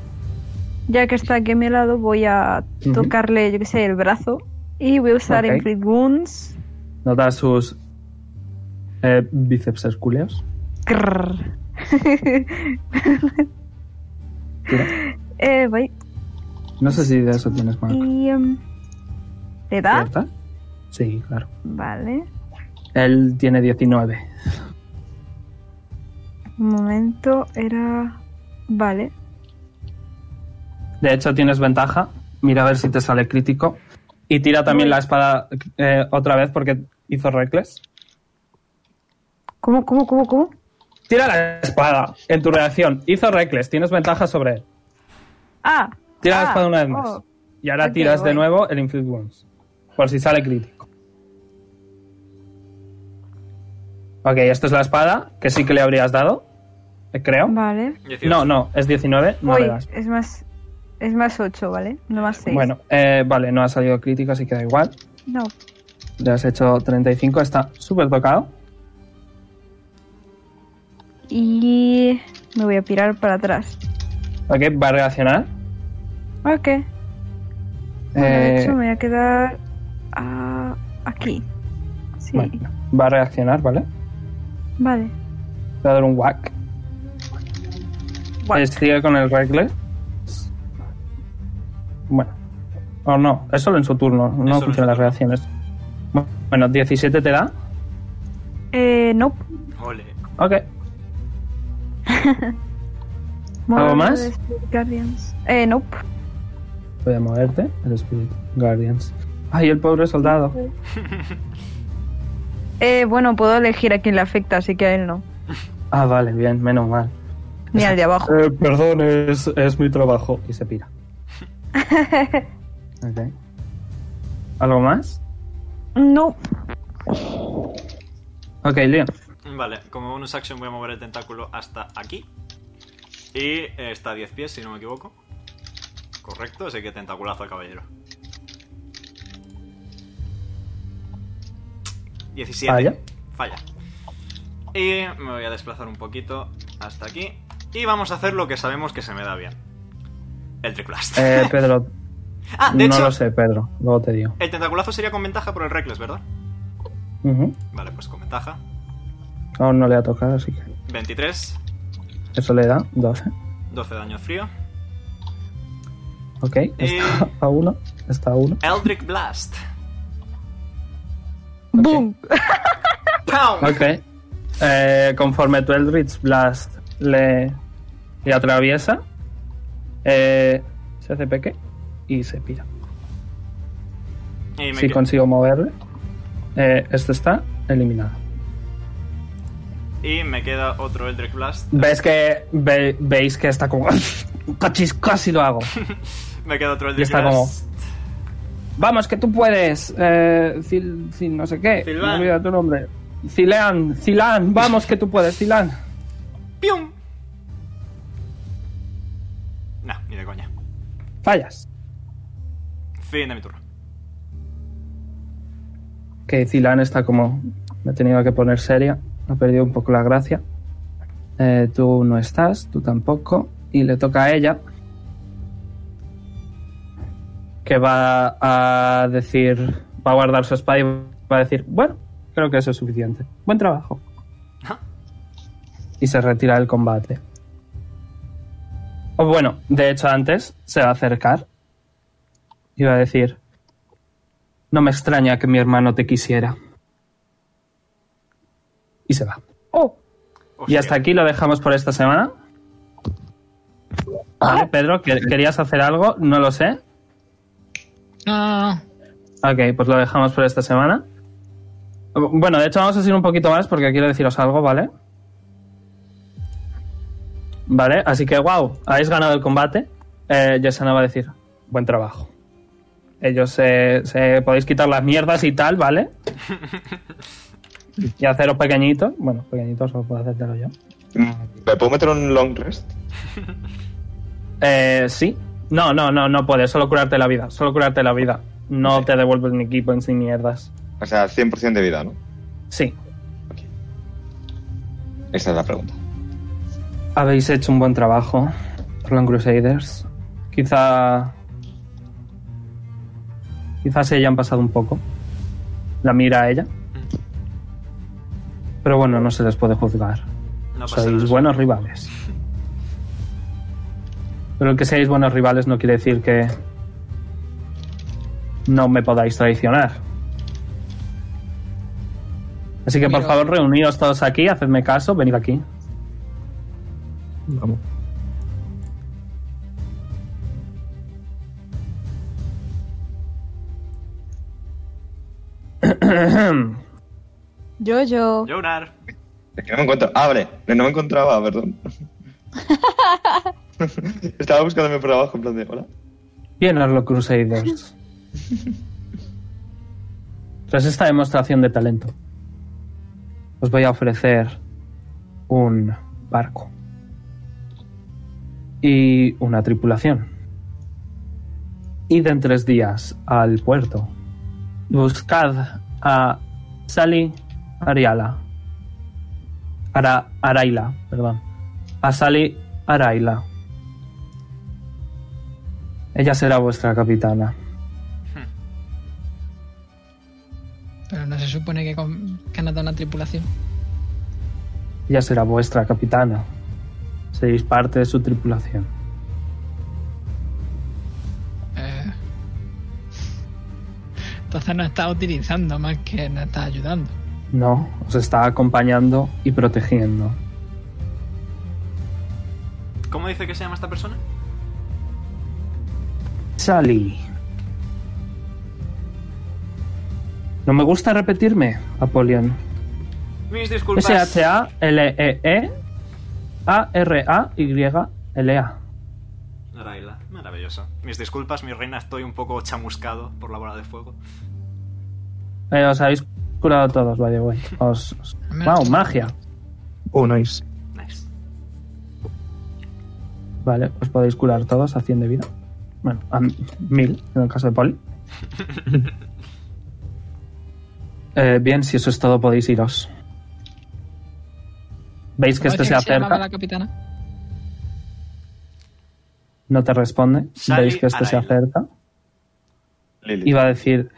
S6: ya que está aquí a mi lado, voy a
S3: Ujú.
S6: tocarle, yo qué sé, el brazo
S11: Y voy a usar
S3: Ok.
S11: Inflict Wounds.
S3: Notas sus eh, bíceps hercúleos.
S11: Crrr. eh, voy.
S7: No sé si de eso tienes más.
S11: Y. em, ¿Te da?
S7: ¿Cierta?
S3: Sí, claro.
S11: Vale.
S3: Él tiene 19.
S11: Un momento, era. Vale.
S3: De hecho, tienes ventaja. Mira a ver si te sale crítico. Y tira también la espada eh, otra vez porque hizo reckless.
S11: ¿Cómo, cómo, cómo, cómo?
S3: Tira la espada en tu reacción. Hizo reckless. Tienes ventaja sobre él.
S11: Ah.
S3: Tira la
S11: ah,
S3: espada una vez más.
S11: oh,
S3: y ahora
S11: ok,
S3: tiras de
S11: voy.
S3: nuevo el Inflict Wounds. Por si sale crítico. Ok, esta es la espada que sí que le habrías dado. eh, Creo.
S11: Vale.
S3: No, no, es 19. No
S11: Voy,
S3: le das.
S11: es más. Es más 8, ¿vale? No más 6.
S3: Bueno, eh, vale, no ha salido crítico, así que da igual.
S11: No.
S3: Le has hecho 35, está súper tocado.
S11: Y. Me voy a pirar para atrás.
S3: Ok, va a reaccionar.
S11: Ok. Bueno,
S3: Eh,
S11: de hecho, me voy a quedar. ah, aquí. Sí.
S3: bueno, va a reaccionar, ¿vale?
S11: Vale.
S3: Te va a dar un whack. Eh, sigue con el reckless. Bueno. O no, es solo en su turno, no funcionan las reacciones. Bueno, 17 te da.
S11: Eh, no.
S2: Ole.
S3: Ok.
S11: Modo
S3: más?
S11: de Spirit Guardians. Eh, nope.
S3: Voy a moverte, el Spirit Guardians. Ay, el pobre soldado.
S11: Eh, bueno, puedo elegir a quién le afecta, así que a él no.
S3: Ah, vale, bien, menos mal.
S11: Ni al de abajo.
S3: Eh, perdón, es, es mi trabajo. Y se pira. Ok. ¿Algo más?
S11: no.
S3: Ok, Leon.
S2: Vale, como bonus action voy a mover el tentáculo hasta aquí. Y eh, está a 10 pies, si no me equivoco. Correcto, así que tentaculazo al caballero. 17.
S3: Falla.
S2: Falla. Y me voy a desplazar un poquito hasta aquí. Y vamos a hacer lo que sabemos que se me da bien. El triclast.
S3: Eh, Pedro.
S2: Ah, de
S3: no
S2: hecho-
S3: lo sé, Pedro. Luego te digo.
S2: El tentaculazo sería con ventaja por el reckless, ¿verdad?
S3: Ujú.
S2: Vale, pues con ventaja.
S3: Aún no le ha tocado, así que
S2: 23,
S3: eso le da 12.
S2: 12 daño frío.
S3: Ok, está a 1. Está a 1.
S2: Eldrick Blast.
S11: ¡Boom!
S2: ¡Pow!
S3: Ok. Eh, conforme tu Eldritch Blast le, le atraviesa, eh, se hace peque y se pira.
S2: Y me
S3: Si
S2: que-
S3: consigo moverle, eh, este está eliminado.
S2: Y me queda otro Eldritch Blast.
S3: ¿Ves que, ve- veis que está como... Casi, casi lo hago.
S2: Me queda otro
S3: Y
S2: Eldritch
S3: está como...
S2: Blast.
S3: Vamos, que tú puedes. Eh, Cil, Cil- no sé qué.
S2: Cilvan.
S3: Me olvida tu nombre. Cilan, Cilan, vamos, que tú puedes, Cilan.
S2: ¡Pium! Nah, ni de coña.
S3: Fallas.
S2: Fin de mi turno.
S3: Que Cilan está como... Me he tenido que poner seria. Ha perdido un poco la gracia. Eh, tú no estás, tú tampoco. Y le toca a ella. Que va a decir... Va a guardar su espada y va a decir... Bueno, creo que eso es suficiente. Buen trabajo. Y se retira del combate. O bueno, de hecho antes se va a acercar. Y va a decir... No me extraña que mi hermano te quisiera. Y se va.
S11: ¡Oh!
S3: Y hasta aquí lo dejamos por esta semana. Vale, Pedro, que- ¿querías hacer algo? No lo sé.
S5: No, no, no.
S3: Ok, pues lo dejamos por esta semana. Bueno, de hecho vamos a seguir un poquito más porque quiero deciros algo, ¿vale? Vale, así que wow, habéis ganado el combate. Eh, Yesana va a decir, buen trabajo. Ellos se, se- podéis quitar las mierdas y tal, ¿vale? y haceros pequeñitos. Bueno, pequeñitos solo puedo hacértelo yo.
S10: ¿Me puedo meter un long rest?
S3: Eh, sí. No, no, no, no puedes. Solo curarte la vida. Solo curarte la vida. No te devuelven ni equipos ni mierdas.
S1: O sea, 100% de vida, ¿no?
S3: Sí.
S1: Esa es la pregunta.
S3: Habéis hecho un buen trabajo, Long Crusaders. Quizá Quizás se hayan pasado un poco. La mira a ella. Pero bueno, no se les puede juzgar.
S2: No pasa
S3: Sois
S2: nada.
S3: buenos rivales. Pero el que seáis buenos rivales no quiere decir que no me podáis traicionar. Así que por
S5: Miro-
S3: favor reuníos todos aquí, hacedme caso, venid aquí.
S4: Vamos.
S11: Yo, yo.
S2: Jonar.
S10: Es que no me encuentro. Ah, vale. No me encontraba, perdón. Estaba buscándome por abajo en plan de, hola.
S3: Bien, Arlo Crusaders. Tras esta demostración de talento, os voy a ofrecer un barco y una tripulación. Id en tres días al puerto. Buscad a Sally Ariala. Ara, Araila, perdón. A Sally Araila. Ella será vuestra capitana.
S5: Pero no se supone que, con, que han dado una tripulación.
S3: Ella será vuestra capitana. Seréis parte de su tripulación.
S5: Eh, Entonces nos está utilizando más que nos está ayudando.
S3: No, os está acompañando y protegiendo.
S2: ¿Cómo dice que se llama esta persona?
S3: Sally. No me gusta repetirme, Apolion.
S2: Mis disculpas.
S3: E S-H-A-L-E-E-A-R-A-Y-L-A. E
S2: Raila, maravilloso. Mis disculpas, mi reina, estoy un poco chamuscado por la bola de fuego.
S3: Eh, os habéis curado todos, by the way. Os, os- Wow, magia.
S4: Oh, nice.
S2: Nice.
S3: Vale, os podéis curar todos a 100 de vida. Bueno, a 1000 en el caso de Poli. Eh, bien, si eso es todo, podéis iros. Veis que
S5: ¿Cómo
S3: este
S5: decía
S3: se
S5: que llamaba
S3: acerca,
S5: la capitana?
S3: no te responde.
S2: Sally
S3: Veis que este se
S2: Araile.
S3: acerca
S10: Lily.
S3: y va a decir: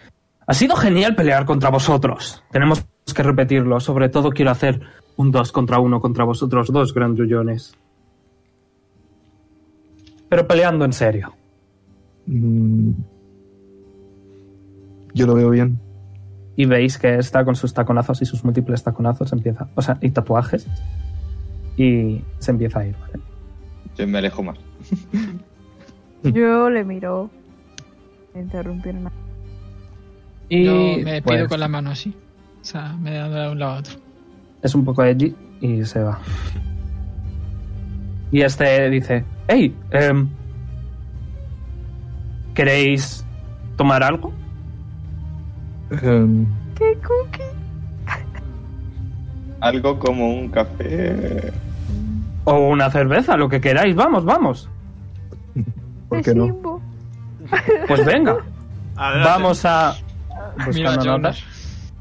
S3: Ha sido genial pelear contra vosotros. Tenemos que repetirlo. Sobre todo, quiero hacer un 2 contra 1 contra vosotros dos grandullones. Pero peleando en serio.
S4: Mm. Yo lo veo bien.
S3: y veis que está con sus taconazos y sus múltiples taconazos empieza, o sea, y tatuajes y se empieza a ir, ¿vale?
S10: Yo me alejo más.
S11: Yo le miro. Me interrumpieron.
S3: Y
S5: Yo me despido
S3: pues,
S5: con la mano así. O sea, me he dado de un lado a otro.
S3: es un poco edgy y se va. Y este dice, hey, em, ¿queréis tomar algo?
S4: Em,
S11: ¡Qué cookie!
S10: Algo como un café.
S3: O una cerveza, lo que queráis, vamos, vamos.
S4: ¿Por
S11: de
S4: qué no?
S11: Simbo.
S3: Pues venga,
S2: Adelante.
S3: vamos a...
S5: Mira,
S3: Buscando
S5: Jonas.
S3: notas.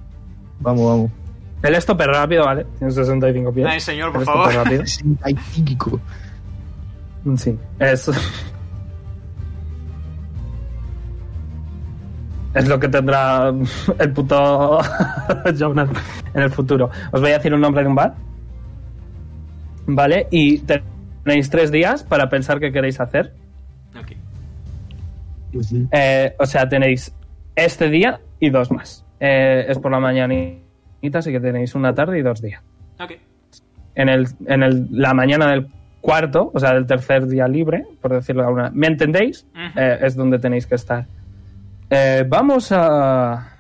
S4: Vamos, vamos.
S3: El stopper rápido, ¿vale? Tiene 65 pies.
S2: Ay, señor, por
S3: El stopper
S2: favor.
S3: rápido.
S4: 65.
S3: Sí, es. Es lo que tendrá el puto Jonas en el futuro. Os voy a decir un nombre de un bar. ¿Vale? Y tenéis tres días para pensar qué queréis hacer.
S2: Ok.
S3: Eh, o sea, tenéis este día y dos más. Eh, es por la mañanita, así que tenéis una tarde y dos días.
S2: Ok.
S3: en, el, en el- la mañana del cuarto, o sea, del tercer día libre, por decirlo de alguna ¿Me entendéis?
S2: Ujú.
S3: Eh, es donde tenéis que estar. Eh, vamos a...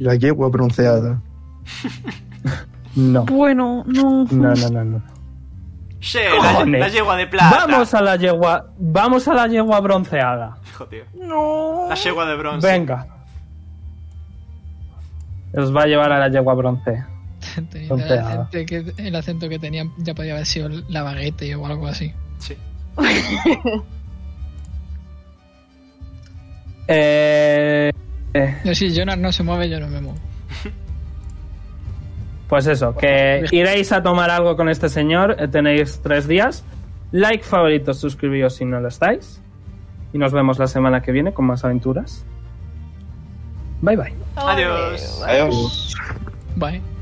S4: La yegua bronceada.
S3: No,
S6: Bueno, no.
S3: no, no, no. no.
S2: Che, la,
S3: Cojones.
S2: la yegua de plata.
S3: Vamos a la yegua... Vamos a la yegua bronceada.
S2: Hijo, tío.
S6: No.
S2: La yegua de bronce.
S3: Venga. Os va a llevar a la yegua bronce.
S5: Tenía el,
S3: Tonteada.
S5: acento que, el acento que tenía ya podía haber sido la baguete o algo así.
S2: Sí.
S3: Eh, eh,
S5: Yo si Jonas no se mueve, yo no me muevo.
S3: pues eso, que iréis a tomar algo con este señor. eh, tenéis tres días. Like, favorito, suscribíos si no lo estáis. Y nos vemos la semana que viene con más aventuras. Bye bye.
S2: Adiós.
S10: Adiós.
S5: Bye.